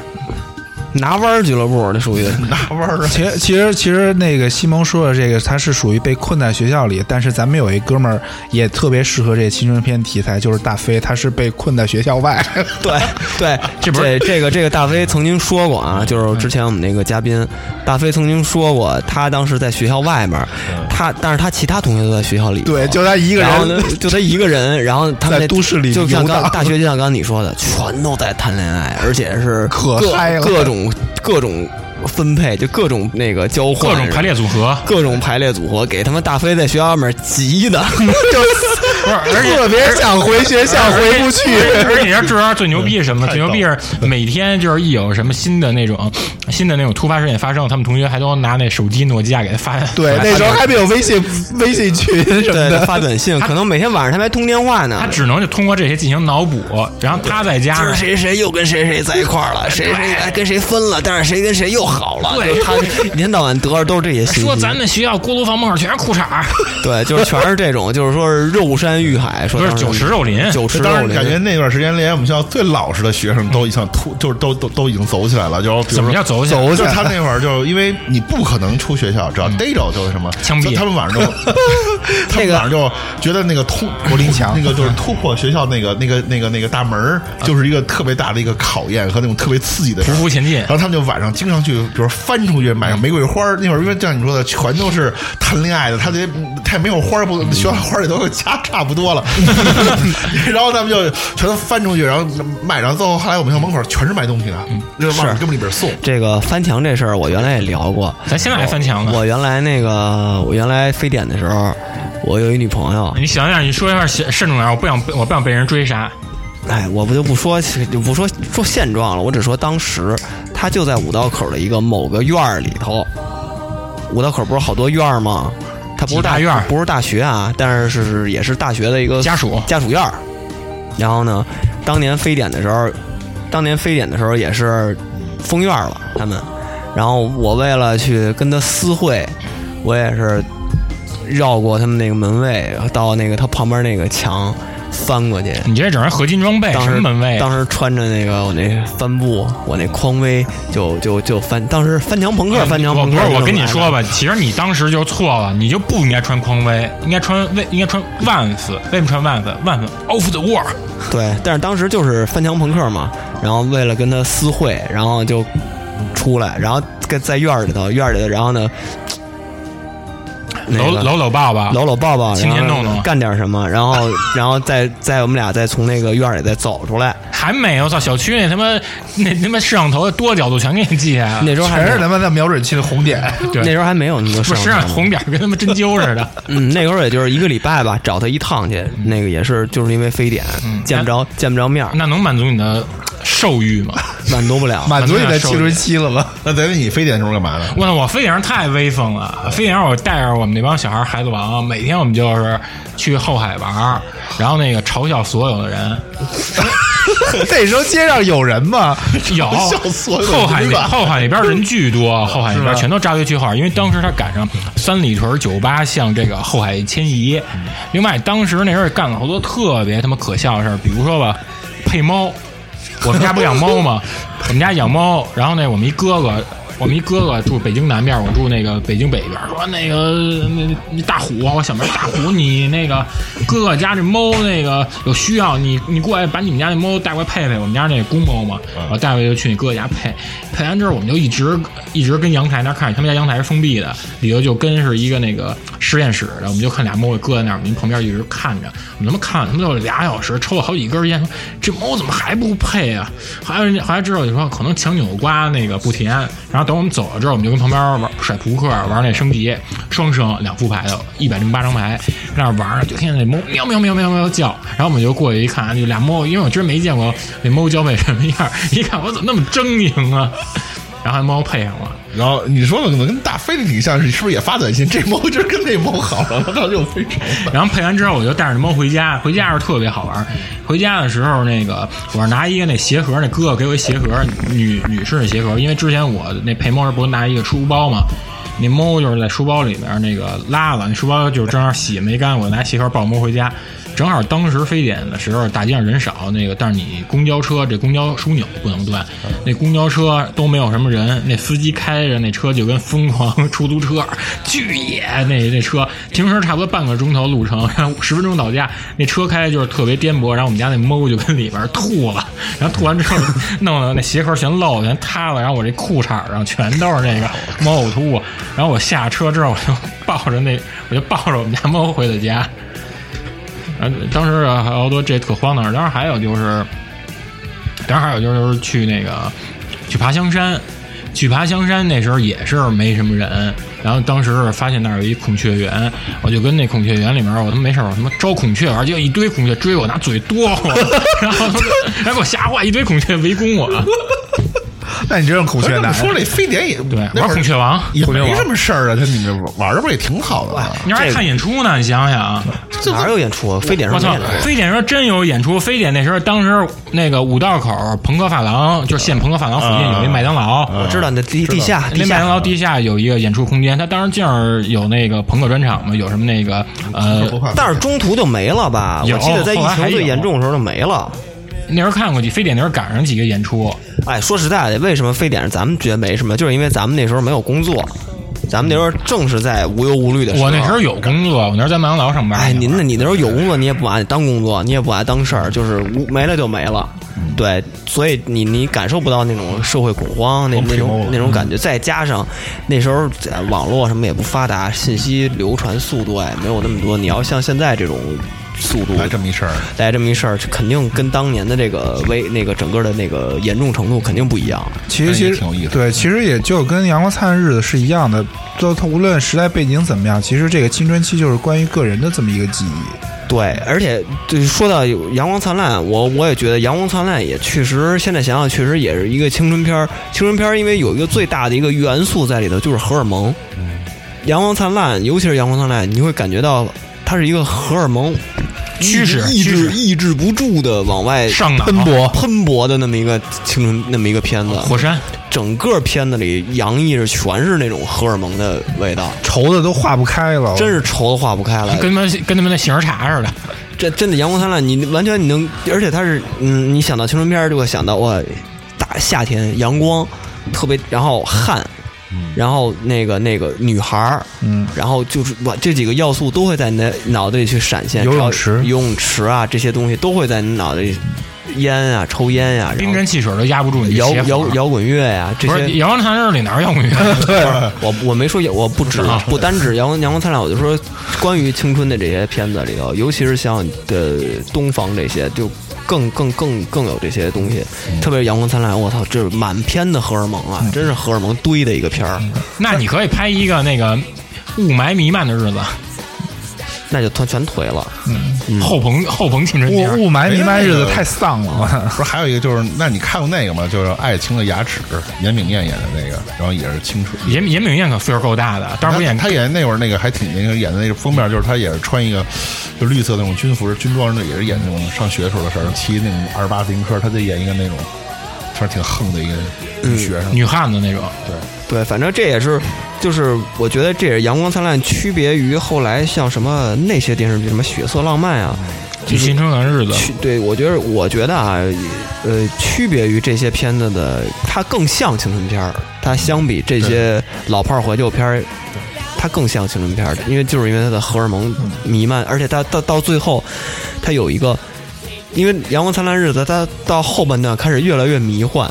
Speaker 3: 拿弯儿俱乐部，这属 于
Speaker 1: 拿弯儿啊
Speaker 5: 其实其实其实那个西蒙说的这个，他是属于被困在学校里，但是咱们有一哥们儿也特别适合这青春片题材，就是大飞，他是被困在学校外。
Speaker 3: 对对，这
Speaker 4: 不
Speaker 3: 是这个这个大飞曾经说过啊，就是之前我们那个嘉宾大飞曾经说过，他当时在学校外面，他但是他其他同学都在学校里，
Speaker 5: 嗯对，就他一个
Speaker 3: 然后呢
Speaker 5: 人。，
Speaker 3: 就他一个人，然后他们
Speaker 5: 在
Speaker 3: 那
Speaker 5: 都市里
Speaker 3: 就像
Speaker 5: 游
Speaker 3: 刚
Speaker 5: 荡
Speaker 3: 大学，就像刚刚你说的，全都在谈恋爱，而且是
Speaker 5: 可
Speaker 3: 各
Speaker 5: 嗨了
Speaker 3: 各种各种分配，就各种那个交换，
Speaker 4: 各种排列组合，
Speaker 3: 各种排列组合，给他们大飞在学校外面急 的，
Speaker 4: 不 是，而且
Speaker 5: 特别想回学校，回不去。
Speaker 4: 而且你知道这招最牛逼是什么？最牛逼是每天就是一有什么新的那种新的那种突发事件发生，他们同学还都拿那手机诺基亚给他发。
Speaker 5: 对，那时候还没有微信微信群
Speaker 3: 对，
Speaker 5: 什么的。
Speaker 3: 发短信，可能每天晚上他们还通电话
Speaker 4: 他
Speaker 3: 呢。
Speaker 4: 只能就通过这些进行脑补，然后他在家
Speaker 3: 今
Speaker 4: 呢
Speaker 3: 儿谁谁又跟谁谁在一块 儿了，谁谁还跟谁分了，但是谁跟谁又好了。
Speaker 4: 对
Speaker 3: 就他一天到晚得着都是这些信息。
Speaker 4: 说咱们学校锅炉房门口全是裤衩 儿，
Speaker 3: 对，就是全是这种，就是说是肉山遇海，说
Speaker 4: 不是
Speaker 3: 当时
Speaker 4: 酒 池肉林
Speaker 3: 酒池
Speaker 1: 就
Speaker 3: 肉
Speaker 1: 当时
Speaker 3: 林，
Speaker 1: 感觉那段时间，连我们学校最老实的学生都已经突，就是都都都已经走起来了。就
Speaker 4: 怎么叫走起来嗯
Speaker 1: 走起来？就他那会儿，就是因为你不可能出学校，只要逮着就是什么
Speaker 4: 枪毙
Speaker 1: 就他们晚上 就，他们晚上就觉得那个突柏林墙，嗯那个就是突破学校那个那个那个那个大门儿，就是一个特别大的一个考验和那种特别刺激的事儿
Speaker 4: 匍匐前进
Speaker 1: 然后他们就晚上经常去，比如翻出去买上玫瑰花儿。那会儿因为就像你说的，全都是谈恋爱的，他这他也没有花儿，不学校花儿也都掐差不 多了。然后他们就全都翻出去，然后买上之后，后来我们校门口全是卖东西的，就往我们跟里边送。
Speaker 3: 这个翻墙这事儿，我原来也聊过。
Speaker 4: 咱现在还翻墙呢。
Speaker 3: 我原来那个，我原来非典的时候，我有一女朋友，
Speaker 4: 你想想，你说一下慎慎重点，我不想被我不想被人追杀。
Speaker 3: 哎，我不就不说就不说说现状了，我只说当时她就在五道口的一个某个院儿里头。五道口不是好多院儿吗？它不是
Speaker 4: 几大院儿
Speaker 3: 不是大学啊，但是是也是大学的一个
Speaker 4: 家属
Speaker 3: 家属院儿。然后呢，当年非典的时候，当年非典的时候也是封院儿了他们。然后我为了去跟他私会，我也是绕过他们那个门卫，到那个他旁边那个墙翻过去。
Speaker 4: 你这整人合金装备
Speaker 3: 当
Speaker 4: 什
Speaker 3: 时
Speaker 4: 么门卫啊？
Speaker 3: 当时穿着那个我那帆布，我那匡威，就就就翻，当时翻墙朋克，翻墙
Speaker 4: 啊我
Speaker 3: 朋
Speaker 4: 哎不
Speaker 3: 克。
Speaker 4: 是，我跟你说，吧，其实你当时就错了，你就不应该穿匡威，应该穿为应该穿万斯。为什么穿万斯？万斯 off the wall。
Speaker 3: 对，但是当时就是翻墙朋克嘛，然后为了跟他私会，然后就出来，然后跟在院儿里头，院儿里头，然后呢，那
Speaker 4: 搂
Speaker 3: 个
Speaker 4: 搂搂抱抱，
Speaker 3: 搂搂抱抱，
Speaker 4: 亲亲
Speaker 3: 然后
Speaker 4: 啊弄弄
Speaker 3: 干点什么，然后然后再再我们俩再从那个院儿里再走出来，
Speaker 4: 还没有操小区那他妈那他妈摄像头的多角度全给你记下来了。
Speaker 3: 那时候还
Speaker 5: 全
Speaker 3: 没
Speaker 5: 是
Speaker 3: 有
Speaker 5: 他妈的瞄准器的红点，
Speaker 4: 对
Speaker 3: 那时候还没有那么多
Speaker 4: 不
Speaker 3: 摄
Speaker 4: 是
Speaker 3: 像
Speaker 4: 身上
Speaker 3: 头呢
Speaker 4: 红点儿跟他妈针灸 似的。
Speaker 3: 嗯，那会儿也就是一个礼拜吧，找他一趟去，那个也是就是因为非典，
Speaker 4: 嗯
Speaker 3: 见不着见不着面儿，
Speaker 4: 那能满足你的兽欲吗？
Speaker 3: 满足不了。
Speaker 5: 满足你的青春期了吗？
Speaker 1: 那咱你非典时候干嘛呢？
Speaker 4: 我操！我非典上太威风了，非典上我带着我们那帮小孩儿孩子王，每天我们就是去后海玩儿，然后那个嘲笑所有的人，
Speaker 5: 那时候街上有人吗？
Speaker 4: 有
Speaker 1: 笑死我了
Speaker 4: 后海
Speaker 1: 对
Speaker 4: 那
Speaker 1: 吧
Speaker 4: 后海那边人巨 多，后海那边全都扎堆去后海，因为当时他赶上三里屯酒吧向这个后海迁移。
Speaker 1: 嗯
Speaker 4: 另外，当时那时候也干了好多特别他妈可笑的事儿，比如说吧， 配猫。我们家不养猫吗？我们家养猫，然后那我们一哥哥我们一哥哥住北京南边，我住那个北京北边，说那个那那大虎啊，我小名大虎，你那个哥哥家这猫那个有需要，你你过来把你们家那猫带过来配配，我们家那公猫嘛，我带回去就去你哥哥家配，配完之后我们就一直一直跟阳台那儿看，他们家阳台是封闭的，里头就跟是一个那个实验室的，我们就看俩猫搁在那儿，我们旁边一直看着，我们他妈看了他们就俩小时，抽了好几根烟，说这猫怎么还不配啊？后来人家后来之后就说可能强扭瓜那个不甜，然后等我们走了之后，我们就跟旁边玩甩扑克，玩那升级双生两副牌的，一百零八张牌，那儿玩儿就听见那猫喵喵喵喵喵叫，然后我们就过去一看，就俩猫，因为我真没见过那猫交配什么样儿，一看我怎么那么狰狞啊， 然后还猫配上了。
Speaker 1: 然后你说的可能跟大飞的挺像，是是不是也发短信？这猫就是跟那猫好了，然后就分手了。
Speaker 4: 然后配完之后，我就带着猫回家。回家是特别好玩儿。回家的时候，那个我是拿一个那鞋盒，那哥哥给我一鞋盒，女女士的鞋盒，因为之前我那陪猫时不是拿一个书包嘛。那猫就是在书包里面那个拉了，那书包就是正好洗没干，我拿鞋盒抱猫回家，正好当时非典的时候，大街上人少，那个但是你公交车这公交枢纽不能断，那公交车都没有什么人，那司机开着那车就跟疯狂出租车巨野，那那车停车差不多半个钟头路程， 然后十分钟到家，那车开的就是特别颠簸，然后我们家那猫就跟里边吐了，然后吐完之后弄得那鞋盒全漏全塌了，然后我这裤衩上全都是那个猫呕吐，然后我下车之后我就抱着那我就抱着我们家猫回的家。啊，当时啊，好多这特荒唐。当然还有就是，当然还有就是去那个去爬香山，去爬香山那时候也是没什么人。然后当时发现那儿有一孔雀园，我就跟那孔雀园里面，我他妈没事儿，我他妈招孔雀玩，结果一堆孔雀追我，拿嘴剁我， 然后然后给我吓坏，一堆孔雀围攻我。
Speaker 5: 那你这让孔雀
Speaker 1: 这
Speaker 5: 男
Speaker 1: 么说这非典也
Speaker 4: 对，
Speaker 1: 那
Speaker 4: 玩
Speaker 1: 会儿
Speaker 4: 孔雀王，
Speaker 1: 也没什么事儿啊，他你们玩儿不也挺好的吗？
Speaker 4: 你还看演出呢，你想想。
Speaker 3: 哪儿有演出啊？非典
Speaker 4: 我
Speaker 3: 上没
Speaker 4: 操
Speaker 3: 演出。！
Speaker 4: 非典时候真有演出，非典那时候当时那个五道口朋克发廊，就是现朋克发廊附
Speaker 3: 嗯
Speaker 4: 近有一麦当劳，
Speaker 3: 我知道你的地地下地
Speaker 4: 啊那麦
Speaker 3: 下
Speaker 4: 当劳地下有一个演出空间，它当时进儿有那个朋克专场嘛，有什么那个呃，
Speaker 3: 但是中途就没了吧？
Speaker 4: 有
Speaker 3: 我记得在疫
Speaker 4: 后来还
Speaker 3: 情
Speaker 4: 有
Speaker 3: 最严重的时候就没了。
Speaker 4: 那时候看过去，非典那时候赶上几个演出，
Speaker 3: 哎，说实在的，为什么非典咱们觉得没什么？就是因为咱们那时候没有工作，咱们那时候正是在无忧无虑的时候。
Speaker 4: 我那时候有工作，我那时候在麦当劳上班。
Speaker 3: 哎，您那你那时候有工作，你也不把你当工作，你也不把它当事儿，就是无没了就没了。
Speaker 1: 嗯
Speaker 3: 对，所以你你感受不到那种社会恐慌，那那
Speaker 1: 啊
Speaker 3: 种那种感
Speaker 1: 嗯
Speaker 3: 觉。再加上那时候在网络什么也不发达，信息流传速度也没有那么多。你要像现在这种速度，
Speaker 1: 来这么一事儿，
Speaker 3: 来这么一事儿，肯定跟当年的这个危那个整个的那个严重程度肯定不一样。
Speaker 5: 其实
Speaker 1: 但也
Speaker 5: 其实
Speaker 1: 挺有意思的
Speaker 5: 对，其实也就跟《阳光灿烂的日子》是一样的，就它无论时代背景怎么样，其实这个青春期就是关于个人的这么一个记忆。
Speaker 3: 对，而且就是说到有《阳光灿烂》，我我也觉得《阳光灿烂》也确实，现在想想确实也是一个青春片儿。青春片儿因为有一个最大的一个元素在里头，就是荷尔蒙。阳光灿烂，尤其是阳光灿烂，你会感觉到它是一个荷尔蒙
Speaker 4: 驱使
Speaker 3: 抑
Speaker 4: 驱
Speaker 3: 制
Speaker 4: 使
Speaker 3: 抑制不住的往外
Speaker 4: 上脑
Speaker 3: 喷薄喷薄的那么一个青春那么一个片子。
Speaker 4: 火山，
Speaker 3: 整个片子里洋溢着全是那种荷尔蒙的味道，
Speaker 5: 愁的都化不开了，
Speaker 3: 真是愁的化不开来。
Speaker 4: 跟他们跟他们那杏仁茶似的。
Speaker 3: 这真的阳光灿烂，你完全你能，而且它是，嗯，你想到青春片儿就会想到哇，大夏天阳光特别，然后汗，
Speaker 4: 嗯
Speaker 3: 然后那个那个女孩儿，
Speaker 5: 嗯，
Speaker 3: 然后就是哇，这几个要素都会在你的脑袋里去闪现。
Speaker 5: 游泳
Speaker 3: 只要
Speaker 5: 池
Speaker 3: 游泳池啊，这些东西都会在你脑袋里，烟啊、抽烟呀、然
Speaker 4: 冰
Speaker 3: 后
Speaker 4: 镇汽水都压不住你的
Speaker 3: 摇
Speaker 4: 邪火啊
Speaker 3: 摇摇滚乐呀、这
Speaker 4: 不是《
Speaker 3: 些。
Speaker 4: 阳光灿烂日》里哪儿摇 滚乐？
Speaker 3: 我我没说也，我不指
Speaker 4: 啊
Speaker 3: 不单指阳光阳光灿烂，我就说关于青春的这些片子里头，尤其是像的东方这些，就更更更更有这些东西。特别是阳光灿烂，我操，这是满篇的荷尔蒙啊，真是荷尔蒙堆的一个片儿，
Speaker 4: 那你可以拍一个那个雾霾弥漫的日子，
Speaker 3: 那就全全颓了。
Speaker 4: 后棚后棚青春啊
Speaker 5: 雾
Speaker 4: 片儿。
Speaker 5: 雾霾弥漫日子
Speaker 1: 哎那个
Speaker 5: 太丧了。
Speaker 1: 不是还有一个就是，那你看过那个吗？就是《爱情的牙齿》，严炳彦演的那个，然后也是青春。
Speaker 4: 严严炳彦可岁数够大的，当时
Speaker 1: 他
Speaker 4: 不演
Speaker 1: 他演那会儿那个还挺那个演的那个封面，就是他也是穿一个就绿色那种军服、军装，那也是演那种上学时候的事儿，骑那种二八自行车，他就演一个那种反正挺横的一个
Speaker 3: 嗯
Speaker 1: 女学生。
Speaker 4: 女汉子那种。
Speaker 3: 对，反正这也是，就是我觉得这也是《阳光灿烂》区别于后来像什么那些电视剧，什么《血色浪漫》啊，
Speaker 4: 去青春的日子，
Speaker 3: 区对我觉得，我觉得啊，呃，区别于这些片子的，它更像青春片儿。它相比这些老炮儿怀旧片儿，它更像青春片儿的，因为就是因为它的荷尔蒙弥漫，而且它到到最后，它有一个，因为《阳光灿烂日子》，它到后半段开始越来越迷幻，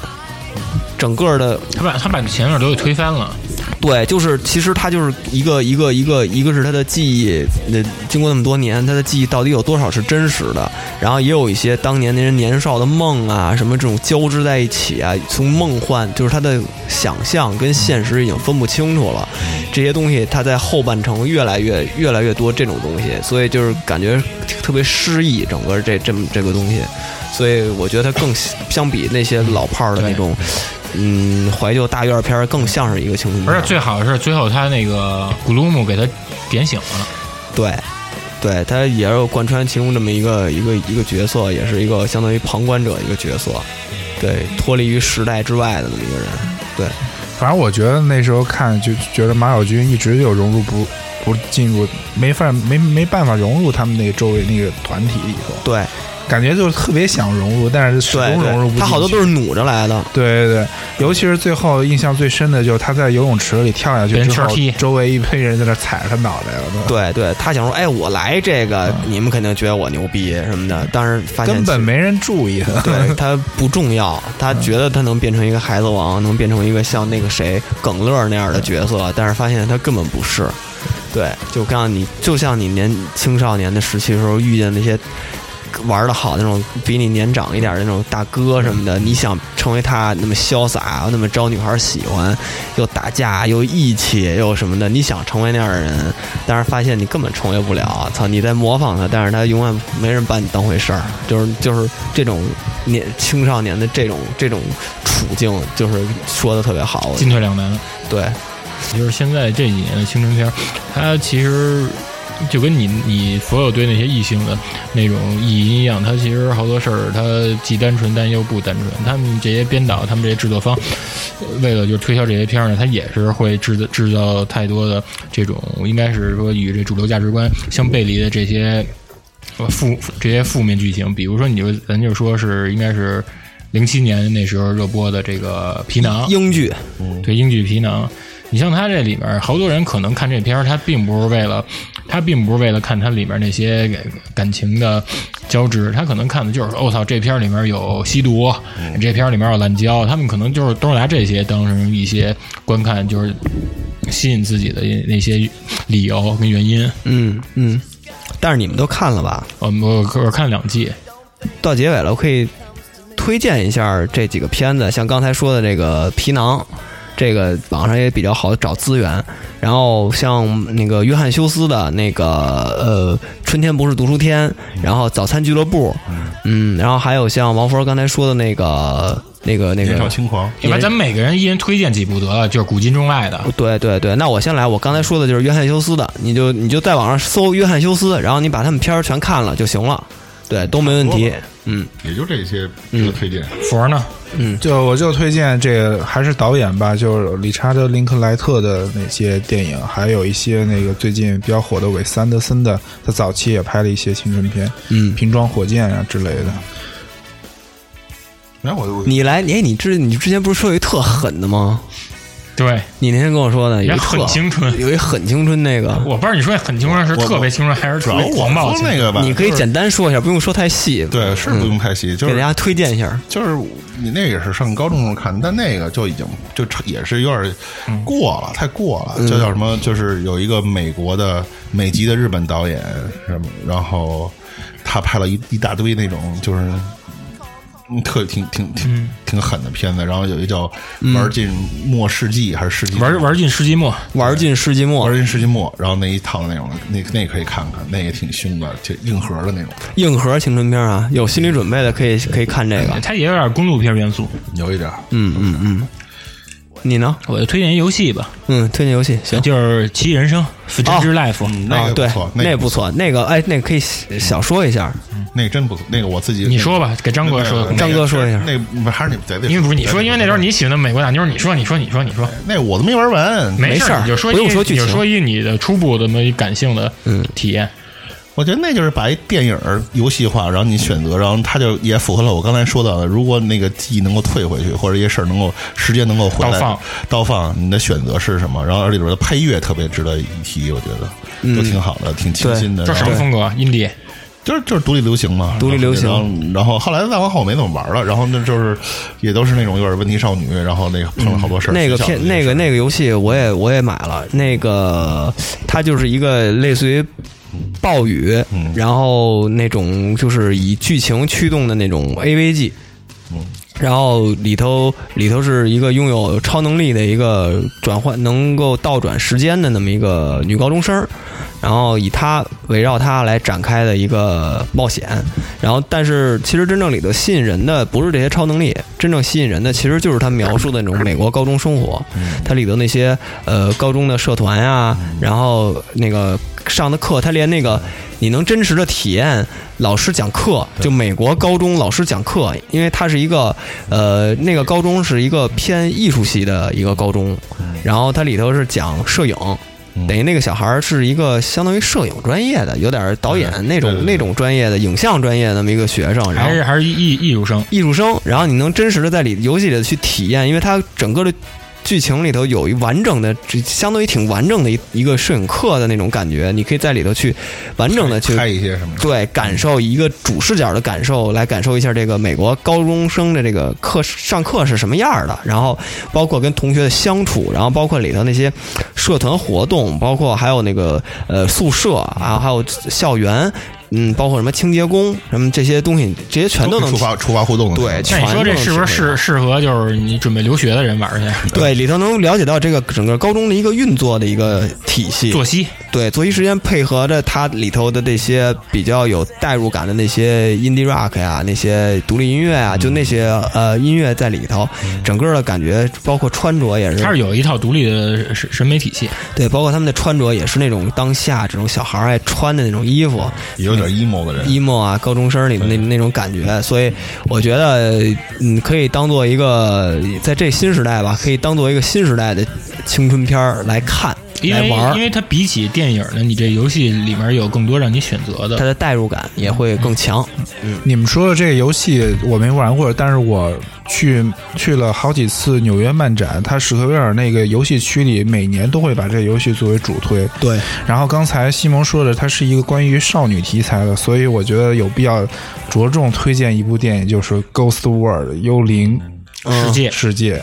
Speaker 3: 整个的
Speaker 4: 他把他把前面都给推翻了，
Speaker 3: 对，就是其实它就是一个一个一个一个是他的记忆，那经过那么多年，他的记忆到底有多少是真实的？然后也有一些当年那些年少的梦啊，什么这种交织在一起啊，从梦幻就是他的想象跟现实已经分不清楚了。
Speaker 4: 嗯
Speaker 3: 这些东西它在后半程越来越越来越多这种东西，所以就是感觉特别诗意，整个这这么这个东西，所以我觉得它更相比那些老炮儿的那种。嗯，怀旧大院片儿更像是一个青春片儿，
Speaker 4: 而且最好是最后他那个古鲁姆给他点醒了。
Speaker 3: 对，对，他也有贯穿其中这么一个一个一个角色，也是一个相当于旁观者一个角色，对，脱离于时代之外的那么一个人，对，
Speaker 5: 反正我觉得那时候看就觉得马小军一直就融入不不进入，没法没没办法融入他们那个周围那个团体里头，
Speaker 3: 对，
Speaker 5: 感觉就是特别想融入，但是始
Speaker 3: 对，
Speaker 5: 终
Speaker 3: 对
Speaker 5: 融入不进去。
Speaker 3: 他好多都是努着来的，
Speaker 5: 对对对，尤其是最后印象最深的就是他在游泳池里跳下
Speaker 4: 别
Speaker 5: 去
Speaker 4: 人
Speaker 5: 之
Speaker 4: 圈
Speaker 5: 后
Speaker 4: 踢，
Speaker 5: 周围一堆人在那踩着他脑袋了都，
Speaker 3: 对，对，他想说，哎，我来这个，你们肯定觉得我牛逼什么的，但是发现
Speaker 5: 嗯根
Speaker 3: 其
Speaker 5: 本 没嗯人注意他。
Speaker 3: 对他不重要，他觉得他能变成一个孩子王，能变成一个像那个谁耿乐那样的角色，但是发现他根本不是。对，就像你，就像你年青少年的时期的时候遇见那些玩的好的那种比你年长一点的那种大哥什么的，你想成为他那么潇洒，那么招女孩喜欢，又打架又义气又什么的，你想成为那样的人，但是发现你根本成为不了。操，你在模仿他，但是他永远没人把你当回事儿，就是就是这种年青少年的这种这种处境，就是说的特别好。我
Speaker 4: 进退两难。
Speaker 3: 对，
Speaker 4: 就是现在这几年的青春片儿，它其实就跟你你所有对那些异性的那种意淫一样，它其实好多事儿它既单纯但又不单纯。他们这些编导，他们这些制作方，呃为了就推销这些片儿呢，他也是会制造制造太多的这种应该是说与这主流价值观相背离的这些。呃负这些负面剧情，比如说，你就咱就说是应该是零七年那时候热播的这个《皮囊》，
Speaker 3: 英剧，
Speaker 4: 对英剧皮囊。你像他这里面，好多人可能看这片儿，他并不是为了，他并不是为了看它里面那些感情的交织，他可能看的就是，我、操，这片儿里面有吸毒，这片儿里面有滥交，他们可能就是都是拿这些当成一些观看，就是吸引自己的那些理由跟原因。
Speaker 3: 嗯嗯，但是你们都看了吧？
Speaker 4: 我我我看两季，
Speaker 3: 到结尾了，我可以推荐一下这几个片子，像刚才说的这个《皮囊》，这个网上也比较好找资源。然后像那个约翰休斯的那个呃《春天不是读书天》，然后《早餐俱乐部》，嗯，然后还有像王佛刚才说的那个那个那
Speaker 1: 年
Speaker 4: 嗯
Speaker 1: 少
Speaker 3: 个。
Speaker 1: 轻狂，
Speaker 4: 要不然咱们每个人一人推荐几部得了，就是古今中外的。
Speaker 3: 对对对，那我先来。我刚才说的就是约翰休斯的，你就你就在网上搜约翰休斯，然后你把他们片儿全看了就行了，对，都没问题。嗯，
Speaker 1: 也就这些值得推荐。
Speaker 4: 佛呢？
Speaker 5: 就我就推荐这个还是导演吧，就是理查德·林克莱特的那些电影，还有一些那个最近比较火的韦斯安德森的，他早期也拍了一些青春片，
Speaker 3: 嗯
Speaker 5: 瓶装火箭啊之类的。
Speaker 1: 然后我我
Speaker 3: 你来，哎，你之你之前不是说有一特狠的吗？
Speaker 4: 对，
Speaker 3: 你那天跟我说的，有一
Speaker 4: 也
Speaker 3: 特
Speaker 4: 很青春
Speaker 3: 有一很青春那个，
Speaker 4: 我不知道你说很青春是特别青春还是
Speaker 1: 主
Speaker 4: 特
Speaker 1: 要
Speaker 4: 别
Speaker 1: 我
Speaker 4: 狂暴
Speaker 1: 说
Speaker 4: 青春
Speaker 1: 那个吧，
Speaker 3: 你可以
Speaker 1: 就是
Speaker 3: 简单说一下，不用说太细，
Speaker 1: 对，是不用太细，就
Speaker 3: 给
Speaker 1: 是
Speaker 3: 大家推荐一下。
Speaker 1: 就是你那也是上高中时候看，但那个就已经就也是有点过了，太过
Speaker 4: 嗯
Speaker 1: 了。就叫什么？就是有一个美国的美籍的日本导演什么，然后他拍了一一大堆那种就是嗯特挺挺挺挺狠的片子，然后有一叫《玩进末世纪》还是世纪末
Speaker 4: 嗯玩玩进世纪末，
Speaker 3: 玩尽世纪末
Speaker 1: 玩，进世纪末，然后那一套那种那那可以看看，那也挺凶的，就硬核的那种，
Speaker 3: 硬核青春片啊，有心理准备的可以可以看这个。
Speaker 4: 它也有点公路片元素。
Speaker 1: 有一点儿。
Speaker 3: 嗯嗯嗯，你呢？
Speaker 4: 我就推荐一游戏吧，
Speaker 3: 嗯，推荐游戏行。
Speaker 4: 就是《奇异人生》《
Speaker 3: 哦
Speaker 4: Fringe Life》
Speaker 1: 那
Speaker 3: 啊
Speaker 1: 个
Speaker 3: 对
Speaker 1: 不错，，那
Speaker 3: 那
Speaker 1: 个
Speaker 3: 不错，那个哎，那个可以小说一下。
Speaker 1: 那个真不错，那个我自己
Speaker 4: 你说吧，给张哥说的。
Speaker 1: 那个
Speaker 3: 张哥说一下
Speaker 1: 那个还是你咱得
Speaker 4: 因为不是你说，因为那时候你喜欢的美国大妞，你说，你说，你说，你说，
Speaker 1: 那我都没玩完，
Speaker 4: 没
Speaker 3: 没事儿
Speaker 4: 你就说
Speaker 3: 不用
Speaker 4: 一
Speaker 3: 说剧
Speaker 4: 你就
Speaker 3: 情
Speaker 4: 说一你的初步的那么一感性的体验。
Speaker 1: 我我觉得那就是把一电影儿游戏化，然后你选择，然后它就也符合了我刚才说到的，如果那个记忆能够退回去，或者一些事儿能够时间能够回来，
Speaker 4: 倒放
Speaker 1: 倒放，你的选择是什么？然后而里边的配乐特别值得一提，我觉
Speaker 3: 嗯
Speaker 1: 得都挺好的，挺清新的。
Speaker 4: 这
Speaker 1: 然
Speaker 4: 什
Speaker 1: 后
Speaker 4: 么风格？印地
Speaker 1: 就是就是独立流行嘛，
Speaker 3: 独立流行
Speaker 1: 然后然后后来再往后我没怎么玩了，然后那就是也都是那种有点问题少女，然后那个碰了好多事儿。
Speaker 3: 嗯那个
Speaker 1: 学校的
Speaker 3: 片，那个那个游戏，我也我也买了。那个它就是一个类似于暴雨，然后那种就是以剧情驱动的那种 AVG，然后里头里头是一个拥有超能力的一个转换，能够倒转时间的那么一个女高中生儿，然后以她围绕她来展开的一个冒险。然后，但是其实真正里头吸引人的不是这些超能力，真正吸引人的其实就是他描述的那种美国高中生活，它里头那些呃高中的社团呀、然后那个上的课，他连那个你能真实的体验老师讲课，就美国高中老师讲课，因为它是一个呃那个高中是一个偏艺术系的一个高中，
Speaker 1: 嗯
Speaker 3: 然后它里头是讲摄影。等于那个小孩儿是一个相当于摄影专业的，有点儿导演那种
Speaker 1: 对对
Speaker 3: 那种专业的影像专业的那么一个学生，然后
Speaker 4: 还是还是艺艺术生，
Speaker 3: 艺术生，然后你能真实的在里游戏里去体验，因为它整个的剧情里头有一完整的，这相当于挺完整的一一个摄影课的那种感觉，你可以在里头去完整的去
Speaker 1: 拍一些什么。
Speaker 3: 对感受一个主视角的感受，来感受一下这个美国高中生的这个课上课是什么样儿的，然后包括跟同学的相处，然后包括里头那些社团活动，包括还有那个呃宿舍啊，还有校园。嗯，包括什么清洁工，什么这些东西，这些全都能
Speaker 1: 触发触发互动的那种
Speaker 3: 对
Speaker 4: 那你说这是不是
Speaker 3: 全都
Speaker 4: 适适合就是你准备留学的人玩去？
Speaker 3: 对，里头能了解到这个整个高中的一个运作的一个体系，
Speaker 4: 作息
Speaker 3: 对，作息时间配合着它里头的这些比较有代入感的那些 indie rock 呀、那些独立音乐
Speaker 4: 嗯
Speaker 3: 啊，就那些呃音乐在里头，整个的感觉，包括穿着也
Speaker 4: 它是有一套独立的审审美体系，
Speaker 3: 对，包括他们的穿着也是那种当下这种小孩儿爱穿的那种衣服，
Speaker 1: 也有点 emo 的人，
Speaker 3: emo 啊，高中生里的那那种感觉，所以我觉得，嗯，可以当做一个在这新时代吧，可以当做一个新时代的青春片儿来看，
Speaker 4: 因
Speaker 3: 来
Speaker 4: 为
Speaker 3: 玩
Speaker 4: 因
Speaker 3: 儿，
Speaker 4: 为它比起电影呢，你这游戏里面有更多让你选择
Speaker 3: 它
Speaker 4: 的。
Speaker 3: 的代入感也会更强。
Speaker 5: 你们说的这个游戏我没玩过，但是我去去了好几次纽约漫展，它史克威尔那个游戏区里每年都会把这个游戏作为主推。
Speaker 3: 对，
Speaker 5: 然后刚才西蒙说的，它是一个关于少女题材的，所以我觉得有必要着重推荐一部电影，就是《Ghost World》幽灵
Speaker 3: 嗯
Speaker 4: 世界
Speaker 5: 世界。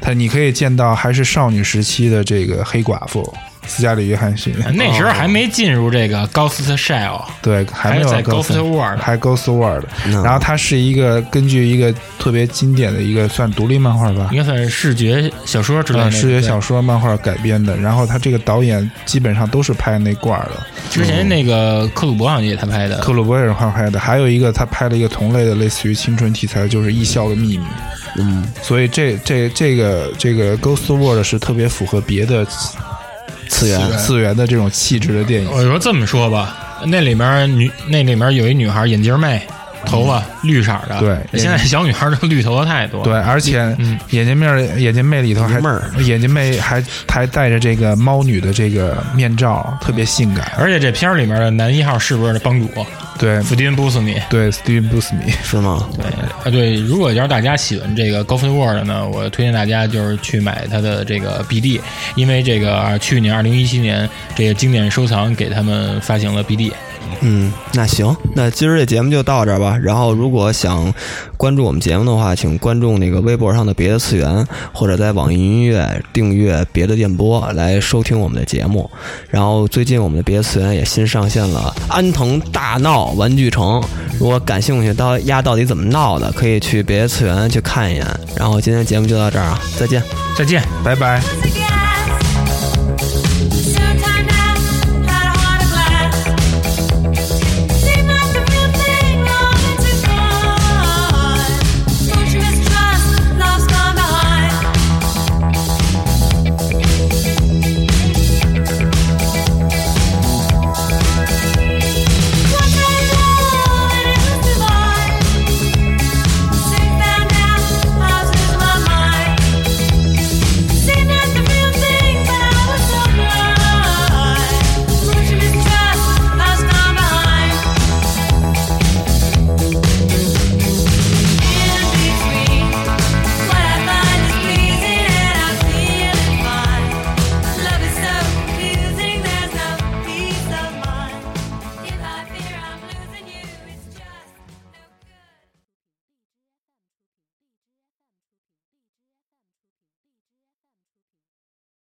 Speaker 5: 它你可以见到还是少女时期的这个黑寡妇斯嘉丽·约翰逊。
Speaker 4: 那时候还没进入这个 Ghost Shell，
Speaker 5: 对，还没有
Speaker 4: 还在
Speaker 5: Ghost-
Speaker 4: Ghost World
Speaker 5: 还 Ghost World，
Speaker 3: 嗯
Speaker 5: 然后它是一个根据一个特别经典的一个算独立漫画吧
Speaker 4: 应，该算是视觉小说之类
Speaker 5: 呃，
Speaker 4: 的。
Speaker 5: 视觉
Speaker 4: 对
Speaker 5: 小说漫画改编的。然后它这个导演基本上都是拍那挂的，
Speaker 4: 之前那个克鲁伯好像也他拍的，
Speaker 5: 克鲁伯也是画拍的，还有一个他拍了一个同类的，类似于青春题材，就是《艺校的秘密》。嗯，所以这这这个这个 Ghost World 是特别符合别的
Speaker 3: 次元
Speaker 5: 次元的这种气质的电影。
Speaker 4: 我说这么说吧，那里面女那里面有一女孩眼镜妹，头发绿色的。
Speaker 5: 嗯对
Speaker 4: 现在小女孩都绿头发太多。
Speaker 5: 对，，而且
Speaker 4: 嗯
Speaker 5: 眼镜面儿、眼镜妹里头还
Speaker 3: 眼镜妹儿
Speaker 5: 眼镜妹还还戴着这个猫女的这个面罩，特别性感。
Speaker 4: 而且这片儿里面的男一号是不是帮主
Speaker 5: 对
Speaker 4: 福丁布斯米？
Speaker 5: 对，Steven Buscemi，
Speaker 3: 是吗？
Speaker 4: 对啊，对，如果要是大家喜欢这个 g o f t World 呢，我推荐大家就是去买它的这个 BD，因为这个啊去年二零一七年这个经典收藏给他们发行了 BD。
Speaker 3: 嗯，那行，那今儿这节目就到这儿吧。然后，如果想关注我们节目的话，请关注那个微博上的别的次元，或者在网易音乐订阅别的电波来收听我们的节目。然后，最近我们的别的次元也新上线了安藤大闹玩具城，如果感兴趣到丫到底怎么闹的，可以去别的次元去看一眼。然后，今天节目就到这儿啊，再见。
Speaker 4: 再见。
Speaker 5: 拜拜。
Speaker 2: Once again.